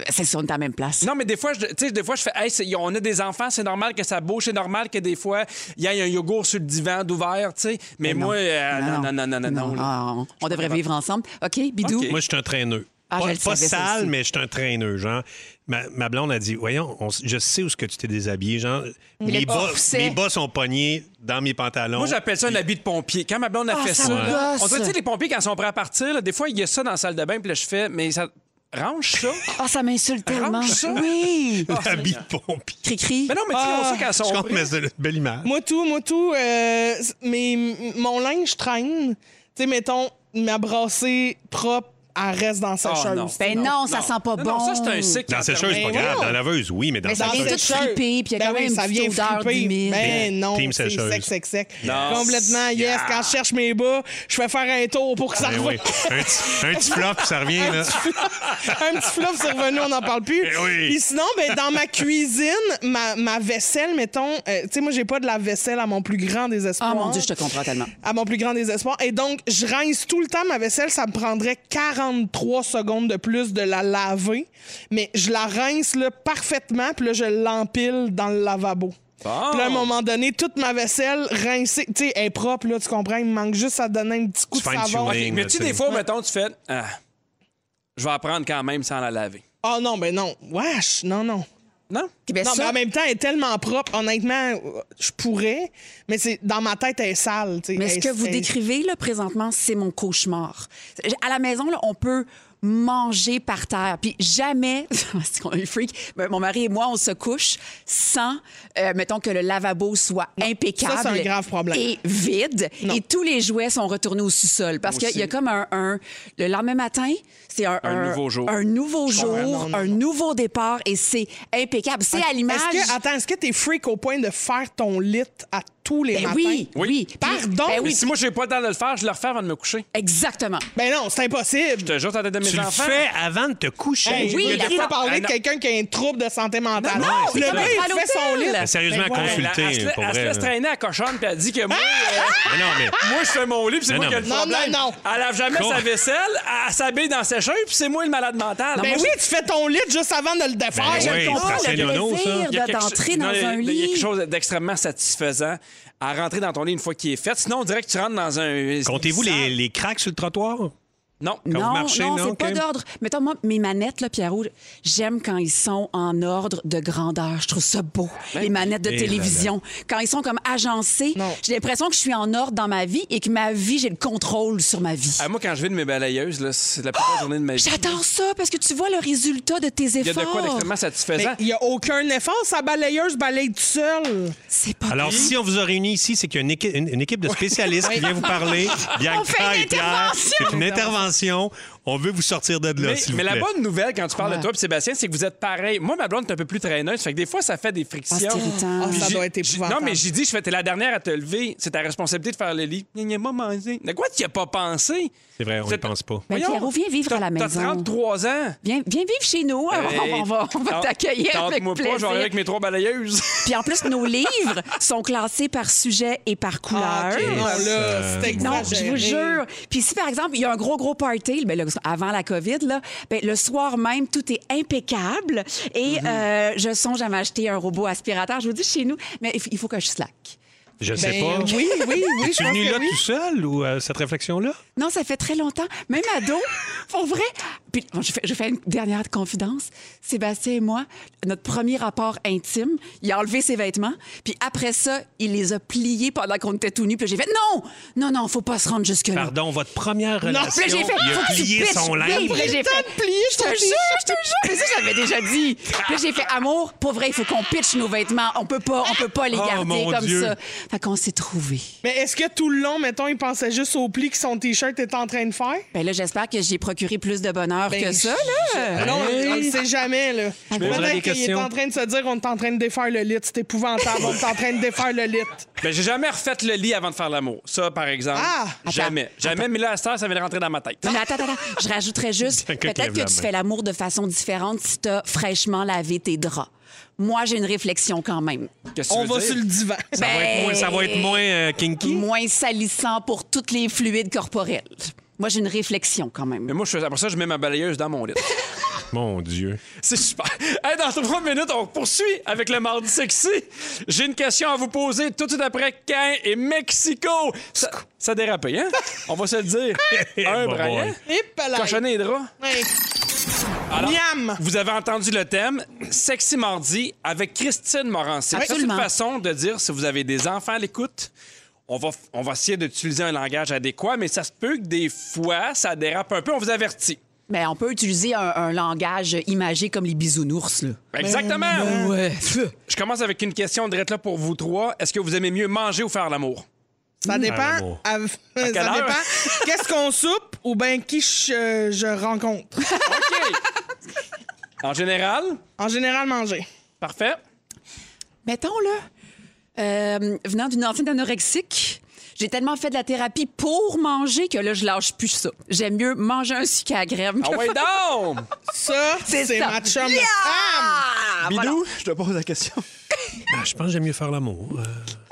Speaker 5: C'est ça, on est à la même place.
Speaker 2: Non, mais des fois, je, tu sais, des fois, je fais, hey, c'est- on a des enfants, c'est normal que ça bouge, c'est normal que des fois, il y ait un yogourt sur le divan d'ouvert, tu sais. Mais,
Speaker 5: non.
Speaker 2: moi, euh, non, non, non, non, non, non, là.
Speaker 5: Ah, on- on devrait vivre ensemble. OK, Bidou?
Speaker 2: OK.
Speaker 4: Moi, je suis un traîneux.
Speaker 5: Ah, je
Speaker 4: pas
Speaker 5: le
Speaker 4: pas
Speaker 5: savais, ça
Speaker 4: sale,
Speaker 5: aussi.
Speaker 4: mais je suis un traîneux. Genre, ma, ma blonde a dit Voyons, on s- je sais où ce que tu t'es déshabillé. Genre, mes
Speaker 5: le
Speaker 4: bas,
Speaker 5: corset.
Speaker 4: mes bas sont pognés dans mes pantalons.
Speaker 2: Moi, j'appelle ça un habit de pompier. Quand ma blonde a
Speaker 5: Ah,
Speaker 2: fait
Speaker 5: ça
Speaker 2: ça,
Speaker 5: me
Speaker 2: là,
Speaker 5: gosse.
Speaker 2: on dirait, tu sais, les pompiers, quand ils sont prêts à partir, là, des fois, il y a ça dans la salle de bain, puis là, je fais, mais ça range ça.
Speaker 5: Ah, ça m'insulte tellement.
Speaker 2: Range ça. Ben
Speaker 5: Oui.
Speaker 4: L'habit de pompier.
Speaker 5: Cri-cri.
Speaker 2: mais non, mais tu sais, on sait quand ils
Speaker 4: Je
Speaker 2: sont
Speaker 4: comprends,
Speaker 2: prêts.
Speaker 4: mais c'est une belle image.
Speaker 3: Moi, tout, moi, tout, euh, mais m- mon linge traîne. Tu sais, mettons, ma brassée propre, elle reste dans sa
Speaker 2: Ah,
Speaker 3: sécheuse.
Speaker 2: non.
Speaker 5: Ben non, ça sent pas
Speaker 2: Non,
Speaker 5: bon.
Speaker 2: non, ça, c'est un cycle.
Speaker 4: Dans cette chose, c'est pas
Speaker 3: Mais
Speaker 4: grave.
Speaker 3: non.
Speaker 4: Dans la laveuse, oui, mais dans
Speaker 3: Mais
Speaker 4: cette
Speaker 3: dans
Speaker 5: vient
Speaker 3: la
Speaker 5: tout
Speaker 4: chose.
Speaker 3: sécheuse.
Speaker 5: fripper, puis il y a
Speaker 3: Ben
Speaker 5: quand
Speaker 3: oui,
Speaker 5: même une
Speaker 3: ça
Speaker 5: petite
Speaker 3: vient
Speaker 5: odeur
Speaker 3: flipper.
Speaker 5: d'humide.
Speaker 3: Ben non,
Speaker 4: Team
Speaker 3: c'est
Speaker 4: sécheuse.
Speaker 3: sec, sec, sec.
Speaker 2: Non.
Speaker 3: Complètement, yes.
Speaker 2: Yeah.
Speaker 3: Quand je cherche mes bas, je vais faire un tour pour que ça
Speaker 4: Ben
Speaker 3: revienne.
Speaker 4: oui. un, petit, un petit flop, ça revient. Là.
Speaker 3: un petit flop, c'est revenu, on n'en parle plus.
Speaker 4: Eh oui.
Speaker 3: Puis sinon, ben, dans ma cuisine, ma, ma vaisselle, mettons, euh, tu sais, moi, j'ai pas de la vaisselle à mon plus grand désespoir.
Speaker 5: Ah, mon Dieu, je te comprends tellement.
Speaker 3: à mon plus grand désespoir. Et donc, je rince tout le temps ma vaisselle. Ça me prendrait 43 secondes de plus de la laver. Mais je la rince là, parfaitement, puis là, je l'empile dans le lavabo.
Speaker 2: Bon.
Speaker 3: Puis là, à un moment donné, toute ma vaisselle rincée, tu sais, elle est propre, là, tu comprends? Il me manque juste à donner un petit coup
Speaker 4: Tu
Speaker 3: de
Speaker 4: fine-tunes.
Speaker 3: savon.
Speaker 4: Oui.
Speaker 2: Ok, Mais tu sais, des fois, mettons, tu fais, Ah, je vais apprendre quand même sans la laver.
Speaker 3: Ah non, ben non. Wesh, non, non.
Speaker 2: Non?
Speaker 5: Ben
Speaker 3: Non,
Speaker 5: ça-
Speaker 3: mais en même temps, elle est tellement propre. Honnêtement, euh, je pourrais, mais c'est dans ma tête, elle est sale. tu sais.
Speaker 5: Mais ce
Speaker 3: Elle-
Speaker 5: que vous
Speaker 3: elle-
Speaker 5: décrivez là présentement, c'est mon cauchemar. À la maison, là, on peut manger par terre. Puis jamais, c'est qu'on est freak, mais mon mari et moi, on se couche sans, euh, mettons, que le lavabo soit impeccable.
Speaker 3: ça, c'est un grave problème.
Speaker 5: Et vide.
Speaker 3: Non.
Speaker 5: Et tous les jouets sont retournés au sous-sol. Parce
Speaker 2: Moi
Speaker 5: qu'il y a
Speaker 2: aussi.
Speaker 5: comme un... un- le lendemain matin, c'est un,
Speaker 2: Un nouveau jour.
Speaker 5: Un nouveau jour,
Speaker 3: non, non,
Speaker 5: un nouveau départ. Et c'est impeccable. C'est à l'image...
Speaker 3: Est-ce que, attends, est-ce que t'es freak au point de faire ton lit à tous les
Speaker 5: Ben
Speaker 3: matins?
Speaker 5: oui, oui. Puis-
Speaker 3: Pardon?
Speaker 5: Ben
Speaker 2: Mais
Speaker 5: oui,
Speaker 2: si moi, j'ai pas le temps de le faire, je le refais avant de me coucher.
Speaker 5: exactement.
Speaker 3: Ben non, c'est impossible. Ben,
Speaker 2: Je te jure, t'as de mes
Speaker 4: Tu le
Speaker 2: enfants.
Speaker 4: fais avant de te coucher.
Speaker 3: Hey,
Speaker 5: Oui,
Speaker 3: je veux
Speaker 5: la-
Speaker 3: pas parler de
Speaker 2: Ah, non.
Speaker 3: quelqu'un qui a un trouble de santé mentale.
Speaker 5: Non, non,
Speaker 3: le
Speaker 5: c'est
Speaker 3: gars,
Speaker 5: ça.
Speaker 3: il fait son lit.
Speaker 5: Ben,
Speaker 4: sérieusement,
Speaker 3: Ben voilà.
Speaker 4: consulte-
Speaker 2: Elle, elle,
Speaker 4: Consulter,
Speaker 2: se la-
Speaker 4: pour
Speaker 2: elle se
Speaker 4: vrai,
Speaker 2: laisse
Speaker 4: là.
Speaker 2: traîner à la cochonne, puis elle dit que moi,
Speaker 4: Mais non, mais.
Speaker 2: euh, moi, je fais mon lit, puis c'est
Speaker 4: Non,
Speaker 2: moi
Speaker 4: non,
Speaker 2: qui ai le
Speaker 3: mais- Non,
Speaker 2: problème.
Speaker 3: non, non.
Speaker 2: Elle lave jamais
Speaker 4: Con-
Speaker 2: sa vaisselle, elle s'habille dans ses cheveux, puis c'est moi le malade mental.
Speaker 5: Ah,
Speaker 3: Ben oui, tu fais ton lit juste avant de le défaire.
Speaker 4: Ben
Speaker 3: je le
Speaker 4: oui.
Speaker 3: comprends.
Speaker 4: Ah, c'est nono, ça.
Speaker 5: plaisir
Speaker 2: Il y a
Speaker 5: de-
Speaker 2: quelque
Speaker 5: d'entrer
Speaker 2: chose-
Speaker 5: dans
Speaker 2: non, il y a-
Speaker 5: un
Speaker 2: Il y a quelque
Speaker 5: lit.
Speaker 2: chose d'extrêmement satisfaisant à rentrer dans ton lit une fois qu'il est fait. Sinon, on dirait que tu rentres dans un.
Speaker 4: Comptez-vous les, les cracks sur le trottoir?
Speaker 2: Non.
Speaker 4: Quand
Speaker 5: non,
Speaker 4: vous marchez,
Speaker 5: non,
Speaker 4: non,
Speaker 5: c'est pas
Speaker 4: OK.
Speaker 5: d'ordre. Mettons, moi, mes manettes, là, Pierrot, j'aime quand ils sont en ordre de grandeur. Je trouve ça beau.
Speaker 2: Ben
Speaker 5: les manettes de
Speaker 4: Eh là
Speaker 5: télévision. Quand ils sont comme agencés,
Speaker 3: Non.
Speaker 5: j'ai l'impression que je suis en ordre dans ma vie et que ma vie, j'ai le contrôle sur ma vie.
Speaker 2: Ah, moi, quand je vais de mes balayeuses, là, c'est la première journée de ma vie.
Speaker 5: J'adore ça parce que tu vois le résultat de tes
Speaker 2: Il y a
Speaker 5: efforts.
Speaker 2: de quoi d'extrêmement
Speaker 3: Mais
Speaker 2: satisfaisant.
Speaker 3: Ben, il n'y a aucun effort. Sa balayeuse balaye tout seul.
Speaker 5: C'est pas
Speaker 4: Alors, si on vous a réunis ici, c'est qu'il y a une équipe, une- une équipe de spécialistes qui vient vous parler. Bianca
Speaker 5: On fait une
Speaker 4: et Pierre.
Speaker 5: intervention.
Speaker 4: C'est une intervention. On veut vous sortir de là,
Speaker 2: Mais,
Speaker 4: s'il vous
Speaker 2: mais
Speaker 4: plaît.
Speaker 2: la bonne nouvelle quand tu parles
Speaker 5: Ouais.
Speaker 2: de toi et Sébastien, c'est que vous êtes pareil. Moi, ma blonde est un peu plus traîneuse. Fait que des fois, ça fait des frictions.
Speaker 5: Ah, c'est irritant.
Speaker 3: Ah,
Speaker 2: Puis
Speaker 3: ça
Speaker 2: j'ai-
Speaker 3: doit être
Speaker 2: j'ai-
Speaker 3: épouvantable.
Speaker 2: Non, mais j'ai dit, je fais, t'es la dernière à te lever. C'est ta responsabilité de faire le lit. Gna, gna, maman, gna. De quoi tu n'y as pas pensé?
Speaker 4: C'est vrai, on
Speaker 2: Vous
Speaker 4: ne
Speaker 2: êtes-
Speaker 4: pense pas.
Speaker 5: Ben,
Speaker 2: Voyons,
Speaker 5: Pierrot, viens vivre à la
Speaker 2: t'as-
Speaker 5: maison.
Speaker 2: T'as 33 ans.
Speaker 5: Viens, viens vivre chez nous. hein.
Speaker 2: Eh, Euh,
Speaker 5: on va, on va
Speaker 2: Tente-
Speaker 5: t'accueillir avec
Speaker 2: tente-moi
Speaker 5: plaisir.
Speaker 2: pas, je vais aller avec mes trois balayeuses.
Speaker 5: Puis en plus, nos livres sont classés par sujet et par couleur.
Speaker 3: Ah, ok, non, là, c'est
Speaker 5: Non, je
Speaker 3: exagéré.
Speaker 5: vous jure. Puis si, par exemple, il y a un gros, gros party, ben, là, avant la COVID, là, ben, le soir même, tout est impeccable. Et euh, je songe à m'acheter un robot aspirateur. Je vous dis, chez nous, mais il f- il faut que je slack.
Speaker 4: Je ne sais
Speaker 3: Ben,
Speaker 4: pas.
Speaker 3: oui, oui, oui.
Speaker 4: Tu
Speaker 3: je
Speaker 4: es
Speaker 3: pense
Speaker 4: venu
Speaker 3: que
Speaker 4: là
Speaker 3: oui.
Speaker 4: tout seul ou euh, cette réflexion-là?
Speaker 5: Non, ça fait très longtemps. Même ado, pour vrai. Puis bon, je fais, je fais une dernière confidence. Sébastien et moi, notre premier rapport intime, il a enlevé ses vêtements. Puis après ça, il les a pliés pendant qu'on était tout nus. Puis là, j'ai fait non, non, Ben non, faut pas se rendre jusque-là.
Speaker 4: Pardon, votre première relation.
Speaker 5: Puis là, j'ai fait,
Speaker 4: il
Speaker 5: faut
Speaker 4: a
Speaker 5: que tu
Speaker 4: plié
Speaker 5: pitches.
Speaker 4: son
Speaker 5: Oui,
Speaker 4: linge.
Speaker 5: puis là, j'ai fait,
Speaker 3: de plier
Speaker 5: je te
Speaker 3: ton
Speaker 5: jure, je te jure. Mais ça, je l'avais déjà dit. Puis là, j'ai fait, amour, pour vrai, il faut qu'on pitche nos vêtements. On peut pas, on peut pas les
Speaker 4: Oh,
Speaker 5: garder
Speaker 4: mon
Speaker 5: comme
Speaker 4: Dieu.
Speaker 5: ça. Fait qu'on s'est trouvés.
Speaker 3: Mais est-ce que tout le long, mettons, il pensait juste aux plis que son T-shirt était en train de faire?
Speaker 5: Ben là, j'espère que j'ai procuré plus de bonheur
Speaker 3: Ben,
Speaker 5: que ça,
Speaker 3: je-
Speaker 5: là.
Speaker 3: Non, on- on ne sait jamais, là.
Speaker 4: poserai des
Speaker 3: Peut-être qu'il est
Speaker 4: questions.
Speaker 3: en train de se dire on est en train de défaire le lit. C'est épouvantable, on est en train de défaire le lit.
Speaker 2: Ben, j'ai jamais refait le lit avant de faire l'amour. Ça, par exemple.
Speaker 3: Ah!
Speaker 2: jamais. Jamais, mais là, à cette heure, ça vient de rentrer dans ma tête.
Speaker 5: Mais attends, attends, attends. je rajouterais juste,
Speaker 4: Quelqu'un qui
Speaker 5: peut-être
Speaker 4: lève la
Speaker 5: que tu
Speaker 4: main.
Speaker 5: fais l'amour de façon différente si t'as fraîchement lavé tes draps. Moi, j'ai une réflexion quand même.
Speaker 2: Qu'est-ce que
Speaker 3: On
Speaker 2: tu veux
Speaker 3: va
Speaker 2: dire? Ben,
Speaker 3: sur le divan.
Speaker 4: Ça va être moins, ça va
Speaker 5: ben-
Speaker 4: être moins euh, kinky.
Speaker 5: Moins salissant pour tous les fluides corporels. Moi, j'ai une réflexion quand même.
Speaker 2: Mais moi, je fais ça. Pour ça, je mets ma balayeuse dans mon lit.
Speaker 4: Mon Dieu.
Speaker 2: C'est super. Hey, dans trois minutes, on poursuit avec le mardi sexy. J'ai une question à vous poser tout de suite après Caen et Mexico. Ça, ça dérape, hein? On va se le dire. Un, hein?
Speaker 4: Bon
Speaker 2: Brian.
Speaker 4: boy.
Speaker 3: Hip là.
Speaker 2: Cochonner les draps.
Speaker 3: Ouais.
Speaker 2: Alors,
Speaker 3: Miam.
Speaker 2: Vous avez entendu le thème Sexy Mardi avec Christine Morancy. C'est une
Speaker 5: Absolument.
Speaker 2: façon de dire si vous avez des enfants à l'écoute. On va, on va essayer d'utiliser un langage adéquat, mais ça se peut que des fois, ça dérape un peu. On vous avertit.
Speaker 5: Mais Ben, on peut utiliser un, un langage imagé comme les bisounours, là.
Speaker 2: Exactement.
Speaker 5: Ouais.
Speaker 2: Je commence avec une question direct là pour vous trois. Est-ce que vous aimez mieux manger ou faire l'amour?
Speaker 3: Ça
Speaker 4: Ah,
Speaker 3: dépend.
Speaker 4: l'amour.
Speaker 3: à- ça
Speaker 2: heure?
Speaker 3: dépend. Qu'est-ce qu'on soupe ou bien qui je, je rencontre?
Speaker 2: OK. en général,
Speaker 3: En général, manger.
Speaker 2: parfait.
Speaker 5: Mettons, là, euh, venant d'une ancienne anorexique, j'ai tellement fait de la thérapie pour manger que là, je lâche plus ça. J'aime mieux manger un sucre à la crème.
Speaker 2: Ah
Speaker 5: que
Speaker 2: ouais, donc!
Speaker 3: Ça, c'est
Speaker 5: ça.
Speaker 3: ma chum de
Speaker 5: Yeah!
Speaker 3: femme.
Speaker 5: Ah, voilà.
Speaker 2: Bidou, je te pose la question.
Speaker 4: Ben, je pense que j'aime mieux faire l'amour. Euh,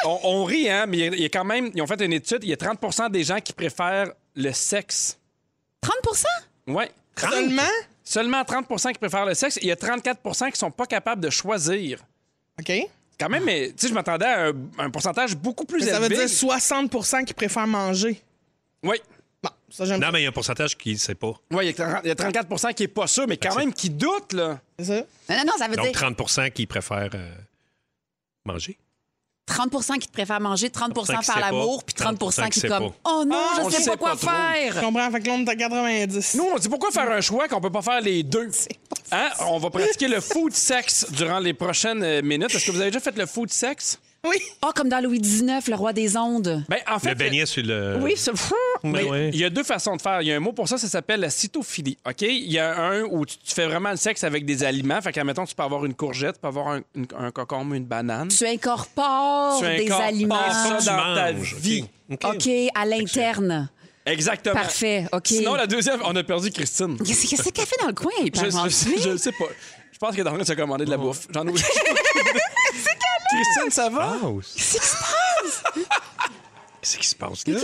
Speaker 2: On, on rit, hein, mais il y a- il y a quand même... Ils ont fait une étude, il y a 30 des gens qui préfèrent le sexe.
Speaker 5: 30
Speaker 2: Ouais.
Speaker 3: Seulement?
Speaker 2: Seulement 30 qui préfèrent le sexe. et Il y a 34 qui sont pas capables de choisir.
Speaker 3: OK. Mais
Speaker 2: Quand même, mais, tu sais, je m'attendais à un, un pourcentage beaucoup plus
Speaker 3: Ah. ça veut
Speaker 2: élevé.
Speaker 3: dire 60 qui préfèrent manger.
Speaker 2: Oui.
Speaker 3: Bon, ça, j'aime
Speaker 4: Non, mais il y a un pourcentage qui ne sait pas.
Speaker 2: Oui, il y a 30 il y a 34 qui est pas sûr, mais quand
Speaker 4: Fait que
Speaker 2: même qui doute, là.
Speaker 3: ça.
Speaker 5: Non, non, non, ça veut
Speaker 4: Donc
Speaker 5: dire
Speaker 4: 30 qui préfèrent euh, manger.
Speaker 5: 30 qui te préfèrent manger,
Speaker 4: qui
Speaker 5: 30 faire
Speaker 4: sait pas,
Speaker 5: l'amour, puis 30 qui,
Speaker 4: sait
Speaker 5: comme
Speaker 4: pas.
Speaker 5: Oh non,
Speaker 2: Ah, on
Speaker 5: je sais
Speaker 2: sait
Speaker 5: pas quoi
Speaker 2: pas trop.
Speaker 3: Je
Speaker 5: faire.
Speaker 3: comprends. Fait que l'on est à 90.
Speaker 2: Nous, on dit pourquoi faire un choix qu'on peut pas faire les deux? Hein? On va pratiquer le food sex durant les prochaines euh, minutes. Est-ce que vous avez déjà fait le food sex?
Speaker 3: Oui.
Speaker 5: Ah, comme dans Louis XIX, le roi des ondes.
Speaker 2: Ben, en fait,
Speaker 4: Le beignet sur le.
Speaker 5: Oui, c'est
Speaker 4: Mais
Speaker 2: Mais Il y a deux façons de faire. Il y a un mot pour ça, ça s'appelle la cytophilie. OK? Il y a un où tu, tu fais vraiment le sexe avec des aliments. Fait qu'admettons, tu peux avoir une courgette, tu peux avoir un, une- un concombre, une banane.
Speaker 5: Tu incorpores
Speaker 2: Tu
Speaker 5: des
Speaker 2: incorpores
Speaker 5: aliments.
Speaker 2: ça dans ta
Speaker 4: manges,
Speaker 2: vie.
Speaker 4: OK.
Speaker 5: OK, à l'interne.
Speaker 2: Exactement.
Speaker 5: Parfait, OK.
Speaker 2: Sinon, la deuxième, on a perdu Christine.
Speaker 5: Qu'est-ce qu'est-ce qu'elle fait dans le coin,
Speaker 2: Je
Speaker 5: hyper
Speaker 2: je- je le sais pas. Je pense qu'elle est en train de se commander de la bouffe. J'en ai aucune idée. Christine, ça va?
Speaker 4: Qu'est-ce
Speaker 5: qui se
Speaker 4: Ah, qui se passe là?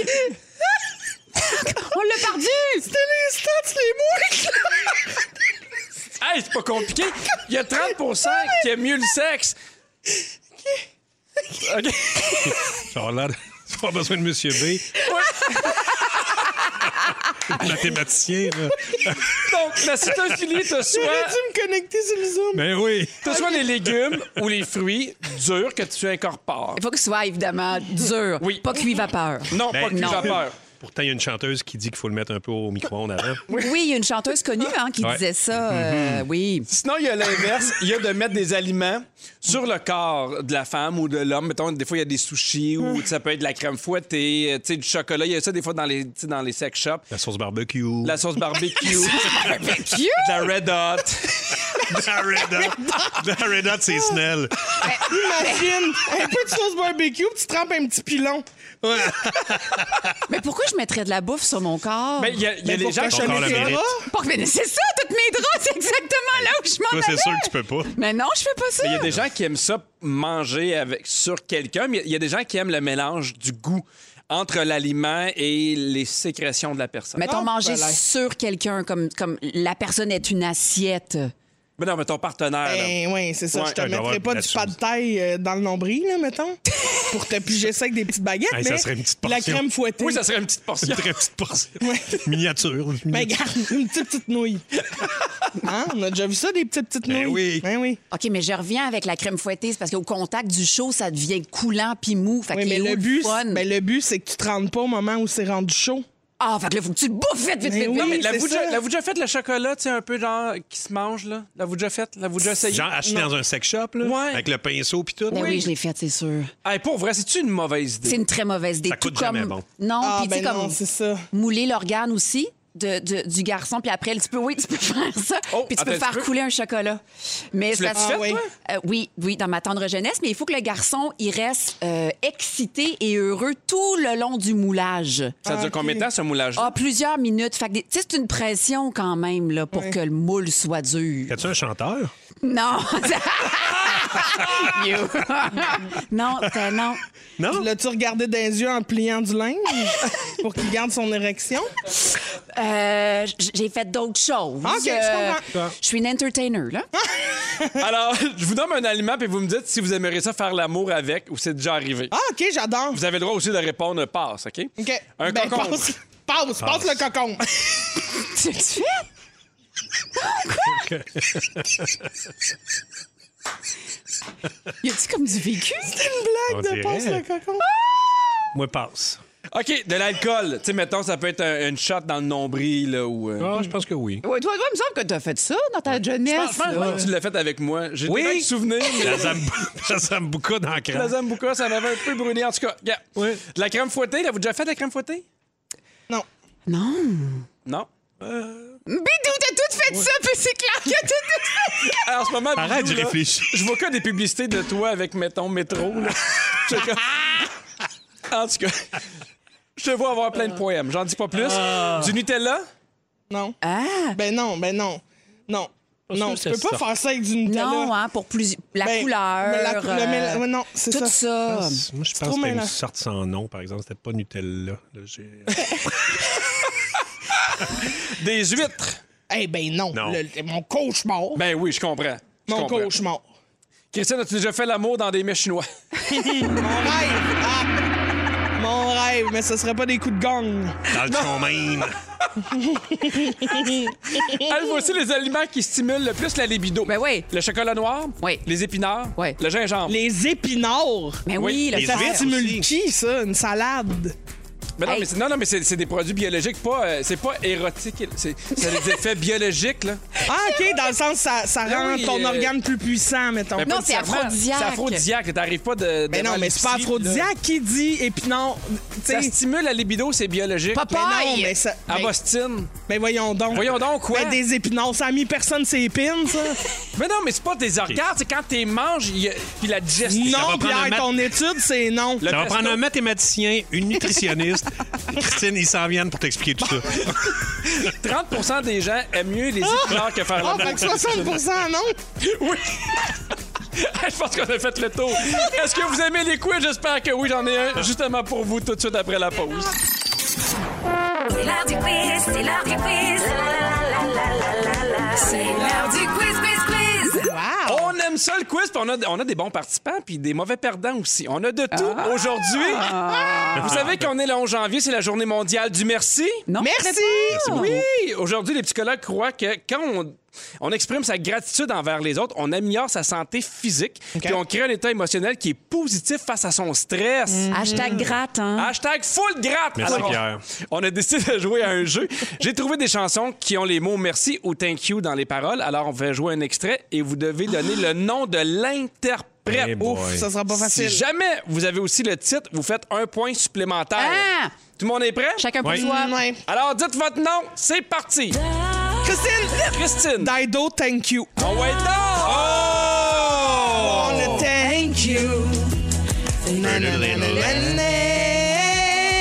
Speaker 5: On l'a perdu! C'était les stats, les mots!
Speaker 2: Hey, c'est pas compliqué. Il y a 30 qui aiment mieux le sexe. OK.
Speaker 4: Ça a l'air. Tu pas besoin de Monsieur B. Mathématicien, là.
Speaker 2: Donc, la cytophilie, t'as
Speaker 3: J'aurais
Speaker 2: soit...
Speaker 3: dû me connecter sur le Zoom.
Speaker 4: Ben oui.
Speaker 2: Que ce soit les légumes ou les fruits durs que tu incorpores.
Speaker 5: Il faut que ce soit évidemment dur,
Speaker 2: Oui.
Speaker 5: pas cuit vapeur.
Speaker 2: Non,
Speaker 4: Ben,
Speaker 2: pas que tu
Speaker 5: non.
Speaker 2: as peur.
Speaker 4: Pourtant, il y a une chanteuse qui dit qu'il faut le mettre un peu au micro-ondes avant.
Speaker 5: Oui, il y a une chanteuse connue hein, qui
Speaker 4: Ouais.
Speaker 5: disait ça.
Speaker 2: Mm-hmm.
Speaker 5: euh, Oui.
Speaker 2: Sinon, il y a l'inverse. Il y a de mettre des aliments sur le corps de la femme ou de l'homme. Mettons, des fois, il y a des sushis ou ça peut être de la crème fouettée, euh, tu sais, du chocolat. Il y a ça des fois dans les, tu sais, dans les sex shops.
Speaker 4: La sauce barbecue.
Speaker 2: La sauce barbecue. de la red hot.
Speaker 4: La Red Hot. La Red Hot, c'est Snell.
Speaker 3: Imagine. Un peu de sauce barbecue, puis tu trempes un petit pilon.
Speaker 5: Mais pourquoi je mettrais de la bouffe sur mon corps?
Speaker 2: Mais il y a, il y a
Speaker 3: Mais
Speaker 2: les
Speaker 3: pour
Speaker 2: gens qui
Speaker 4: Ton corps le
Speaker 3: cochonner tes
Speaker 4: mérite.
Speaker 3: draps,
Speaker 5: Pas que- mais c'est ça, toutes mes draps, c'est exactement là où je
Speaker 4: Toi,
Speaker 5: m'en allais.
Speaker 4: c'est sûr que tu peux pas.
Speaker 5: Mais non, je fais pas ça.
Speaker 2: Il y a des gens qui aiment ça manger avec, sur quelqu'un, mais il y a des gens qui aiment le mélange du goût entre l'aliment et les sécrétions de la personne.
Speaker 5: Mettons,
Speaker 3: Oh,
Speaker 5: manger
Speaker 3: voilà.
Speaker 5: sur quelqu'un, comme, comme la personne est une assiette.
Speaker 2: Mais non, mais ton
Speaker 4: Ah,
Speaker 2: partenaire. là.
Speaker 3: Ben oui, c'est ça.
Speaker 2: Ouais,
Speaker 3: je te
Speaker 4: il doit
Speaker 3: mettrais
Speaker 4: avoir
Speaker 3: pas
Speaker 4: de la
Speaker 3: du pas de taille euh, dans le nombril, là, mettons, pour te piger ça avec des petites baguettes.
Speaker 4: Hey,
Speaker 3: mais
Speaker 4: ça serait une petite
Speaker 3: La
Speaker 4: portion.
Speaker 3: crème fouettée.
Speaker 2: Oui, ça serait une petite portion.
Speaker 4: Une très petite portion. Miniature.
Speaker 3: Ben garde, une petite petite nouille. Hein? On a déjà vu ça, des petites petites nouilles? Ben
Speaker 4: Ben oui.
Speaker 3: oui.
Speaker 5: OK, mais je reviens avec la crème fouettée, c'est parce qu'au contact du chaud, ça devient coulant puis mou. Fait
Speaker 3: Oui,
Speaker 5: qu'il
Speaker 3: mais
Speaker 5: est où
Speaker 3: le but,
Speaker 5: fun?
Speaker 3: mais le but, c'est que tu te rendes pas au moment où c'est rendu chaud.
Speaker 5: Ah, fait que là, faut que tu le bouffes vite, vite,
Speaker 3: Mais
Speaker 5: vite,
Speaker 3: oui.
Speaker 5: vite.
Speaker 2: Non, mais l'avez-vous
Speaker 3: c'est ça.
Speaker 2: déjà- l'avez-vous déjà fait le chocolat, tu sais, un peu genre qui se mange, là? L'avez-vous déjà fait? L'avez-vous déjà essayé?
Speaker 4: Genre acheté
Speaker 2: Non.
Speaker 4: dans un sex shop, là,
Speaker 2: Ouais.
Speaker 4: avec le pinceau puis tout.
Speaker 5: Ben oui, je l'ai faite, c'est sûr.
Speaker 2: Hey, pour vrai, c'est-tu une mauvaise idée?
Speaker 5: C'est une très mauvaise idée.
Speaker 4: Ça coûte
Speaker 5: Tout comme...
Speaker 4: jamais bon.
Speaker 5: Non,
Speaker 3: Ah,
Speaker 5: puis tu sais,
Speaker 3: ben
Speaker 5: comme
Speaker 3: non, c'est ça.
Speaker 5: mouler l'organe aussi de- de- du garçon, puis après, tu peux, oui, tu peux faire ça,
Speaker 2: Oh,
Speaker 5: puis tu peux
Speaker 2: attends un
Speaker 5: faire
Speaker 2: petit peu.
Speaker 5: couler un chocolat. Mais
Speaker 2: Tu l'as-tu
Speaker 5: se-
Speaker 2: fait,
Speaker 3: Ah, oui. toi?
Speaker 5: Euh, oui, oui, dans ma tendre jeunesse, mais il faut que le garçon, il reste euh, excité et heureux tout le long du moulage.
Speaker 2: Ça dure combien de temps, ce moulage?
Speaker 5: Ah, plusieurs minutes. Fait que, des- tu sais, c'est une pression quand même, là, pour que le moule soit dur.
Speaker 4: T'as-tu un chanteur?
Speaker 5: Non! You. non, t'as- non. Oh.
Speaker 4: Non?
Speaker 3: L'as-tu regardé dans les yeux en pliant du linge pour qu'il garde son érection?
Speaker 5: Euh, j- j'ai fait d'autres choses. Euh,
Speaker 3: Ok, je comprends. Ah!
Speaker 5: je suis une entertainer, là.
Speaker 2: Alors, je vous donne un aliment, puis vous me dites si vous aimeriez ça faire l'amour avec ou c'est déjà arrivé.
Speaker 3: Ah, OK, j'adore.
Speaker 2: Vous avez le droit aussi de répondre passe, OK?
Speaker 3: OK.
Speaker 2: Un
Speaker 3: Ben,
Speaker 2: cocon.
Speaker 3: Passe, passe, passe le cocon.
Speaker 5: Tu tu fais? Quoi? y a-tu comme du vécu?
Speaker 4: On
Speaker 3: Blague de
Speaker 4: dirait.
Speaker 3: passe le cocon.
Speaker 4: Moi, passe.
Speaker 2: OK, de l'alcool. Tu sais, mettons, ça peut être un- une shot dans le nombril, là, ou... euh,
Speaker 4: Ah, je pense que oui.
Speaker 5: Ouais, toi, toi, il me semble que t'as fait ça dans ta jeunesse.
Speaker 2: Je
Speaker 5: là.
Speaker 2: pense que tu l'as fait avec moi. J'ai
Speaker 4: Oui.
Speaker 2: oui. des souvenirs, mais
Speaker 4: La, zam... la Zambuca dans le
Speaker 2: la
Speaker 4: crâne.
Speaker 2: Zambuca, ça m'avait un peu brûlé. En tout cas, regarde.
Speaker 4: Oui.
Speaker 2: De la crème fouettée, l'avez-vous déjà fait, de la crème fouettée?
Speaker 3: Non.
Speaker 5: Non.
Speaker 2: Non.
Speaker 5: Bidou, t'as tout fait ça, puis c'est clair que t'as tout fait
Speaker 2: Alors, en ce moment,
Speaker 4: Arrête
Speaker 2: Bidou,
Speaker 4: de
Speaker 2: là,
Speaker 4: réfléchir.
Speaker 2: Je vois que des publicités de toi avec, mettons, métro. là. Je sais que- en tout cas, je te vois avoir plein de poèmes. J'en dis pas plus.
Speaker 4: Ah.
Speaker 2: Du Nutella?
Speaker 3: Non.
Speaker 5: Ah!
Speaker 3: Ben non, ben non. Non. Non,
Speaker 4: sûr
Speaker 3: tu
Speaker 4: que
Speaker 3: peux
Speaker 4: c'est
Speaker 3: pas
Speaker 4: ça.
Speaker 3: faire ça avec du Nutella.
Speaker 5: Non, hein, pour plus... la
Speaker 3: Ben, mais la-
Speaker 5: couleur. euh,
Speaker 3: le mél- ouais, non, c'est
Speaker 5: tout
Speaker 3: ça.
Speaker 5: ça.
Speaker 4: Moi, je
Speaker 3: trop
Speaker 4: pense que c'était
Speaker 3: mêlant.
Speaker 4: une sorte sans nom, par exemple. C'était pas Nutella. Là, j'ai-
Speaker 2: Des huîtres?
Speaker 3: Eh ben non.
Speaker 4: Non.
Speaker 3: Le- mon cauchemar.
Speaker 2: Ben oui, je comprends. Je
Speaker 3: mon
Speaker 2: comprends.
Speaker 3: cauchemar.
Speaker 2: Christine, as-tu déjà fait l'amour dans des mets chinois?
Speaker 3: Mon rêve. Ah. Mon rêve, mais ce serait pas des coups de gang.
Speaker 4: Dans le fond même.
Speaker 2: Elle, voici les aliments qui stimulent le plus la libido.
Speaker 5: Ben oui.
Speaker 2: Le chocolat noir?
Speaker 5: Oui.
Speaker 2: Les épinards?
Speaker 5: Oui.
Speaker 2: Le gingembre?
Speaker 3: Les épinards.
Speaker 2: Oui,
Speaker 5: Mais Ben oui, le
Speaker 4: les
Speaker 5: fer.
Speaker 3: Ça
Speaker 4: huîtres.
Speaker 3: stimule qui, ça? Une salade?
Speaker 2: Mais non,
Speaker 5: Hey.
Speaker 2: mais c'est- non, non, mais c'est c'est des produits biologiques, pas... euh, c'est pas érotique. C'est c'est des effets biologiques, là.
Speaker 3: Ah, OK, dans le sens, ça, ça
Speaker 2: Ben
Speaker 3: rend
Speaker 2: oui,
Speaker 3: ton
Speaker 2: euh,
Speaker 3: organe plus puissant, mettons.
Speaker 2: Mais
Speaker 5: Non,
Speaker 2: pas
Speaker 5: c'est
Speaker 2: nécessairement.
Speaker 5: aphrodisiaque.
Speaker 2: C'est aphrodisiaque. T'arrives pas de.
Speaker 3: Mais non, mais c'est pas aphrodisiaque qui dit épinard. Tu
Speaker 2: Ça
Speaker 3: sais,
Speaker 2: stimule la libido, c'est biologique.
Speaker 5: Papa-
Speaker 3: Mais non,
Speaker 5: Paille.
Speaker 3: mais ça.
Speaker 2: À
Speaker 3: ben-
Speaker 2: Boston.
Speaker 3: Ben voyons donc.
Speaker 2: bah, Voyons donc, quoi?
Speaker 3: Ben des épinards, ça a mis personne ses épines, ça.
Speaker 2: Mais non, mais c'est pas des organes. C'est quand t'es manges, il y a- puis la digestion.
Speaker 3: non,
Speaker 4: prendre un
Speaker 3: Pierre,
Speaker 4: mat-
Speaker 3: ton étude, c'est non.
Speaker 2: Le
Speaker 4: Ça va
Speaker 2: pesto.
Speaker 4: prendre un mathématicien, une nutritionniste. Christine, ils s'en viennent pour t'expliquer tout ça.
Speaker 2: 30 des gens aiment mieux les épinards que faire
Speaker 3: Ah,
Speaker 2: l'amour.
Speaker 3: fait que 60 non.
Speaker 2: Oui. Je pense qu'on a fait le tour. Est-ce que vous aimez les quiz? J'espère que oui, j'en ai un justement pour vous tout de suite après la pause.
Speaker 1: C'est l'heure du quiz, c'est l'heure du quiz. La, la, la, la, la, la, la. C'est l'heure du quiz, quiz, quiz.
Speaker 3: Wow.
Speaker 2: On aime ça le quiz, puis on a, on a des bons participants, puis des mauvais perdants aussi. On a de tout aujourd'hui. Vous savez qu'on est le 11 janvier, c'est la journée mondiale du merci.
Speaker 5: Non,
Speaker 3: Merci.
Speaker 2: Oui, aujourd'hui, les psychologues croient que quand on, on exprime sa gratitude envers les autres, on améliore sa santé physique, puis on crée un état émotionnel qui est positif face à son stress.
Speaker 5: Mm.
Speaker 2: Mm.
Speaker 5: Hashtag gratte, hein.
Speaker 2: Hashtag full gratte.
Speaker 4: Merci,
Speaker 2: Alors, on-
Speaker 4: Pierre.
Speaker 2: On a décidé de jouer à un jeu. J'ai trouvé des chansons qui ont les mots merci ou thank you dans les paroles. Alors, on va jouer un extrait et vous devez donner le nom de l'interprète.
Speaker 4: Hey Eh boy.
Speaker 3: Ouf, ça sera pas
Speaker 2: Si
Speaker 3: facile.
Speaker 2: jamais vous avez aussi le titre, vous faites un point supplémentaire.
Speaker 5: Ah!
Speaker 2: Tout le monde est prêt?
Speaker 5: Chacun pour
Speaker 4: Oui.
Speaker 5: soi.
Speaker 3: Mm, ouais.
Speaker 2: Alors, dites votre nom. C'est parti.
Speaker 3: Christine,
Speaker 2: Christine.
Speaker 3: Dido, thank you.
Speaker 2: On va être dans. Oh!
Speaker 3: On le thank you. Na, na, na, na, na, na.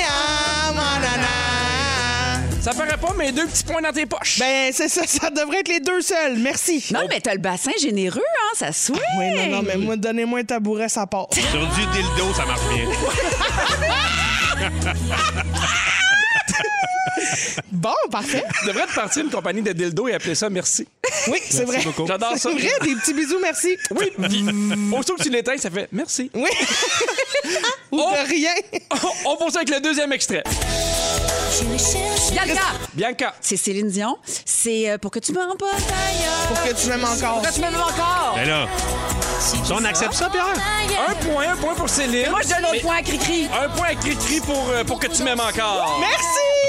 Speaker 3: Ah, ma, na, na.
Speaker 2: Oh! Ça paraît pas, mais deux petits points dans tes poches.
Speaker 3: Ben, c'est ça, ça devrait être les deux seuls. Merci.
Speaker 5: Non, mais t'as le bassin généreux, hein, ça souhaite.
Speaker 3: Oui, Ah non, non, mais moi, donnez-moi un tabouret, ça part.
Speaker 4: Sur du dildo, ça marche bien.
Speaker 3: Bon, parfait.
Speaker 2: Tu devrais te partir une compagnie de dildo et appeler ça merci.
Speaker 3: Oui, c'est vrai.
Speaker 2: J'adore ça.
Speaker 3: C'est vrai, des petits bisous, merci.
Speaker 2: Oui, puis aussitôt que tu l'éteins, ça fait merci.
Speaker 3: Oui. Ou
Speaker 2: Oh.
Speaker 3: de rien.
Speaker 2: On poursuit avec le deuxième extrait.
Speaker 5: Bianca!
Speaker 2: Bianca.
Speaker 5: C'est Céline Dion. C'est euh, pour que tu me rends pas
Speaker 3: Oh.
Speaker 5: d'ailleurs.
Speaker 3: Pour que tu m'aimes encore.
Speaker 5: Pour que tu m'aimes encore.
Speaker 4: Mais Ben là, ça, on accepte ça, Pierre?
Speaker 2: Un point, un point pour Céline.
Speaker 5: Moi, je donne
Speaker 2: Mais
Speaker 5: l'autre point à Cricri.
Speaker 2: Un point à Cricri pour, euh, pour que tu m'aimes encore.
Speaker 3: Merci!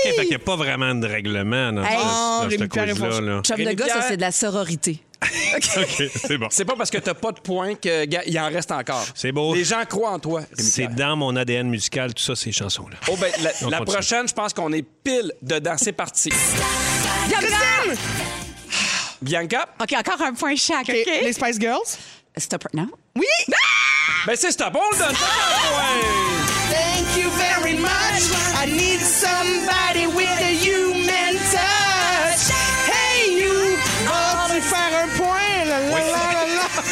Speaker 4: OK, fait qu'il n'y a pas vraiment de règlement dans
Speaker 5: Hey.
Speaker 3: Ah,
Speaker 4: ce- dans
Speaker 3: Rémi
Speaker 4: cette
Speaker 3: Pierre
Speaker 4: quiz-là.
Speaker 3: Lafontaine.
Speaker 4: là.
Speaker 5: Chum de
Speaker 2: Rémi
Speaker 5: gars, ça,
Speaker 2: Pierre.
Speaker 5: c'est de la sororité.
Speaker 4: OK, c'est bon.
Speaker 2: C'est pas parce que t'as pas de points qu'il en reste encore.
Speaker 4: C'est beau.
Speaker 2: Les gens croient en toi. Rémi
Speaker 4: C'est
Speaker 2: Pierre.
Speaker 4: dans mon ADN musical, tout ça, ces chansons-là.
Speaker 2: Oh, ben, la,
Speaker 4: On
Speaker 2: la
Speaker 4: continue.
Speaker 2: prochaine, je pense qu'on est pile dedans. C'est parti.
Speaker 3: Christine!
Speaker 2: Bianca,
Speaker 5: OK, encore un point chaque,
Speaker 3: OK, Les Spice Girls.
Speaker 5: Stop right now.
Speaker 3: Oui!
Speaker 2: ben c'est stop. On le donne. Ouais.
Speaker 3: Thank you very much. I need somebody with a human touch. Hey, you! Vas-tu faire un point? La, la, la,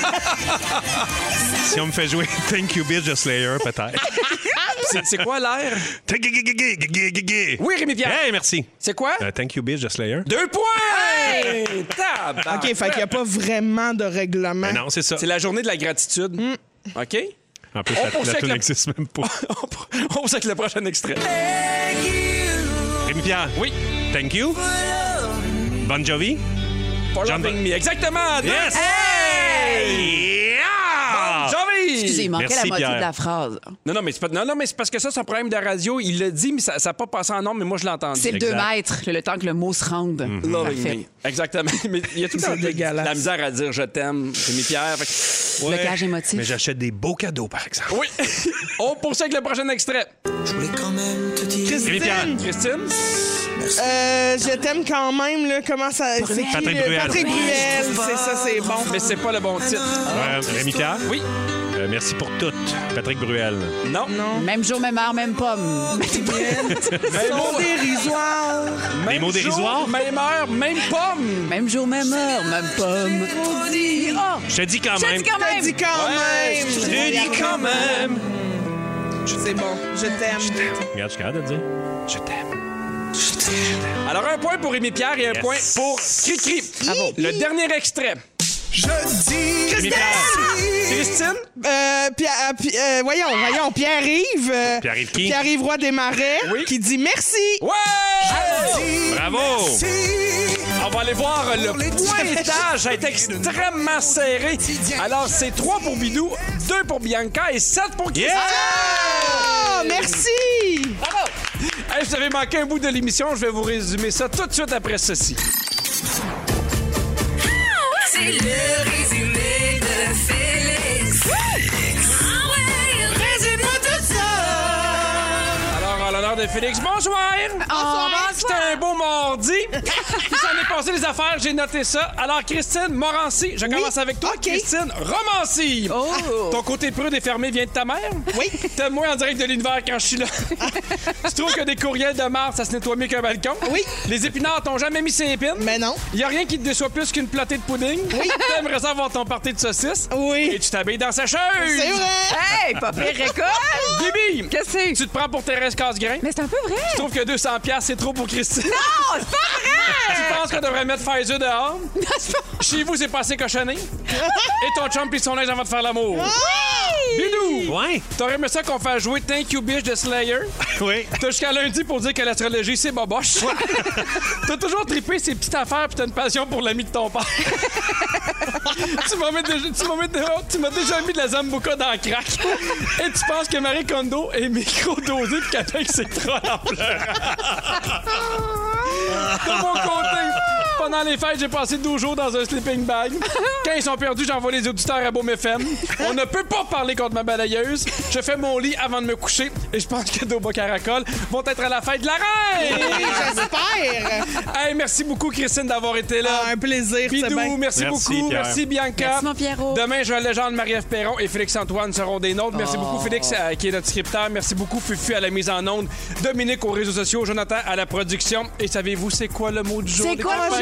Speaker 3: la, la.
Speaker 4: Si on me fait jouer Thank You Bitch de Slayer, peut-être.
Speaker 2: C'est- C'est quoi l'air? Oui, Rémi Pierre.
Speaker 4: Hey, merci.
Speaker 2: C'est quoi?
Speaker 4: Euh, thank You Bitch de Slayer.
Speaker 2: Deux points! Tabarnak.
Speaker 3: OK, fait qu'il n'y a pas vraiment de règlement.
Speaker 4: Mais Ben non, c'est ça.
Speaker 2: C'est la journée de la gratitude. OK?
Speaker 4: En plus,
Speaker 2: On
Speaker 4: la,
Speaker 2: poursuit
Speaker 4: la
Speaker 2: avec
Speaker 4: tune
Speaker 2: la-
Speaker 4: n'existe même pas.
Speaker 2: on pr- on sait que le prochain extrait.
Speaker 4: Rémi Pierre.
Speaker 2: Oui.
Speaker 4: Thank You. Bon Jovi.
Speaker 2: For
Speaker 4: John
Speaker 2: loving me. Exactement! Deux-
Speaker 4: Yes!
Speaker 2: Hey! Ah!
Speaker 4: Yeah!
Speaker 2: Jovi!
Speaker 5: Excusez, il manquait
Speaker 4: Merci,
Speaker 5: la moitié
Speaker 4: Pierre.
Speaker 5: de la phrase.
Speaker 2: Non, non, mais c'est pas- non, non, mais c'est parce que ça, c'est un problème de radio. Il l'a dit, mais ça n'a pas passé en nombre, mais moi, je l'ai entendu.
Speaker 5: C'est le
Speaker 4: Exact. Mhm.
Speaker 5: deux mètres, le temps que le mot se rende.
Speaker 2: Loving
Speaker 5: Parfait.
Speaker 2: me. Exactement. Mais il y a tout le temps
Speaker 3: C'est
Speaker 2: de la
Speaker 3: dégueulasse.
Speaker 2: la misère à dire je t'aime, Rémi Pierre. Fait que-
Speaker 5: Blocage émotif.
Speaker 4: Mais j'achète des beaux cadeaux, par exemple.
Speaker 2: Oui! on poursuit avec le prochain extrait.
Speaker 4: Rémi Pierre.
Speaker 3: Christine,
Speaker 2: Christine?
Speaker 3: euh, je t'aime quand même, là. Comment ça. c'est qui,
Speaker 4: Patrick
Speaker 3: le-
Speaker 4: Bruel.
Speaker 3: Patrick Bruel, c'est ça, c'est bon.
Speaker 2: Mais c'est pas le bon titre.
Speaker 4: Euh, Rémi Pierre.
Speaker 2: Oui?
Speaker 4: Euh, merci pour tout. Patrick Bruel.
Speaker 2: Non? Non.
Speaker 5: Même jour, même heure, même pomme.
Speaker 2: Même mot,
Speaker 3: Dérisoire.
Speaker 2: même
Speaker 4: mots
Speaker 2: jour,
Speaker 4: dérisoires?
Speaker 2: Même heure, même pomme.
Speaker 5: Même jour, même heure, même pomme. Oh,
Speaker 4: Je te
Speaker 2: Ah,
Speaker 4: dis quand
Speaker 5: je te
Speaker 4: même.
Speaker 5: dis quand
Speaker 3: T'as
Speaker 5: même.
Speaker 3: dit quand même.
Speaker 4: Je te dis quand même.
Speaker 3: C'est bon, je t'aime.
Speaker 4: Regarde, je suis capable de le dire. Je t'aime.
Speaker 2: Alors, un point pour Rémi Pierre et un
Speaker 4: Yes.
Speaker 2: point pour Cricri. Bravo. Le dernier extrait.
Speaker 4: Rémi Pierre.
Speaker 2: Christine?
Speaker 3: Euh, Pierre- euh, Pi- euh, voyons, voyons, Pierre-Yves. euh,
Speaker 4: Pierre-Yves qui?
Speaker 3: Pierre-Yves Roy des Marais,
Speaker 2: Oui.
Speaker 3: qui dit merci.
Speaker 2: Ouais! Ah
Speaker 4: Bravo.
Speaker 2: On va aller voir le pointage est extrêmement serré. Alors, c'est 3 pour Bidou, 2 pour Bianca et 7 pour Christine.
Speaker 3: Ah, merci.
Speaker 2: Bravo! Hey, vous avez manqué un bout de l'émission, je vais vous résumer ça tout de suite après ceci.
Speaker 1: C'est le résumé de Félix. Ah ouais, résume-moi tout ça.
Speaker 2: Alors, à l'honneur de Félix, bonsoir! Bonsoir! C'était un beau mardi. Puis s'en est passé les affaires, j'ai noté ça. Alors, Christine Morancy, je commence avec toi.
Speaker 3: OK.
Speaker 2: Christine Romancy!
Speaker 5: Oh.
Speaker 2: Ton côté prude et fermé vient de ta mère?
Speaker 3: Oui.
Speaker 2: T'aimes moins en direct de l'univers quand je suis là. tu trouves que des courriels de mars, ça se nettoie mieux qu'un balcon?
Speaker 3: Oui.
Speaker 2: Les épinards t'ont jamais mis ses épines?
Speaker 3: Mais non.
Speaker 2: Il a rien qui te déçoit plus qu'une platée de pudding. Oui. T'aimerais ça avoir ton party de saucisse.
Speaker 3: Oui.
Speaker 2: Et tu t'habilles dans sa chaise.
Speaker 3: C'est vrai.
Speaker 5: Hey, pas pire récolte.
Speaker 2: Bibi!
Speaker 5: Qu'est-ce que c'est?
Speaker 2: Tu te prends pour Thérèse Casgrain?
Speaker 5: Mais c'est un peu vrai.
Speaker 2: Tu trouves que 200 pièces c'est trop pour Christine?
Speaker 5: Non, c'est pas vrai.
Speaker 2: Tu penses qu'on devrait mettre Pfizer dehors?
Speaker 5: Non, c'est pas
Speaker 2: Chez vous, c'est passé cochonné. Et ton chum pis son linge avant de faire l'amour. Bidou!
Speaker 4: Ouais.
Speaker 2: T'aurais aimé ça qu'on fasse jouer Thank You Bitch de Slayer?
Speaker 4: Oui.
Speaker 2: T'as jusqu'à lundi pour dire que l'astrologie, c'est boboche. t'as toujours trippé ces petites affaires puis t'as une passion pour l'ami de ton père. tu m'as mis déjà- tu m'as mis déjà- tu m'as déjà mis de la Zambuca dans le crack. Et tu penses que Marie Kondo est micro-dosée puis qu'elle fait que c'est trop en pleurant. De mon côté, pendant les fêtes, j'ai passé 12 jours dans un sleeping bag. Quand ils sont perdus, j'envoie les auditeurs à Baume FM. On ne peut pas parler contre ma balayeuse. Je fais mon lit avant de me coucher et je pense que Doba Caracol vont être à la fête de la reine.
Speaker 3: J'espère.
Speaker 2: Hey, merci beaucoup, Christine, d'avoir été là.
Speaker 3: Ah, un plaisir. c'est
Speaker 2: Bidou,
Speaker 3: bien.
Speaker 2: merci,
Speaker 4: Merci,
Speaker 2: beaucoup.
Speaker 4: Pierre.
Speaker 2: Merci, Bianca.
Speaker 5: Merci, mon Pierrot.
Speaker 2: Demain, Joël Legendre, Marie-Ève Perron et Félix-Antoine seront des nôtres. Merci
Speaker 5: Oh.
Speaker 2: beaucoup, Félix, euh, qui est notre scripteur. Merci beaucoup, Fufu, à la mise en onde. Dominique aux réseaux sociaux. Jonathan, à la production. Et savez-vous, c'est quoi le mot du jour?
Speaker 5: C'est
Speaker 2: les
Speaker 5: quoi le
Speaker 3: Ah,
Speaker 2: copains?